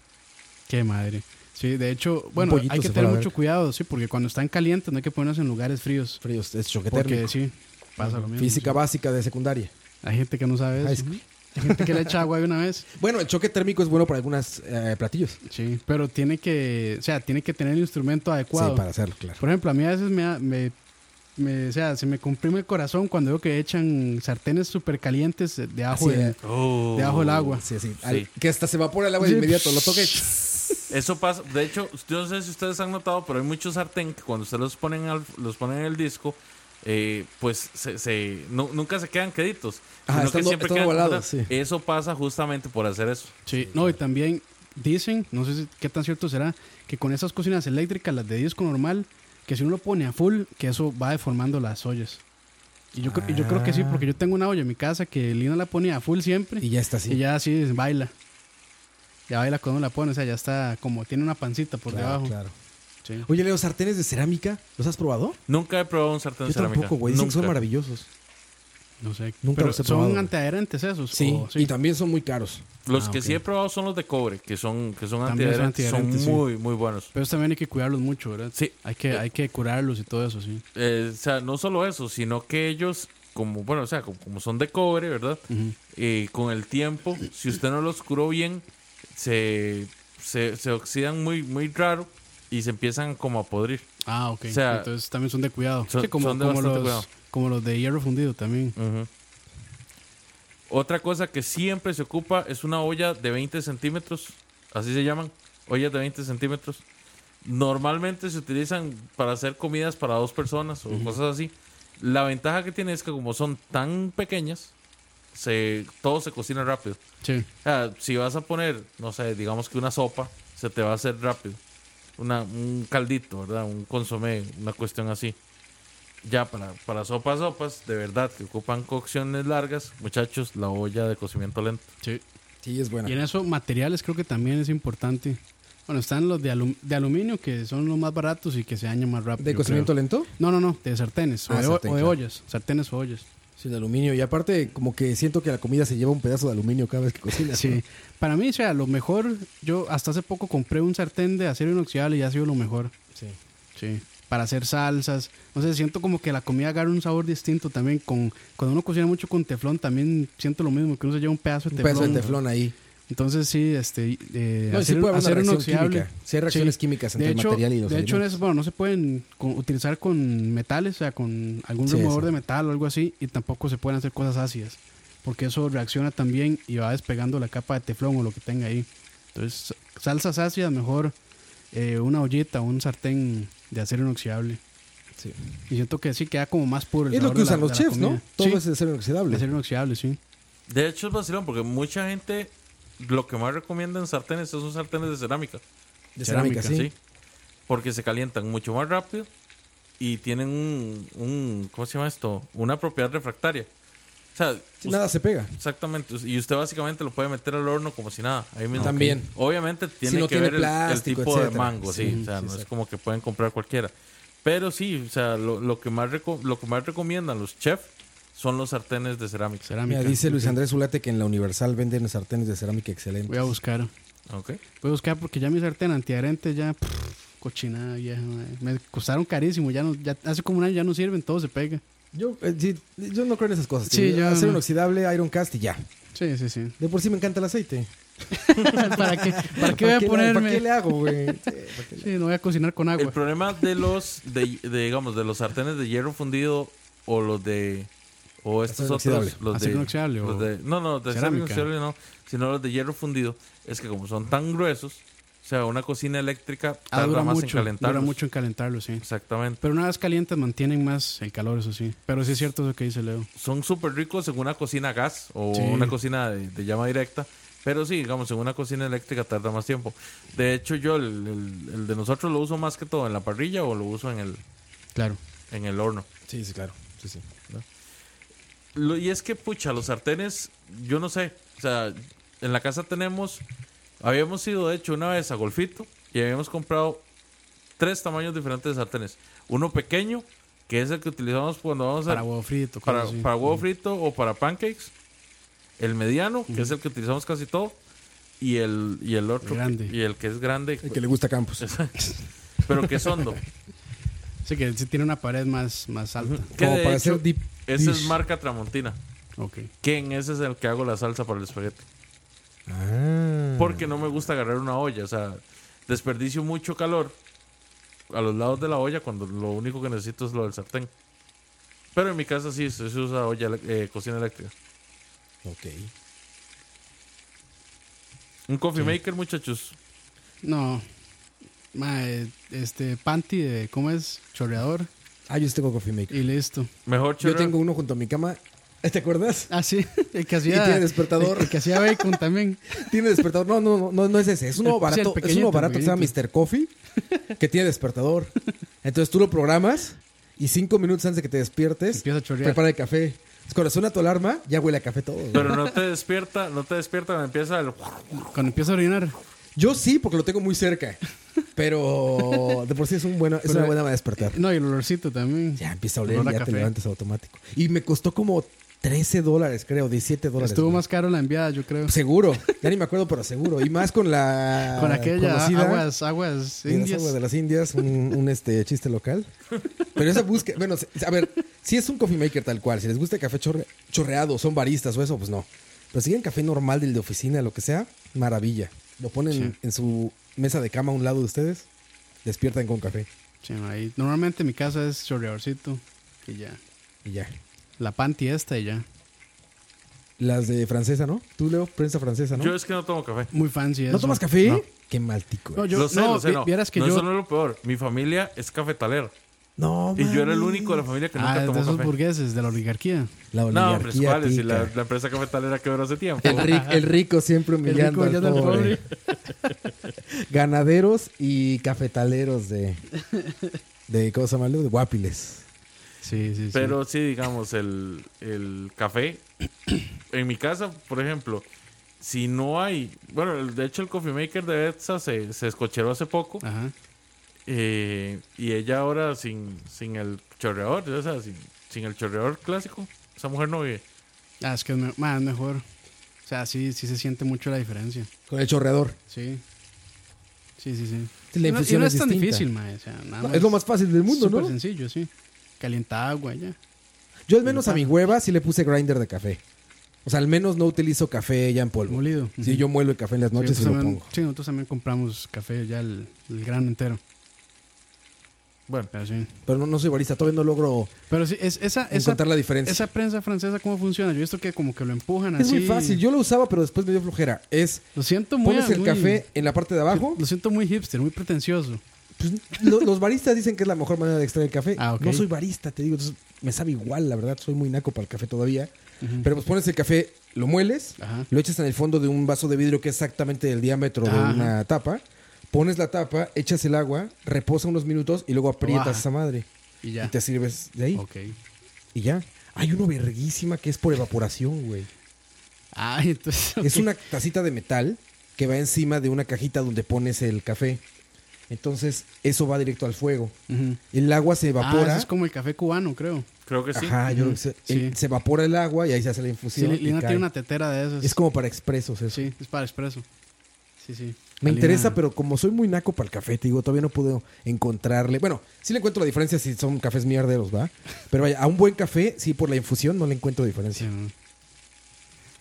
Speaker 4: Qué madre. Sí, de hecho, bueno,
Speaker 5: pollito
Speaker 4: hay que
Speaker 5: se fue a
Speaker 4: tener
Speaker 5: la
Speaker 4: mucho
Speaker 5: verga.
Speaker 4: cuidado, sí, porque cuando están calientes no hay que ponerlos en lugares fríos.
Speaker 5: Fríos, es choque
Speaker 4: Porque
Speaker 5: térmico.
Speaker 4: sí, pasa lo mismo.
Speaker 5: Física
Speaker 4: sí.
Speaker 5: básica de secundaria.
Speaker 4: Hay gente que no sabe
Speaker 5: Ay,
Speaker 4: eso.
Speaker 5: sí.
Speaker 4: Hay gente que le echa agua de una vez.
Speaker 5: Bueno, el choque térmico es bueno para algunos platillos.
Speaker 4: Sí, pero tiene que, o sea, tiene que tener el instrumento adecuado.
Speaker 5: Sí, para hacerlo, claro.
Speaker 4: Por ejemplo, a mí a veces me, da- me, me- o sea, se me comprime el corazón cuando veo que echan sartenes súper calientes debajo,
Speaker 5: Así
Speaker 4: del,
Speaker 5: es.
Speaker 3: Oh.
Speaker 4: debajo del agua.
Speaker 5: Sí, sí. Al- que hasta se evapora el agua de
Speaker 4: Sí.
Speaker 5: inmediato. Lo toque.
Speaker 3: Eso pasa. De hecho, yo no sé si ustedes han notado, pero hay muchos sartén que cuando ustedes los ponen, al- los ponen en el disco, eh, pues se, se- nu- nunca se quedan queditos.
Speaker 5: Ajá,
Speaker 3: sino
Speaker 5: están do- están
Speaker 3: quedan-
Speaker 5: ovalados, sí.
Speaker 3: Eso pasa justamente por hacer eso.
Speaker 4: Sí, no, y también dicen, no sé si- qué tan cierto será, que con esas cocinas eléctricas, las de disco normal, que si uno lo pone a full, que eso va deformando las ollas. Y yo, creo- y yo creo que sí, porque yo tengo una olla en mi casa que Lina la pone a full siempre
Speaker 5: Y
Speaker 4: y,
Speaker 5: ya está así.
Speaker 4: ya así baila. Ya baila cuando uno la pone, o sea, ya está como tiene una pancita por
Speaker 5: Claro,
Speaker 4: debajo.
Speaker 5: claro.
Speaker 4: Sí.
Speaker 5: Oye, Leo, sartenes de cerámica, ¿los has probado?
Speaker 3: Nunca he probado un sartén
Speaker 5: Yo
Speaker 3: cerámica.
Speaker 5: tampoco, güey. Dicen que son
Speaker 3: Nunca.
Speaker 5: maravillosos.
Speaker 4: No sé.
Speaker 5: Nunca
Speaker 4: pero
Speaker 5: los he
Speaker 4: son
Speaker 5: probado.
Speaker 4: antiadherentes esos. o-
Speaker 5: Y también son muy caros.
Speaker 3: Los
Speaker 4: Ah,
Speaker 3: que
Speaker 4: ok.
Speaker 3: sí he probado son los de cobre, que son, que son
Speaker 4: También son
Speaker 3: antiadherentes. Son,
Speaker 4: antiadherentes, sí.
Speaker 3: muy, muy buenos.
Speaker 4: Pero también hay que cuidarlos mucho, ¿verdad?
Speaker 3: Sí.
Speaker 4: Hay
Speaker 5: Eh,
Speaker 4: que, hay que curarlos y todo eso, sí.
Speaker 3: Eh, o sea, no solo eso, sino que ellos, como, bueno, o sea, como, como son de cobre, ¿verdad? Eh, con el tiempo, si usted no los curó bien, se, se, se oxidan muy, muy raro y se empiezan como a podrir.
Speaker 4: Ah, ok.
Speaker 3: O sea,
Speaker 4: Entonces también son de cuidado.
Speaker 3: son-
Speaker 4: Sí, como,
Speaker 3: son de
Speaker 4: como
Speaker 3: bastante
Speaker 4: los,
Speaker 3: cuidado.
Speaker 4: como los de hierro fundido también.
Speaker 3: Ujú. Otra cosa que siempre se ocupa es una olla de 20 centímetros, así se llaman, ollas de 20 centímetros. Normalmente se utilizan para hacer comidas para dos personas o cosas así. La ventaja que tiene es que como son tan pequeñas, se, todo se cocina rápido.
Speaker 4: Sí.
Speaker 3: O sea, si vas a poner, no sé, digamos que una sopa, se te va a hacer rápido. Una, un caldito, ¿verdad? Un consomé, una cuestión así. Ya para, para sopas, sopas, de verdad, que ocupan cocciones largas, muchachos, la olla de cocimiento lento.
Speaker 4: Sí.
Speaker 5: Sí, es buena.
Speaker 4: Y en eso, materiales creo que también es importante. Bueno, están los de, alu- de aluminio, que son los más baratos y que se dañan más rápido.
Speaker 5: ¿De cocimiento
Speaker 4: creo.
Speaker 5: lento?
Speaker 4: No, no, no, de sartenes o,
Speaker 5: Ah,
Speaker 4: de, o
Speaker 5: sartén,
Speaker 4: de
Speaker 5: claro.
Speaker 4: ollas. Sartenes o ollas.
Speaker 5: Sí, de aluminio. Y aparte, como que siento que la comida se lleva un pedazo de aluminio cada vez que cocinas.
Speaker 4: Sí, para mí, o sea, lo mejor, yo hasta hace poco compré un sartén de acero inoxidable y ha sido lo mejor.
Speaker 5: Sí.
Speaker 4: Sí. Para hacer salsas. No sé, siento como que la comida agarra un sabor distinto también. Con, cuando uno cocina mucho con teflón, también siento lo mismo, que uno se lleva un pedazo de
Speaker 5: Un
Speaker 4: teflón.
Speaker 5: pedazo de teflón ahí.
Speaker 4: Entonces, sí, este. Eh,
Speaker 5: No, y sí
Speaker 4: acero-
Speaker 5: puede haber una
Speaker 4: acero
Speaker 5: reacción
Speaker 4: inoxidable.
Speaker 5: química. Sí hay reacciones químicas entre el material y los
Speaker 4: De hecho,
Speaker 5: alimentos.
Speaker 4: es, bueno, no se pueden con- utilizar con metales, o sea, con algún
Speaker 5: Sí,
Speaker 4: removedor
Speaker 5: sí.
Speaker 4: de metal o algo así, y tampoco se pueden hacer cosas ácidas, porque eso reacciona también y va despegando la capa de teflón o lo que tenga ahí. Entonces, salsas ácidas, mejor eh, una ollita o un sartén de acero inoxidable.
Speaker 5: Sí.
Speaker 4: Y siento que sí queda como más puro el
Speaker 5: Es lo
Speaker 4: sabor
Speaker 5: que
Speaker 4: de la-
Speaker 5: usan los
Speaker 4: de la
Speaker 5: chefs, ¿no?
Speaker 4: comida.
Speaker 5: Todo
Speaker 4: Sí,
Speaker 5: es de acero inoxidable.
Speaker 4: acero inoxidable, sí.
Speaker 3: De hecho es vacilón porque mucha gente lo que más recomienda en sartenes son sartenes de cerámica.
Speaker 5: De cerámica, sí.
Speaker 3: Porque se calientan mucho más rápido y tienen un, un- ¿cómo se llama esto? Una propiedad refractaria. O sea,
Speaker 5: Sí,
Speaker 3: us-
Speaker 5: Nada se pega.
Speaker 3: exactamente. Y usted básicamente lo puede meter al horno como si nada. Ahí mismo.
Speaker 5: También.
Speaker 3: Obviamente tiene
Speaker 5: Si no
Speaker 3: que
Speaker 5: tiene
Speaker 3: ver el- el,
Speaker 5: plástico,
Speaker 3: tipo de
Speaker 5: etcétera.
Speaker 3: mango, sí.
Speaker 5: Sí,
Speaker 3: o sea,
Speaker 5: sí,
Speaker 3: no es
Speaker 5: exacto.
Speaker 3: como que pueden comprar cualquiera. Pero sí, o sea, lo, lo que más reco- lo que más recomiendan los chefs son los sartenes de cerámica.
Speaker 4: Cerámica.
Speaker 5: Mira, dice Luis
Speaker 4: Ok.
Speaker 5: Andrés Zulate que en la Universal venden sartenes de cerámica excelente.
Speaker 4: Voy a buscar.
Speaker 3: Ok.
Speaker 4: Voy a buscar porque ya mi sartén antiadherente ya pff, cochinada vieja, madre. me costaron carísimo, ya no, ya hace como un año ya no sirven, todo se pega.
Speaker 5: Yo, eh, sí, yo no creo en esas cosas.
Speaker 4: Sí,
Speaker 5: tío.
Speaker 4: yo
Speaker 5: Acero
Speaker 4: no.
Speaker 5: inoxidable, Iron Cast y ya.
Speaker 4: Sí, sí, sí.
Speaker 5: De por sí me encanta el aceite.
Speaker 4: ¿Para qué, para qué voy a
Speaker 5: le-
Speaker 4: ponerme?
Speaker 5: ¿Para qué le hago, güey? Sí, ¿para qué le-
Speaker 4: Sí, no voy a cocinar con
Speaker 3: El
Speaker 4: agua.
Speaker 3: problema de los de, de, digamos de los sartenes de hierro fundido o los de o estos
Speaker 5: Acero
Speaker 3: otros
Speaker 5: inoxidable.
Speaker 3: los de,
Speaker 4: Acero inoxidable o
Speaker 3: los de- no no de acero
Speaker 4: cerámica.
Speaker 3: inoxidable no sino los de hierro fundido es que como son tan gruesos o sea una cocina eléctrica
Speaker 4: Ah,
Speaker 3: tarda
Speaker 4: dura
Speaker 3: más en
Speaker 4: mucho,
Speaker 3: calentarlos
Speaker 4: dura mucho en calentarlo, sí.
Speaker 3: exactamente
Speaker 4: Pero una vez calientes mantienen más el calor, eso sí. Pero sí es cierto eso que dice Leo.
Speaker 3: son súper ricos en una cocina a gas o
Speaker 4: Sí.
Speaker 3: una cocina de, de llama directa pero sí, digamos, en una cocina eléctrica tarda más tiempo. De hecho, yo el, el- el de nosotros lo uso más que todo en la parrilla o lo uso en el,
Speaker 4: Claro.
Speaker 3: en el horno.
Speaker 5: Sí, sí, claro. Sí, sí.
Speaker 3: Lo- y es que, pucha, los sartenes, yo no sé. O sea, en la casa tenemos. Habíamos ido, de hecho, una vez a Golfito y habíamos comprado tres tamaños diferentes de sartenes. Uno pequeño, que es el que utilizamos cuando vamos a.
Speaker 4: Para huevo frito,
Speaker 3: para,
Speaker 4: cosas así.
Speaker 3: para huevo frito o para pancakes. El mediano, que es el que utilizamos casi todo. Y el, y el otro.
Speaker 4: Grande.
Speaker 3: Y el que es grande, pues,
Speaker 5: El que le gusta Campos.
Speaker 3: pero que es hondo.
Speaker 4: Sí, que sí tiene una pared más, más alta.
Speaker 3: que
Speaker 5: Como
Speaker 3: de
Speaker 5: para
Speaker 3: hecho,
Speaker 5: hacer deep
Speaker 3: ese es
Speaker 5: dish.
Speaker 3: marca Tramontina.
Speaker 4: Ok.
Speaker 3: Que en ese es el que hago la salsa para el espagueti.
Speaker 4: Ah.
Speaker 3: Porque no me gusta agarrar una olla. O sea, desperdicio mucho calor a los lados de la olla cuando lo único que necesito es lo del sartén. Pero en mi casa sí se se usa olla, elec- eh, cocina eléctrica.
Speaker 5: Ok.
Speaker 3: Un coffee maker, muchachos.
Speaker 4: No. Mae, este, panty de, ¿cómo es? Chorreador.
Speaker 5: Ah, yo sí tengo coffee maker.
Speaker 4: Y listo.
Speaker 3: Mejor
Speaker 5: Yo
Speaker 3: chorrear.
Speaker 5: tengo uno junto a mi cama. ¿Te acuerdas?
Speaker 4: Ah, sí, el que hacía.
Speaker 5: Y tiene despertador.
Speaker 4: El, el que hacía bacon también.
Speaker 5: Tiene despertador. No, no, no, no, no es ese. Es
Speaker 4: Sí,
Speaker 5: uno
Speaker 4: el
Speaker 5: barato. es
Speaker 4: pequeñito,
Speaker 5: uno
Speaker 4: el
Speaker 5: barato que se llama
Speaker 4: pequeñito.
Speaker 5: Mr. Coffee, que tiene despertador. Entonces tú lo programas y cinco minutos antes de que te despiertes,
Speaker 4: Empieza a chorrear.
Speaker 5: prepara el café. Entonces, Cuando suena tu alarma, ya huele a café todo. güey.
Speaker 3: Pero no te despierta, no te despierta, empieza el...
Speaker 4: Cuando empieza a orinar.
Speaker 5: Yo sí, porque lo tengo muy cerca. Pero de por sí es, un bueno, es
Speaker 4: Pero-
Speaker 5: una buena manera de despertar.
Speaker 4: No, y el olorcito también.
Speaker 5: Ya empieza a oler,
Speaker 4: Olor a
Speaker 5: ya te
Speaker 4: café.
Speaker 5: levantas automático. Y me costó como 13 dólares, creo, 17 dólares.
Speaker 4: Estuvo
Speaker 5: güey. Pues,
Speaker 4: más caro la enviada, yo creo.
Speaker 5: Seguro, ya ni me acuerdo, pero seguro. Y más con la.
Speaker 4: Con aquella
Speaker 5: ah, conocida
Speaker 4: aguas, aguas
Speaker 5: de las
Speaker 4: indias.
Speaker 5: aguas de las Indias, un, un, este chiste local. Pero esa búsqueda. Bueno, se- a ver, si es un coffee maker tal cual, si les gusta el café chorre- chorreado, son baristas o eso, pues no. Pero si quieren café normal del de oficina, lo que sea, maravilla. Lo ponen
Speaker 4: Sí.
Speaker 5: en su mesa de cama a un lado de ustedes, despiertan con café
Speaker 4: Sí, ahí. Normalmente mi casa es chorreadorcito. Y ya.
Speaker 5: y ya.
Speaker 4: La panty esta y ya.
Speaker 5: Las de francesa, ¿no? Tú, Leo, prensa francesa, ¿no?
Speaker 3: Yo es que no tomo café.
Speaker 4: Muy fancy eso.
Speaker 5: ¿No tomas café?
Speaker 4: No.
Speaker 5: Qué maltico.
Speaker 4: No, yo
Speaker 3: lo sé,
Speaker 4: no,
Speaker 3: lo sé,
Speaker 4: vi-
Speaker 3: no.
Speaker 4: vieras que
Speaker 3: No,
Speaker 4: yo
Speaker 3: Eso no es lo peor. Mi familia es cafetalera.
Speaker 5: No,
Speaker 3: Y yo era el
Speaker 5: mames.
Speaker 3: único de la familia que
Speaker 4: Ah,
Speaker 3: nunca
Speaker 4: de
Speaker 3: tomó
Speaker 4: esos
Speaker 3: café.
Speaker 4: burgueses de la oligarquía.
Speaker 5: La
Speaker 3: No, hombre,
Speaker 5: oligarquía
Speaker 3: ¿cuál? Si la,
Speaker 5: pica.
Speaker 3: la empresa cafetalera quebró hace tiempo.
Speaker 5: El, ri- el rico siempre
Speaker 4: rico
Speaker 5: humillando al
Speaker 4: humillando al
Speaker 5: pobre. Ganaderos y cafetaleros de. de ¿Cómo se llama? De guapiles.
Speaker 4: Sí, sí, sí.
Speaker 3: Pero sí, digamos, el, el café. En mi casa, por ejemplo, si no hay. Bueno, el- de hecho, el coffee maker de Betsa se, se escocheró hace poco.
Speaker 5: Ah.
Speaker 4: Ajá.
Speaker 3: eh, y ella ahora sin, sin el chorreador, o sea, sin, sin el chorreador clásico, esa mujer no vive.
Speaker 4: Ah, es que es, me- ma, es mejor. O sea, sí, sí se siente mucho la diferencia.
Speaker 5: Con el chorreador.
Speaker 4: Sí. Sí, sí, sí.
Speaker 5: La
Speaker 4: Y no, y
Speaker 5: infusión
Speaker 4: no
Speaker 5: es
Speaker 4: es tan
Speaker 5: distinta.
Speaker 4: difícil, mae. O sea, nada
Speaker 5: No, es lo más fácil del mundo,
Speaker 4: Ah, súper
Speaker 5: ¿no?
Speaker 4: sencillo, sí. Calienta agua, ya.
Speaker 5: Yo al
Speaker 4: Ah.
Speaker 5: menos a mi hueva sí le puse grinder de café. O sea, al menos no utilizo café ya en polvo.
Speaker 4: Molido.
Speaker 5: Sí, yo muelo el café en las noches
Speaker 4: sí,
Speaker 5: y lo
Speaker 4: nosotros también,
Speaker 5: pongo.
Speaker 4: sí, nosotros también compramos café ya el, el grano entero.
Speaker 3: Bueno.
Speaker 4: Pero sí.
Speaker 5: Pero no, no soy barista, todavía no logro
Speaker 4: Pero sí, es, esa, esa,
Speaker 5: encontrar la diferencia.
Speaker 4: esa prensa francesa, ¿cómo funciona? Yo he visto que como que lo empujan
Speaker 5: es
Speaker 4: así.
Speaker 5: muy fácil, yo lo usaba, pero después me dio flojera. Es
Speaker 4: Lo siento muy...
Speaker 5: pones el
Speaker 4: muy-
Speaker 5: café en la parte de abajo.
Speaker 4: Lo siento muy hipster, muy pretencioso.
Speaker 5: Pues, lo- los baristas dicen que es la mejor manera de extraer el café.
Speaker 4: Ah, ok.
Speaker 5: No soy barista, te digo, entonces me sabe igual, la verdad, soy muy naco para el café todavía. Pero pues pones el café, lo mueles,
Speaker 4: Ajá.
Speaker 5: lo echas en el fondo de un vaso de vidrio que es exactamente del diámetro
Speaker 4: Ajá.
Speaker 5: de una tapa. Pones la tapa, echas el agua, reposa unos minutos y luego aprietas
Speaker 4: baja.
Speaker 5: esa madre.
Speaker 4: Y ya.
Speaker 5: Y te sirves de ahí.
Speaker 4: Ok.
Speaker 5: Y ya. Hay uno verguísima que es por evaporación, güey.
Speaker 4: Ah, entonces...
Speaker 5: Es
Speaker 4: ok.
Speaker 5: una tacita de metal que va encima de una cajita donde pones el café. Entonces, eso va directo al fuego.
Speaker 4: Ujú.
Speaker 5: El agua se
Speaker 4: Ah,
Speaker 5: evapora.
Speaker 4: eso es como el café cubano, creo.
Speaker 3: Creo que sí.
Speaker 5: Ajá, yo creo que se,
Speaker 4: Sí.
Speaker 5: el- se evapora el agua y ahí se hace la
Speaker 4: Sí,
Speaker 5: infusión.
Speaker 4: Li-
Speaker 5: y
Speaker 4: Lina
Speaker 5: cae.
Speaker 4: tiene una tetera de esas.
Speaker 5: Es como para expresos eso.
Speaker 4: Sí, es para expreso. Sí, sí.
Speaker 5: Me
Speaker 4: Lina-
Speaker 5: interesa, pero como soy muy naco para el café, te digo, todavía no puedo encontrarle. Bueno, sí le encuentro la diferencia si son cafés mierderos, ¿va? Pero vaya, a un buen café, sí, por la infusión no le encuentro
Speaker 4: Sí,
Speaker 5: diferencia.
Speaker 4: no.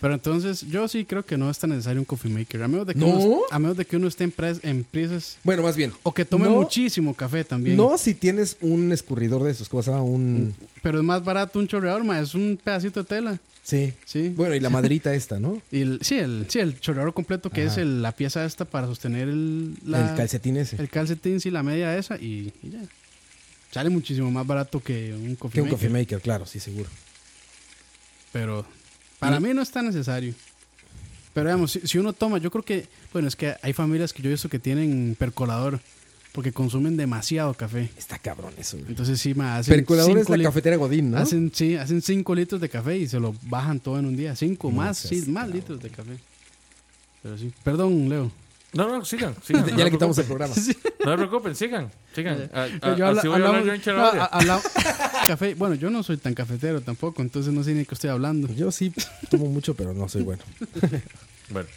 Speaker 4: Pero entonces, yo sí creo que no es tan necesario un coffee maker. A menos de que,
Speaker 5: ¿No?
Speaker 4: uno, a menos de que uno esté en, pres- en prisas
Speaker 5: Bueno, más bien.
Speaker 4: o que tome
Speaker 5: no-
Speaker 4: muchísimo café también.
Speaker 5: No si tienes un escurridor de esos, cosas, un...
Speaker 4: Pero es más barato un chorreador, ma, es un pedacito de tela.
Speaker 5: Sí.
Speaker 4: Sí.
Speaker 5: Bueno, y la madrita esta, ¿no?
Speaker 4: Y el, sí, el, sí, el chorreador completo que
Speaker 5: Ajá.
Speaker 4: es el- la pieza esta para sostener el, la-
Speaker 5: el calcetín ese.
Speaker 4: el calcetín, sí, la media esa y, y ya. Sale muchísimo más barato que un coffee
Speaker 5: Que un
Speaker 4: maker.
Speaker 5: coffee maker, claro, sí, seguro.
Speaker 4: Pero para mí no es tan necesario. Pero digamos, si, si uno toma, yo creo que, bueno, es que hay familias que yo he visto que tienen percolador porque consumen demasiado café.
Speaker 5: Está cabrón eso. güey.
Speaker 4: Entonces sí, ma, hacen
Speaker 5: Percolador es
Speaker 4: cinco
Speaker 5: la
Speaker 4: lit-
Speaker 5: cafetera Godín, ¿no?
Speaker 4: Hacen, sí, hacen cinco litros de café y se lo bajan todo en un día. Cinco más, sí, más litros de café. Pero sí. Perdón, Leo.
Speaker 3: No, no, sigan. sigan
Speaker 5: ya
Speaker 3: no
Speaker 5: le
Speaker 3: se
Speaker 5: quitamos el
Speaker 3: preocupen.
Speaker 5: programa.
Speaker 3: No se preocupen, sigan. Sigan. A- a-
Speaker 4: Yo habla-
Speaker 3: así voy a hablar
Speaker 4: hablamos-
Speaker 3: yo en
Speaker 4: no,
Speaker 3: Charabia.
Speaker 4: a- habla- café. Bueno, yo no soy tan cafetero tampoco, entonces no sé ni de qué estoy hablando.
Speaker 5: Yo sí tomo mucho, pero no soy bueno.
Speaker 3: Bueno,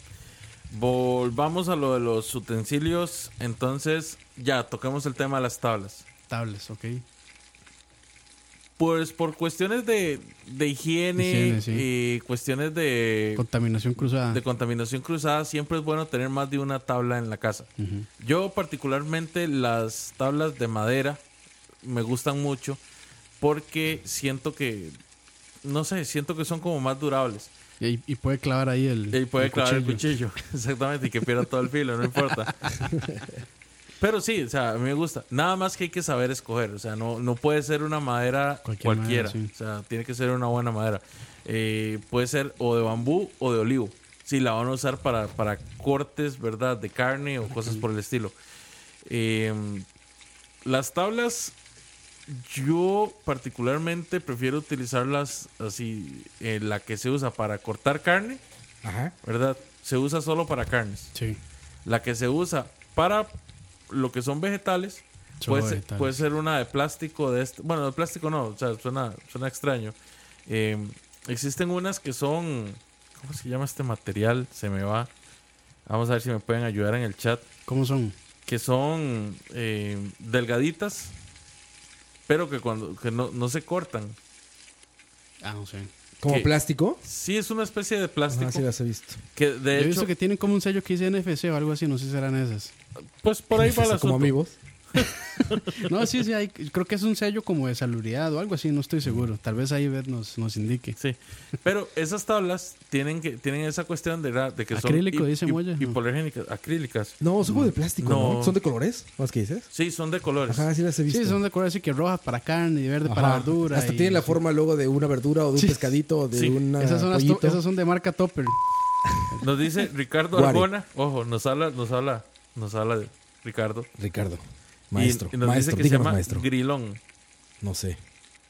Speaker 3: volvamos a lo de los utensilios. Entonces, ya, toquemos el tema de las tablas.
Speaker 4: Tables, ok.
Speaker 3: Pues por cuestiones de, de higiene,
Speaker 4: Higiene, sí. ah.
Speaker 3: y cuestiones de,
Speaker 4: Contaminación cruzada.
Speaker 3: de contaminación cruzada, siempre es bueno tener más de una tabla en la casa.
Speaker 4: Ujú.
Speaker 3: Yo particularmente las tablas de madera me gustan mucho porque siento que, no sé, siento que son como más durables.
Speaker 4: Y, y puede clavar ahí el.
Speaker 3: Y puede
Speaker 4: el
Speaker 3: clavar el
Speaker 4: cuchillo.
Speaker 3: cuchillo. Exactamente, y que pierda todo el filo, no importa. Pero sí, o sea, a mí me gusta. Nada más que hay que saber escoger. O sea, no, no puede ser una madera
Speaker 4: Cualquier
Speaker 3: cualquiera.
Speaker 4: madera, sí.
Speaker 3: O sea, tiene que ser una buena madera. Eh, puede ser o de bambú o de olivo. Si la van a usar para, para cortes, ¿verdad? De carne o cosas por el estilo. Eh, las tablas, yo particularmente prefiero utilizarlas así, eh, la que se usa para cortar carne.
Speaker 5: Ajá.
Speaker 3: ¿verdad? Se usa solo para carnes.
Speaker 4: Sí.
Speaker 3: La que se usa para lo que son vegetales,
Speaker 4: Solo
Speaker 3: puede ser,
Speaker 4: vegetales.
Speaker 3: puede ser una de plástico de este, bueno, de plástico no, o sea, suena, suena extraño. Eh, existen unas que son, ¿cómo se llama este material? Se me va. Vamos a ver si me pueden ayudar en el chat.
Speaker 4: ¿Cómo son?
Speaker 3: Que son eh, delgaditas, pero que cuando que no, no se cortan.
Speaker 4: Ah, no sé.
Speaker 5: ¿Como
Speaker 3: ¿Qué?
Speaker 5: plástico?
Speaker 3: Sí, es una especie de
Speaker 5: Ajá,
Speaker 3: plástico
Speaker 5: sí las he visto.
Speaker 3: que
Speaker 4: Yo
Speaker 3: de
Speaker 4: he
Speaker 3: hecho,
Speaker 4: visto que tienen como un sello que dice NFC o algo así, no sé si serán esas.
Speaker 3: pues por ahí va el
Speaker 5: Así
Speaker 3: asunto.
Speaker 5: como amigos.
Speaker 4: No, sí, sí, hay, creo que es un sello como de salubridad o algo así, no estoy seguro. Tal vez ahí Beth nos, nos indique.
Speaker 3: Sí, pero esas tablas tienen que tienen esa cuestión de, ra- de que
Speaker 4: Acrílico,
Speaker 3: son hi-
Speaker 4: dice
Speaker 3: hi-
Speaker 4: Moya, no.
Speaker 3: hipoalergénicas, acrílicas.
Speaker 5: No, son como de plástico, ¿no?
Speaker 3: No.
Speaker 5: ¿Son de colores? ¿Más que dices?
Speaker 3: Sí, son de colores.
Speaker 5: Ajá, sí las he visto.
Speaker 4: Pues, Sí, son de color así que rojas para carne y verde
Speaker 5: Ajá.
Speaker 4: para verdura.
Speaker 5: Hasta
Speaker 4: y-
Speaker 5: tienen la forma luego de una verdura o de un
Speaker 4: Sí.
Speaker 5: pescadito o de
Speaker 3: Sí.
Speaker 5: un
Speaker 4: Esas son, las to-
Speaker 5: pollito.
Speaker 4: esas son de marca Topper.
Speaker 3: Nos dice Ricardo
Speaker 5: Guare.
Speaker 3: Argona, ojo, nos habla, nos habla, nos habla de Ricardo.
Speaker 5: Ricardo,
Speaker 3: Y-
Speaker 5: maestro,
Speaker 3: y, nos dice
Speaker 5: maestro,
Speaker 3: que se
Speaker 5: díganos
Speaker 3: llama
Speaker 5: maestro.
Speaker 3: grilón.
Speaker 5: No sé.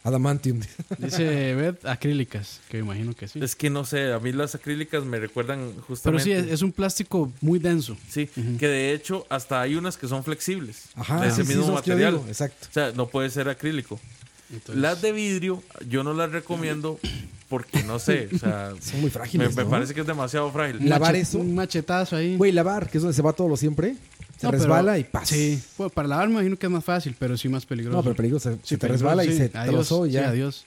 Speaker 5: Adamantium.
Speaker 4: Dice Beth acrílicas, que me imagino que sí.
Speaker 3: Es que no sé, a mí las acrílicas me recuerdan
Speaker 4: Pero
Speaker 3: justamente.
Speaker 4: sí, es, es un plástico muy denso.
Speaker 3: Sí, que de hecho hasta hay unas que son flexibles.
Speaker 5: Ajá,
Speaker 3: de
Speaker 5: sí,
Speaker 3: ese
Speaker 5: sí,
Speaker 3: mismo
Speaker 5: son las que yo
Speaker 3: material.
Speaker 5: digo, exacto.
Speaker 3: O sea, no puede ser acrílico.
Speaker 4: Entonces-
Speaker 3: Las de vidrio, yo no las recomiendo porque no sé. O sea,
Speaker 5: Son muy
Speaker 3: me,
Speaker 5: frágiles.
Speaker 3: me
Speaker 5: ¿no?
Speaker 3: parece que es demasiado frágil.
Speaker 4: Un
Speaker 5: lavar
Speaker 4: mache-
Speaker 5: eso.
Speaker 4: Un machetazo ahí.
Speaker 5: Güey, lavar, que es donde se va todo lo siempre. Se
Speaker 4: No, pero-
Speaker 5: resbala y pasa.
Speaker 4: Sí, bueno, para lavar me imagino que es más fácil, pero sí más peligroso.
Speaker 5: No, pero peligroso. Se,
Speaker 4: Sí,
Speaker 5: se te
Speaker 4: peligroso,
Speaker 5: resbala y
Speaker 4: sí.
Speaker 5: se
Speaker 4: Adiós,
Speaker 5: trozó y
Speaker 4: sí,
Speaker 5: ya.
Speaker 4: adiós.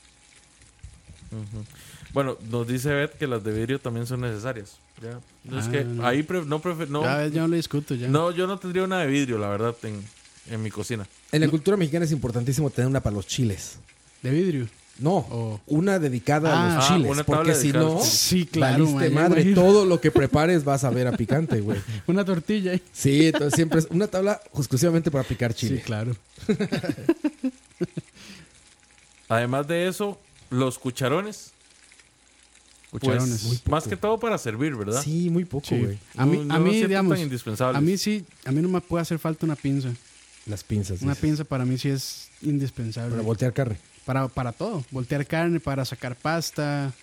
Speaker 3: Bueno, nos dice Beth que las de vidrio también son necesarias. Ya. No, Es
Speaker 4: Ah,
Speaker 3: que
Speaker 4: no.
Speaker 3: ahí pre- no, prefe- no,
Speaker 4: Ya, ves, ya no le discuto. Ya.
Speaker 3: no, yo no tendría una de vidrio, la verdad, en, en mi cocina.
Speaker 5: En la cultura mexicana es importantísimo tener una para los chiles.
Speaker 4: De vidrio.
Speaker 5: No,
Speaker 4: Oh.
Speaker 5: una dedicada a
Speaker 4: Ah,
Speaker 5: los
Speaker 3: ah,
Speaker 5: chiles.
Speaker 3: una
Speaker 5: Porque
Speaker 3: tabla
Speaker 5: si
Speaker 3: dedicada a
Speaker 5: no,
Speaker 3: los chiles.
Speaker 4: Sí, claro,
Speaker 5: valiste
Speaker 4: man, ya
Speaker 5: madre.
Speaker 4: imagino.
Speaker 5: Todo lo que prepares vas a ver a picante, güey.
Speaker 4: Una tortilla ahí.
Speaker 5: Sí, entonces siempre es una tabla exclusivamente para picar chile.
Speaker 4: Sí, claro.
Speaker 3: Además de eso, los cucharones. pues,
Speaker 4: Cucharones. Muy
Speaker 3: más que todo para servir, ¿verdad?
Speaker 5: Sí, muy poco,
Speaker 4: Sí.
Speaker 5: güey.
Speaker 4: A mí,
Speaker 3: No- no
Speaker 4: a
Speaker 3: los
Speaker 4: mí
Speaker 3: siento
Speaker 4: digamos,
Speaker 3: tan indispensables.
Speaker 4: a mí sí, a mí no me puede hacer falta una pinza.
Speaker 5: Las pinzas.
Speaker 4: Una
Speaker 5: dices.
Speaker 4: pinza para mí sí es indispensable.
Speaker 5: Para voltear carne.
Speaker 4: para, para todo. Voltear carne, para sacar pasta.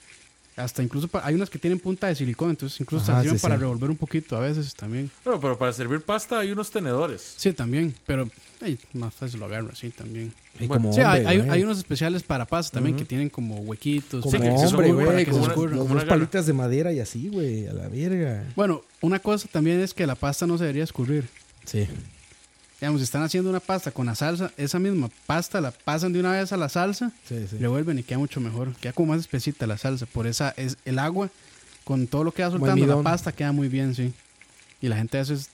Speaker 4: Hasta incluso pa- hay unas que tienen punta de silicón, entonces incluso hasta
Speaker 5: Ajá,
Speaker 4: sirven
Speaker 5: sí,
Speaker 4: para
Speaker 5: sí.
Speaker 4: revolver un poquito a veces también.
Speaker 3: Bueno, pero para servir pasta hay unos tenedores.
Speaker 4: Sí, también, pero ay, más fácil lo agarro así también.
Speaker 5: Y
Speaker 3: Bueno,
Speaker 5: como
Speaker 4: sí, hay,
Speaker 5: hombre,
Speaker 4: hay-
Speaker 5: güey.
Speaker 4: hay unos especiales para pasta también que tienen como huequitos.
Speaker 5: Como
Speaker 3: Sí, que- que son
Speaker 5: hombre,
Speaker 3: como para
Speaker 5: güey.
Speaker 3: que se
Speaker 5: Con las-
Speaker 3: escurra,
Speaker 5: las
Speaker 3: como una
Speaker 5: dos
Speaker 3: garra.
Speaker 5: palitas de madera y así, güey. A la verga.
Speaker 4: Bueno, una cosa también es que la pasta no se debería escurrir.
Speaker 5: Sí.
Speaker 4: Digamos, si están haciendo una pasta con la salsa, esa misma pasta la pasan de una vez a la salsa,
Speaker 5: Sí, sí.
Speaker 4: revuelven y queda mucho mejor. Queda como más espesita la salsa. Por esa es el agua, con todo lo que va
Speaker 5: Como
Speaker 4: soltando la
Speaker 5: almidón.
Speaker 4: pasta, queda muy bien, sí. Y la gente a veces.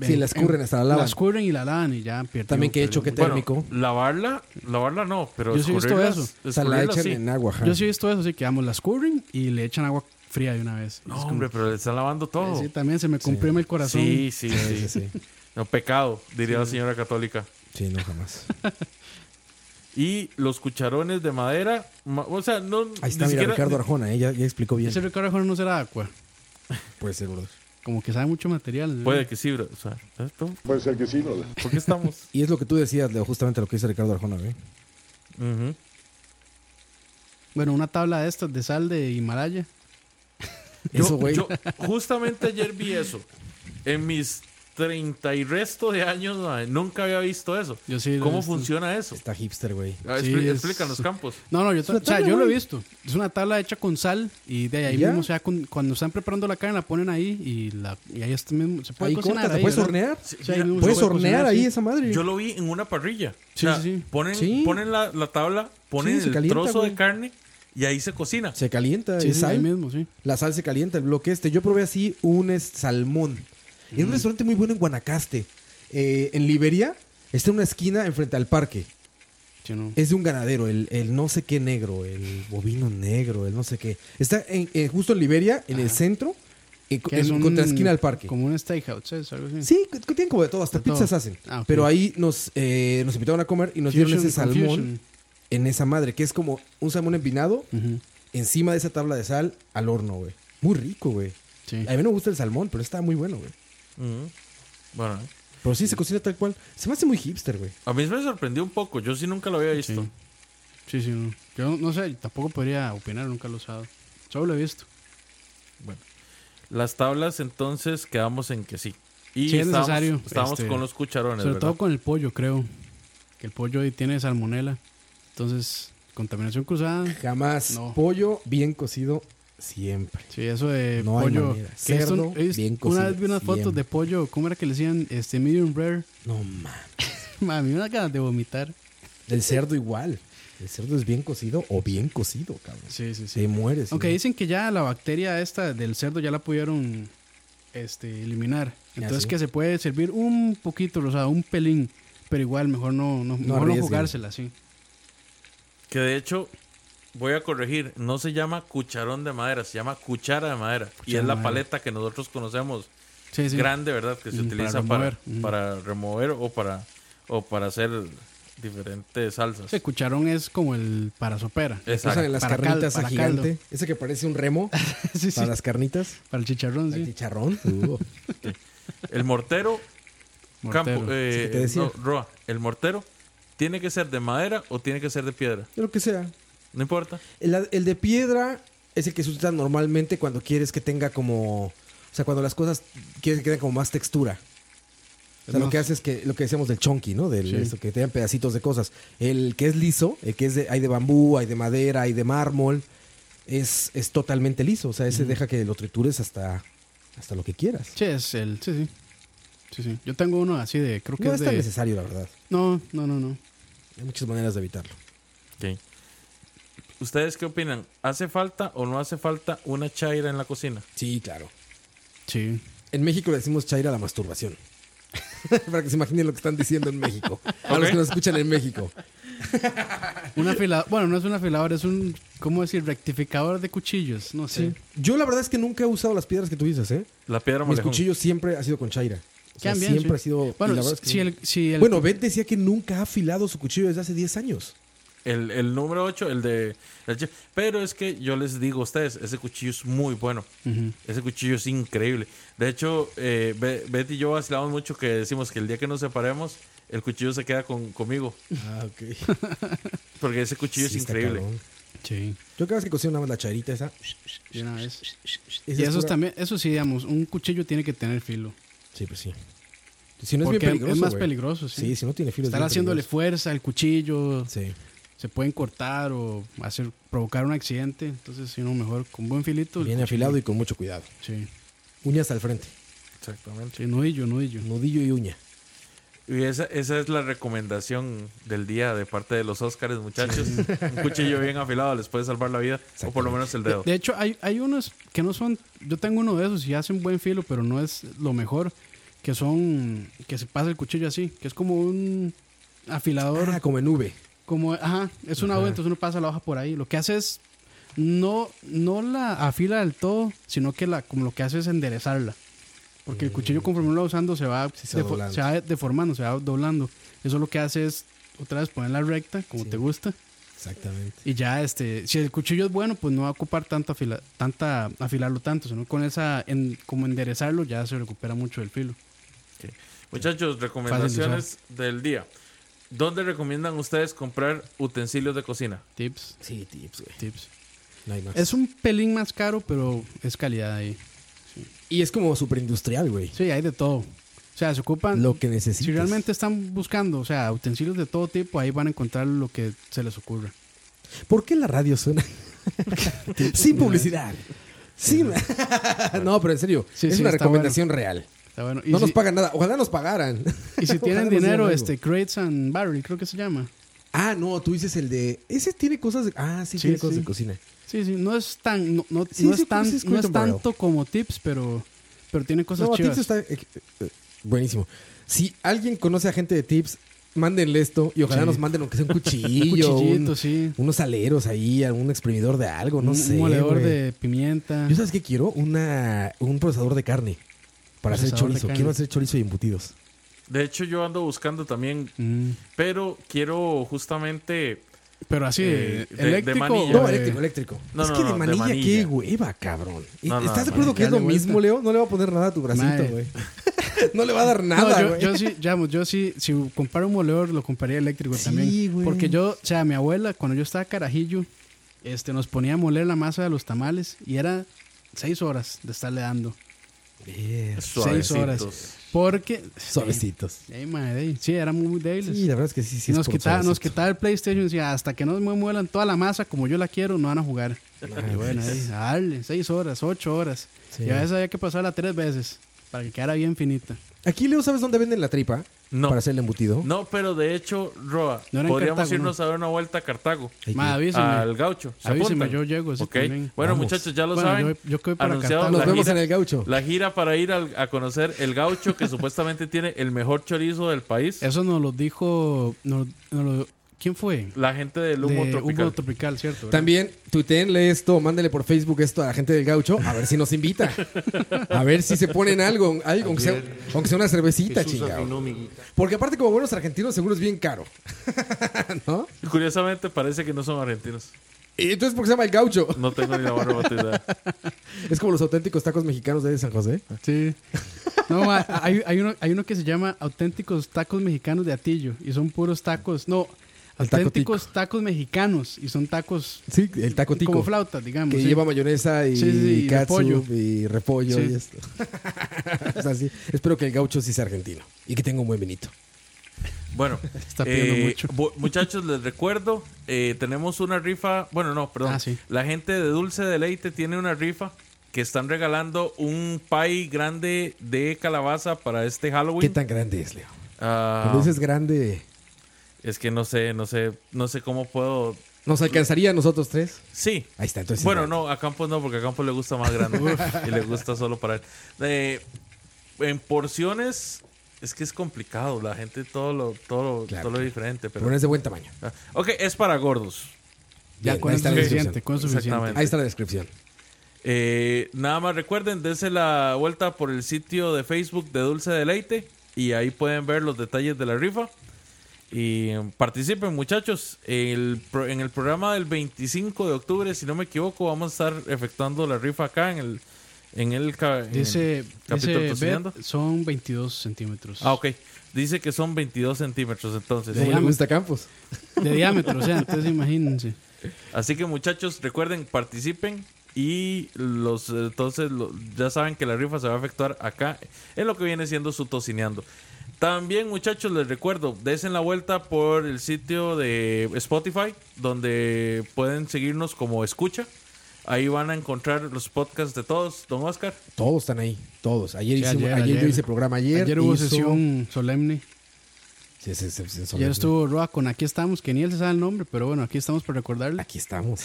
Speaker 5: Sí, la escurren, hasta la lavan.
Speaker 4: escurren y la lavan y ya pierden.
Speaker 5: También que he hecho que térmico.
Speaker 3: Bueno, lavarla, lavarla no, pero
Speaker 4: Yo sí he visto
Speaker 3: escurrirlas-
Speaker 4: eso.
Speaker 5: o sea, la
Speaker 3: escurrirlas
Speaker 5: echan
Speaker 3: sí.
Speaker 5: en agua, ajá.
Speaker 4: Yo sí he visto eso, sí, que vamos, la escurren y le echan agua fría de una vez.
Speaker 3: No,
Speaker 4: Es como-
Speaker 3: hombre, pero le están lavando todo.
Speaker 4: Sí, también se me comprime el corazón.
Speaker 3: Sí, sí,
Speaker 5: Sí,
Speaker 3: sí.
Speaker 5: sí, sí.
Speaker 3: No, pecado, diría la señora católica.
Speaker 5: Sí, no jamás.
Speaker 3: Y los cucharones de madera, ma- o sea, no.
Speaker 5: Ahí está,
Speaker 3: ni
Speaker 5: mira,
Speaker 3: siquiera-
Speaker 5: Ricardo Arjona, ¿eh? ya, ya explicó bien. Pues,
Speaker 4: Ese Ricardo Arjona no será agua.
Speaker 5: Puede ser, brother.
Speaker 4: Como que sabe mucho material. ¿no?
Speaker 3: Puede que sí, bro. O sea, ¿esto?
Speaker 6: Puede ser que sí, ¿no?
Speaker 3: ¿por qué estamos?
Speaker 5: Y es lo que tú decías, Leo, justamente lo que dice Ricardo Arjona, güey.
Speaker 3: Ujú.
Speaker 4: Bueno, una tabla de estas de sal de Himalaya.
Speaker 3: Yo-
Speaker 5: Eso, güey.
Speaker 3: yo justamente ayer vi eso. En mis 30 y resto de años, mae, nunca había visto eso.
Speaker 4: Yo sí lo he
Speaker 3: ¿Cómo
Speaker 4: visto.
Speaker 3: funciona eso?
Speaker 5: Está hipster, güey.
Speaker 3: Ah,
Speaker 4: Sí,
Speaker 3: expli-
Speaker 4: es-
Speaker 3: Explican los campos.
Speaker 4: No, no, yo, ta-
Speaker 5: una
Speaker 4: o sea,
Speaker 5: tabla,
Speaker 4: yo lo he
Speaker 5: güey.
Speaker 4: visto. Es una tabla hecha con sal y de ahí
Speaker 5: ¿Ya?
Speaker 4: mismo, o sea, con- cuando están preparando la carne, la ponen ahí y, la, y ahí está mismo. Se puede
Speaker 5: Ahí
Speaker 4: cocinar.
Speaker 5: cortas,
Speaker 4: ahí,
Speaker 5: ¿puedes
Speaker 4: ¿verdad?
Speaker 5: hornear?
Speaker 4: Sí, ahí
Speaker 3: mira,
Speaker 4: mismo se
Speaker 5: Puedes
Speaker 4: puede cocinar,
Speaker 5: hornear ahí
Speaker 4: sí.
Speaker 5: esa madre.
Speaker 3: Yo lo vi en una parrilla.
Speaker 4: Sí,
Speaker 3: O sea,
Speaker 4: sí, sí.
Speaker 3: Ponen,
Speaker 5: Sí.
Speaker 3: ponen la, la tabla, ponen
Speaker 5: Sí, se
Speaker 3: el
Speaker 5: calienta,
Speaker 3: trozo
Speaker 5: güey.
Speaker 3: de carne y ahí se cocina.
Speaker 5: Se calienta,
Speaker 4: Sí,
Speaker 5: es
Speaker 4: sí, ahí
Speaker 5: sal.
Speaker 4: mismo, sí.
Speaker 5: La sal se calienta, el bloque este. Yo probé así un es- salmón.
Speaker 4: Mm.
Speaker 5: En un restaurante muy bueno en Guanacaste. Eh, en Liberia está en una esquina enfrente al parque.
Speaker 4: Sí, no.
Speaker 5: Es de un ganadero, el, el no sé qué negro, el bovino negro, el no sé qué. Está en- en- justo en Liberia, en el centro, en,
Speaker 4: Que es
Speaker 5: en
Speaker 4: un-
Speaker 5: contraesquina al parque.
Speaker 4: Como un steakhouse, ¿sabes? Algo así.
Speaker 5: Sí, que- que tienen como de todo, hasta
Speaker 4: De todo.
Speaker 5: pizzas hacen.
Speaker 4: Ah, ok.
Speaker 5: Pero ahí nos, eh, nos invitaron a comer y nos dieron
Speaker 4: Fusion, Mm.
Speaker 5: ese salmón
Speaker 4: confusion.
Speaker 5: en esa madre, que es como un salmón empinado
Speaker 4: Ujú,
Speaker 5: encima de esa tabla de sal al horno, güey. Muy rico, güey.
Speaker 4: sí.
Speaker 5: A mí no me gusta el salmón, pero está muy bueno, güey.
Speaker 3: Ujú. Bueno,
Speaker 5: Pero sí, se cocina tal cual. Se me hace muy hipster, güey.
Speaker 3: a mí me sorprendió un poco. Yo sí nunca lo había visto.
Speaker 4: Sí. Sí, sí, no. Yo no- no sé, tampoco podría opinar, nunca lo he usado. Solo lo he visto.
Speaker 3: Las tablas, entonces, quedamos en que sí. Y
Speaker 4: Sí, es
Speaker 3: estábamos,
Speaker 4: necesario,
Speaker 3: estábamos
Speaker 4: este,
Speaker 3: con los cucharones,
Speaker 4: Sobre
Speaker 3: ¿verdad?
Speaker 4: todo con el pollo, creo. Que el pollo ahí tiene salmonela. Entonces, contaminación cruzada.
Speaker 5: Jamás.
Speaker 4: No.
Speaker 5: Pollo bien cocido siempre.
Speaker 4: Sí, eso de
Speaker 5: No hay
Speaker 4: pollo.
Speaker 5: manera.
Speaker 4: que esto-
Speaker 5: Cerdo,
Speaker 4: he visto-
Speaker 5: bien
Speaker 4: una
Speaker 5: cocido,
Speaker 4: vez vi unas fotos
Speaker 5: siempre.
Speaker 4: de pollo, ¿cómo era que le decían? Este, medium rare.
Speaker 5: No mames.
Speaker 4: Mami, unas ganas de vomitar.
Speaker 5: El cerdo igual. El cerdo es bien cocido o bien cocido, cabrón.
Speaker 4: Sí, sí, sí.
Speaker 5: Se muere. sí.
Speaker 4: Aunque dicen que ya la bacteria esta del cerdo ya la pudieron este, eliminar. Entonces
Speaker 5: Ah, sí.
Speaker 4: que se puede servir un poquito, o sea, un pelín. Pero igual, mejor no, no, mejor no
Speaker 5: arriesguen.
Speaker 4: jugársela, sí.
Speaker 3: Que de hecho, voy a corregir, no se llama cucharón de madera, se llama cuchara de madera. y
Speaker 4: de
Speaker 3: es la
Speaker 4: madera.
Speaker 3: paleta que nosotros conocemos,
Speaker 4: Sí, sí.
Speaker 3: grande, ¿verdad? Que se
Speaker 4: Ujú, para
Speaker 3: utiliza para
Speaker 4: remover. Mm. Ujú.
Speaker 3: para remover, o para o para hacer diferentes salsas.
Speaker 4: Ese cucharón es como el para sopera.
Speaker 5: O sea, en
Speaker 3: Exacto.
Speaker 5: las
Speaker 4: Para cal-
Speaker 5: carnitas a
Speaker 4: para
Speaker 5: gigante.
Speaker 4: caldo.
Speaker 5: Ese que parece un remo
Speaker 4: sí, sí.
Speaker 5: para las carnitas.
Speaker 4: Para el chicharrón,
Speaker 5: El
Speaker 4: sí.
Speaker 5: chicharrón. Uh.
Speaker 3: El mortero,
Speaker 4: Mortero.
Speaker 3: campo, eh,
Speaker 5: Sí, que te decía.
Speaker 3: no, Roa, el mortero ¿Tiene que ser de madera o tiene que ser de piedra?
Speaker 5: De lo que sea.
Speaker 3: No importa.
Speaker 5: El, el de piedra es el que se usa normalmente cuando quieres que tenga como. O sea, cuando las cosas quieres que tengan como más textura. O sea, lo que hace es que lo que decíamos del chonky, ¿no? Del
Speaker 4: Sí.
Speaker 5: eso, que tengan pedacitos de cosas. El que es liso, el que es de, hay de bambú, hay de madera, hay de mármol, es, es totalmente liso. O sea, ese deja que lo tritures hasta, hasta lo que quieras.
Speaker 4: Sí, es el. Sí, sí. Sí, sí. Yo tengo uno así de. Creo que
Speaker 5: No
Speaker 4: es
Speaker 5: es tan
Speaker 4: de.
Speaker 5: necesario, la verdad.
Speaker 4: No, no, no, no.
Speaker 5: Hay muchas maneras de evitarlo.
Speaker 3: Ok. ¿Ustedes qué opinan? ¿Hace falta o no hace falta una chaira en la cocina?
Speaker 5: Sí, claro.
Speaker 4: Sí.
Speaker 5: En México le decimos chaira a la masturbación. Para que se imaginen lo que están diciendo en México. A los que nos escuchan en México.
Speaker 4: Un afilador. Bueno, no es un afilador, es un. ¿Cómo decir? Rectificador de cuchillos. No sé.
Speaker 5: Yo la verdad es que nunca he usado las piedras que tú dices, ¿eh?
Speaker 3: La piedra
Speaker 5: Mis
Speaker 3: molejón.
Speaker 5: cuchillos siempre ha sido con chaira. O sea,
Speaker 4: Quedan bien,
Speaker 5: siempre
Speaker 4: sí.
Speaker 5: ha sido... y
Speaker 4: Bueno,
Speaker 5: la verdad es que-
Speaker 4: si el. Si el
Speaker 5: Bueno, Ben decía que nunca ha afilado su cuchillo desde hace 10 años.
Speaker 3: El, el número 8, el de... el che- pero es que yo les digo a ustedes, ese cuchillo es muy bueno. Ese cuchillo es increíble. De hecho, eh, Be- Betty y yo vacilamos mucho que decimos que el día que nos separemos, el cuchillo se queda con, conmigo.
Speaker 5: Ah, ok.
Speaker 3: Porque ese cuchillo es increíble.
Speaker 4: Sí.
Speaker 5: Yo cada vez que cocino nada más la chairita esa.
Speaker 4: de una vez.
Speaker 5: esa
Speaker 4: Y eso
Speaker 5: es pura-
Speaker 4: también. Eso sí, digamos. Un cuchillo tiene que tener filo.
Speaker 5: Sí, pues sí. Si no es
Speaker 4: Porque
Speaker 5: bien peligroso,
Speaker 4: es más
Speaker 5: güey.
Speaker 4: peligroso, sí.
Speaker 5: Sí, si no tiene filo es
Speaker 4: Estar
Speaker 5: bien
Speaker 4: haciéndole
Speaker 5: peligroso.
Speaker 4: fuerza al cuchillo.
Speaker 5: Sí.
Speaker 4: Se pueden cortar o hacer provocar un accidente. Entonces, si no, mejor con buen filito. el
Speaker 5: Bien
Speaker 4: cuchillo.
Speaker 5: afilado y con mucho cuidado.
Speaker 4: Sí.
Speaker 5: Uñas al frente.
Speaker 3: Exactamente.
Speaker 4: Sí, nudillo, nudillo.
Speaker 5: Nudillo y uña.
Speaker 3: Y esa, esa es la recomendación del día de parte de los Óscares, muchachos. Un cuchillo bien afilado les puede salvar la vida. O por lo menos el
Speaker 4: De,
Speaker 3: dedo.
Speaker 4: de hecho, hay, hay unos que no son. Yo tengo uno de esos y hace un buen filo, pero no es lo mejor. Que son. Que se pasa el cuchillo así. Que es como un afilador.
Speaker 5: Ah, como en V.
Speaker 4: como. Ajá. Es una hoja, entonces uno pasa la hoja por ahí. Lo que hace es. No, no la afila del todo, sino que la, como lo que hace es enderezarla. Porque el cuchillo, conforme uno lo va usando, se va,
Speaker 5: Mm. se va
Speaker 4: defo-
Speaker 5: doblando.
Speaker 4: se va deformando, se va doblando. Eso lo que hace es, otra vez, ponerla recta, como te gusta.
Speaker 5: Exactamente.
Speaker 4: Y ya, este, si el cuchillo es bueno, pues no va a ocupar tanto, afila- tanta, afilarlo tanto, sino con esa, en- como enderezarlo, ya se recupera mucho el filo.
Speaker 3: Ok. Muchachos, recomendaciones del día. ¿Dónde recomiendan ustedes comprar utensilios de cocina?
Speaker 4: Tips,
Speaker 5: Sí, tips, güey.
Speaker 4: tips.
Speaker 5: No hay más.
Speaker 4: Es un pelín más caro, pero es calidad ahí.
Speaker 5: Y es como súper industrial, güey.
Speaker 4: Sí, hay de todo. O sea, se ocupan...
Speaker 5: Lo que necesitas.
Speaker 4: si realmente están buscando, o sea, utensilios de todo tipo, ahí van a encontrar lo que se les ocurra.
Speaker 5: ¿Por qué la radio suena? Sin publicidad. Sin... no, pero en serio.
Speaker 4: Sí,
Speaker 5: es
Speaker 4: sí,
Speaker 5: una
Speaker 4: está
Speaker 5: recomendación real.
Speaker 4: Está bueno. Y
Speaker 5: No
Speaker 4: si,
Speaker 5: nos pagan nada. Ojalá nos pagaran.
Speaker 4: y si tienen
Speaker 5: Ojalá nos dieran
Speaker 4: dinero,
Speaker 5: algo.
Speaker 4: este, Crates and Barrel, creo que se llama.
Speaker 5: Ah, no, tú dices el de. Ese tiene cosas de. Ah, sí,
Speaker 4: Sí,
Speaker 5: tiene cosas
Speaker 4: sí.
Speaker 5: de cocina.
Speaker 4: Sí, sí, no es tan, no, no,
Speaker 5: Sí,
Speaker 4: no
Speaker 5: sí,
Speaker 4: es, tan,
Speaker 5: pues, es
Speaker 4: no es
Speaker 5: Crate and Barrel.
Speaker 4: tanto como tips, pero, pero tiene cosas
Speaker 5: no,
Speaker 4: chivas.
Speaker 5: Tips está. eh, eh, buenísimo. Si alguien conoce a gente de Tips, mándenle esto y ojalá
Speaker 4: Sí.
Speaker 5: nos manden, aunque sea un
Speaker 4: Un
Speaker 5: cuchillo.
Speaker 4: cuchillito,
Speaker 5: un-
Speaker 4: sí.
Speaker 5: Unos aleros ahí, algún exprimidor de algo, no
Speaker 4: un,
Speaker 5: sé.
Speaker 4: un moledor
Speaker 5: güey.
Speaker 4: de pimienta.
Speaker 5: Yo sabes qué quiero? Una, un procesador de carne. Para hacer
Speaker 4: Procesador de
Speaker 5: chorizo.
Speaker 4: carne.
Speaker 5: Quiero hacer chorizo y embutidos.
Speaker 3: De hecho, yo ando buscando también,
Speaker 4: Mm.
Speaker 3: pero quiero justamente.
Speaker 4: Pero así,
Speaker 3: Eh, de- de
Speaker 4: eléctrico.
Speaker 3: manilla.
Speaker 4: o
Speaker 5: No,
Speaker 4: de-
Speaker 5: eléctrico, eléctrico.
Speaker 3: No,
Speaker 5: es
Speaker 3: no,
Speaker 5: que
Speaker 3: no,
Speaker 5: de,
Speaker 3: de
Speaker 5: manilla,
Speaker 3: manilla.
Speaker 5: qué hueva, cabrón. ¿Y-
Speaker 3: No, no,
Speaker 5: ¿Estás
Speaker 3: de
Speaker 5: de acuerdo
Speaker 3: manilla.
Speaker 5: que es lo
Speaker 4: Dale vuelta.
Speaker 5: mismo, Leo? No le va a poner nada a tu bracito,
Speaker 4: Madre.
Speaker 5: güey. no le va a dar
Speaker 4: No,
Speaker 5: nada,
Speaker 4: yo,
Speaker 5: güey.
Speaker 4: yo sí, digamos, yo sí, si comparo un moledor, lo compraría eléctrico
Speaker 5: Sí,
Speaker 4: también.
Speaker 5: güey.
Speaker 4: Porque yo, o sea, mi abuela, cuando yo estaba carajillo, este, nos ponía a moler la masa de los tamales y era seis horas de estarle dando. Seis horas.
Speaker 3: Suavecitos.
Speaker 4: Porque.
Speaker 5: Suavecitos.
Speaker 4: Ey, madre, sí, éramos muy débiles.
Speaker 5: Sí, la verdad es que sí, sí.
Speaker 4: Y
Speaker 5: es
Speaker 4: nos
Speaker 5: por
Speaker 4: quitaba, nos
Speaker 5: suavecito.
Speaker 4: quitaba el PlayStation y decía, hasta que no me muelan toda la masa como yo la quiero, no van a jugar. y bueno, ahí, a darle, seis horas, ocho horas.
Speaker 5: Sí.
Speaker 4: Y a veces había que pasarla tres veces para que quedara bien finita.
Speaker 5: Aquí, Leo, ¿sabes dónde venden la tripa?
Speaker 3: No.
Speaker 5: Para hacer el embutido.
Speaker 3: No, pero de hecho, Roa,
Speaker 4: No era en
Speaker 3: podríamos
Speaker 4: Cartago,
Speaker 3: irnos a dar una vuelta a Cartago.
Speaker 5: Hay que-
Speaker 4: Ma, avíseme.
Speaker 3: Al gaucho. ¿Se
Speaker 4: Avíseme,
Speaker 3: apuntan?
Speaker 4: yo llego, sí,
Speaker 3: Ok.
Speaker 4: también.
Speaker 3: Bueno,
Speaker 5: Vamos.
Speaker 3: muchachos, ya lo
Speaker 4: Bueno,
Speaker 3: saben.
Speaker 4: yo- yo que voy para
Speaker 3: Anunciado la
Speaker 4: Cartago.
Speaker 5: Nos vemos
Speaker 3: gira-
Speaker 5: en el gaucho.
Speaker 3: La gira para ir al- a conocer el gaucho que supuestamente tiene el mejor chorizo del país.
Speaker 4: Eso nos lo dijo. nos- nos lo- ¿Quién fue?
Speaker 3: La gente del humo
Speaker 4: De
Speaker 3: tropical.
Speaker 4: Humo Tropical, ¿cierto? ¿verdad?
Speaker 5: También tuiteenle esto, mándele por Facebook esto a la gente del gaucho, a ver si nos invita. A ver si se ponen algo, algo aunque, sea, aunque sea una cervecita, chingado. Porque aparte, como buenos argentinos, seguro es bien caro. ¿No?
Speaker 3: Curiosamente parece que no son argentinos.
Speaker 5: Y entonces, ¿por qué se llama el gaucho?
Speaker 3: No tengo ni la barra batida.
Speaker 4: Ah,
Speaker 5: Es como los auténticos tacos mexicanos de San José.
Speaker 4: Sí. No, ma, hay, hay uno, hay uno que se llama Auténticos Tacos Mexicanos de Atillo y son puros tacos. No,
Speaker 5: El taco
Speaker 4: Auténticos Tacos Mexicanos y son tacos
Speaker 5: Sí, el taco tico.
Speaker 4: como flautas, digamos.
Speaker 5: que
Speaker 4: pues sí.
Speaker 5: lleva mayonesa y
Speaker 4: Sí, sí, sí, y
Speaker 5: catsup
Speaker 4: repollo.
Speaker 5: y repollo
Speaker 4: Sí.
Speaker 5: y esto. O sea, sí. Espero que el gaucho sí sea argentino y que tenga un buen vinito.
Speaker 3: Bueno,
Speaker 4: Está pidiendo
Speaker 3: eh,
Speaker 4: mucho.
Speaker 3: bu- muchachos, les recuerdo, eh, tenemos una rifa, bueno, no, perdón,
Speaker 4: Ah, sí.
Speaker 3: la gente de Dulce Deleite tiene una rifa que están regalando un pie grande de calabaza para este
Speaker 5: ¿Qué
Speaker 3: Halloween.
Speaker 5: tan grande es, Leo?
Speaker 3: Ah,
Speaker 5: Cuando dices grande,
Speaker 3: es que no sé, no sé, no sé cómo puedo...
Speaker 5: ¿nos alcanzaría a nosotros tres?
Speaker 3: Sí.
Speaker 5: Ahí está, entonces.
Speaker 3: Bueno, no, a Campos no, porque a Campos le gusta más grande y le gusta solo para él. Eh, en porciones es que es complicado, la gente todo lo, todo lo-
Speaker 5: Claro,
Speaker 3: todo lo
Speaker 5: claro.
Speaker 3: diferente, pero...
Speaker 5: Pero no es de buen tamaño.
Speaker 3: Ah, Ok, es para gordos.
Speaker 4: Ya
Speaker 5: Bien,
Speaker 4: con eso
Speaker 5: ahí está
Speaker 4: es
Speaker 5: la descripción.
Speaker 4: suficiente, con eso es suficiente.
Speaker 3: Exactamente.
Speaker 5: Ahí está la descripción.
Speaker 3: Eh, nada más recuerden, dense la vuelta por el sitio de Facebook de Dulce Deleite y ahí pueden ver los detalles de la rifa. Y eh, participen muchachos, El pro- en el programa del 25 de octubre, si no me equivoco, vamos a estar efectuando la rifa acá en el... En el, ca- en el
Speaker 4: Dice,
Speaker 3: capítulo
Speaker 4: dice
Speaker 3: Tocineando.
Speaker 4: Beth, son 22 centímetros
Speaker 3: Ah, ok. Dice que son 22 centímetros entonces.
Speaker 4: De
Speaker 5: ¿Cómo le
Speaker 4: llama.
Speaker 5: gusta Campos?
Speaker 4: de diámetro. O sea, entonces imagínense.
Speaker 3: Así que muchachos, recuerden, participen y los entonces lo- ya saben que la rifa se va a efectuar acá en lo que viene siendo su tocineando. También muchachos, les recuerdo, desen la vuelta por el sitio de Spotify, donde pueden seguirnos como escucha. Ahí van a encontrar los podcasts de todos, don Oscar.
Speaker 5: Todos están ahí, todos. Ayer,
Speaker 4: Sí,
Speaker 5: hicimos-
Speaker 4: ayer,
Speaker 5: ayer, yo
Speaker 4: ayer.
Speaker 5: hice programa ayer.
Speaker 4: Ayer hubo
Speaker 5: hizo-
Speaker 4: sesión solemne.
Speaker 5: Sí, sí, sí, sí,
Speaker 4: Ayer
Speaker 5: solemne.
Speaker 4: estuvo Roa con Aquí estamos, que ni él se sabe el nombre, pero bueno, aquí estamos para recordarle.
Speaker 5: Aquí estamos.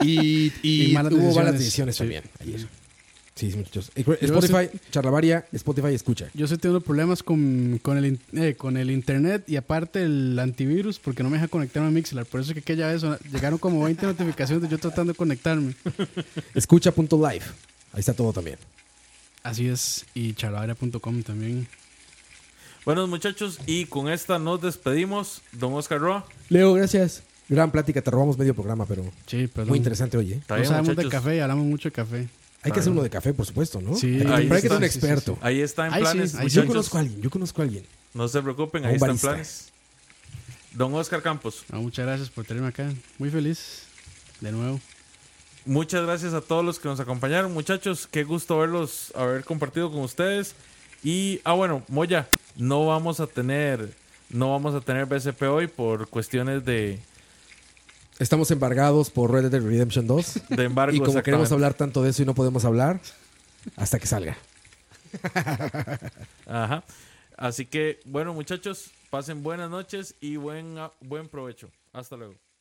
Speaker 5: Y, y
Speaker 4: Y malas
Speaker 5: hubo
Speaker 4: decisiones.
Speaker 5: malas decisiones
Speaker 4: Sí.
Speaker 5: también ayer. Sí, sí, muchachos. Eh, Spotify, charlavaria, Spotify, escucha.
Speaker 4: Yo estoy teniendo problemas con, con, el, in- eh, con el internet y aparte el antivirus porque no me deja conectarme a Mixlar. Por eso que aquella vez sona- llegaron como 20 notificaciones de yo tratando de conectarme.
Speaker 5: Escucha.live. Ahí está todo también.
Speaker 4: Así es. Y charlavaria.com también.
Speaker 3: Bueno muchachos, y con esta nos despedimos, don Oscar Roa.
Speaker 5: Leo, gracias. Gran plática, te robamos medio programa, pero
Speaker 4: Sí, perdón.
Speaker 5: muy interesante, oye.
Speaker 3: Está
Speaker 4: no
Speaker 3: bien,
Speaker 4: sabemos de
Speaker 3: muchachos.
Speaker 4: café, hablamos mucho de café.
Speaker 5: Hay que hacer uno de café, por supuesto, ¿no?
Speaker 4: Sí.
Speaker 5: Hay que- pero
Speaker 3: Ahí
Speaker 5: hay que
Speaker 3: está.
Speaker 5: ser un
Speaker 4: Sí, sí, sí.
Speaker 5: experto.
Speaker 3: Ahí está en
Speaker 4: Ahí sí,
Speaker 3: planes,
Speaker 4: ahí sí.
Speaker 5: Yo
Speaker 3: muchachos.
Speaker 5: conozco a alguien, yo conozco a alguien.
Speaker 3: No se preocupen,
Speaker 5: A
Speaker 3: ahí
Speaker 5: un
Speaker 3: están
Speaker 5: barista.
Speaker 3: planes. Don Oscar Campos,
Speaker 4: No, muchas gracias por tenerme acá. Muy feliz. De nuevo.
Speaker 3: muchas gracias a todos los que nos acompañaron, muchachos. Qué gusto verlos, haber compartido con ustedes. Y, ah, bueno, Moya, no vamos a tener, no vamos a tener BCP hoy por cuestiones de,
Speaker 5: Estamos embargados por Red Dead Redemption 2.
Speaker 3: de embargo.
Speaker 5: y como queremos
Speaker 3: exactamente.
Speaker 5: hablar tanto de eso y no podemos hablar, hasta que salga.
Speaker 3: Ajá. Así que, bueno, muchachos, pasen buenas noches y buen, buen ah, provecho. Hasta luego.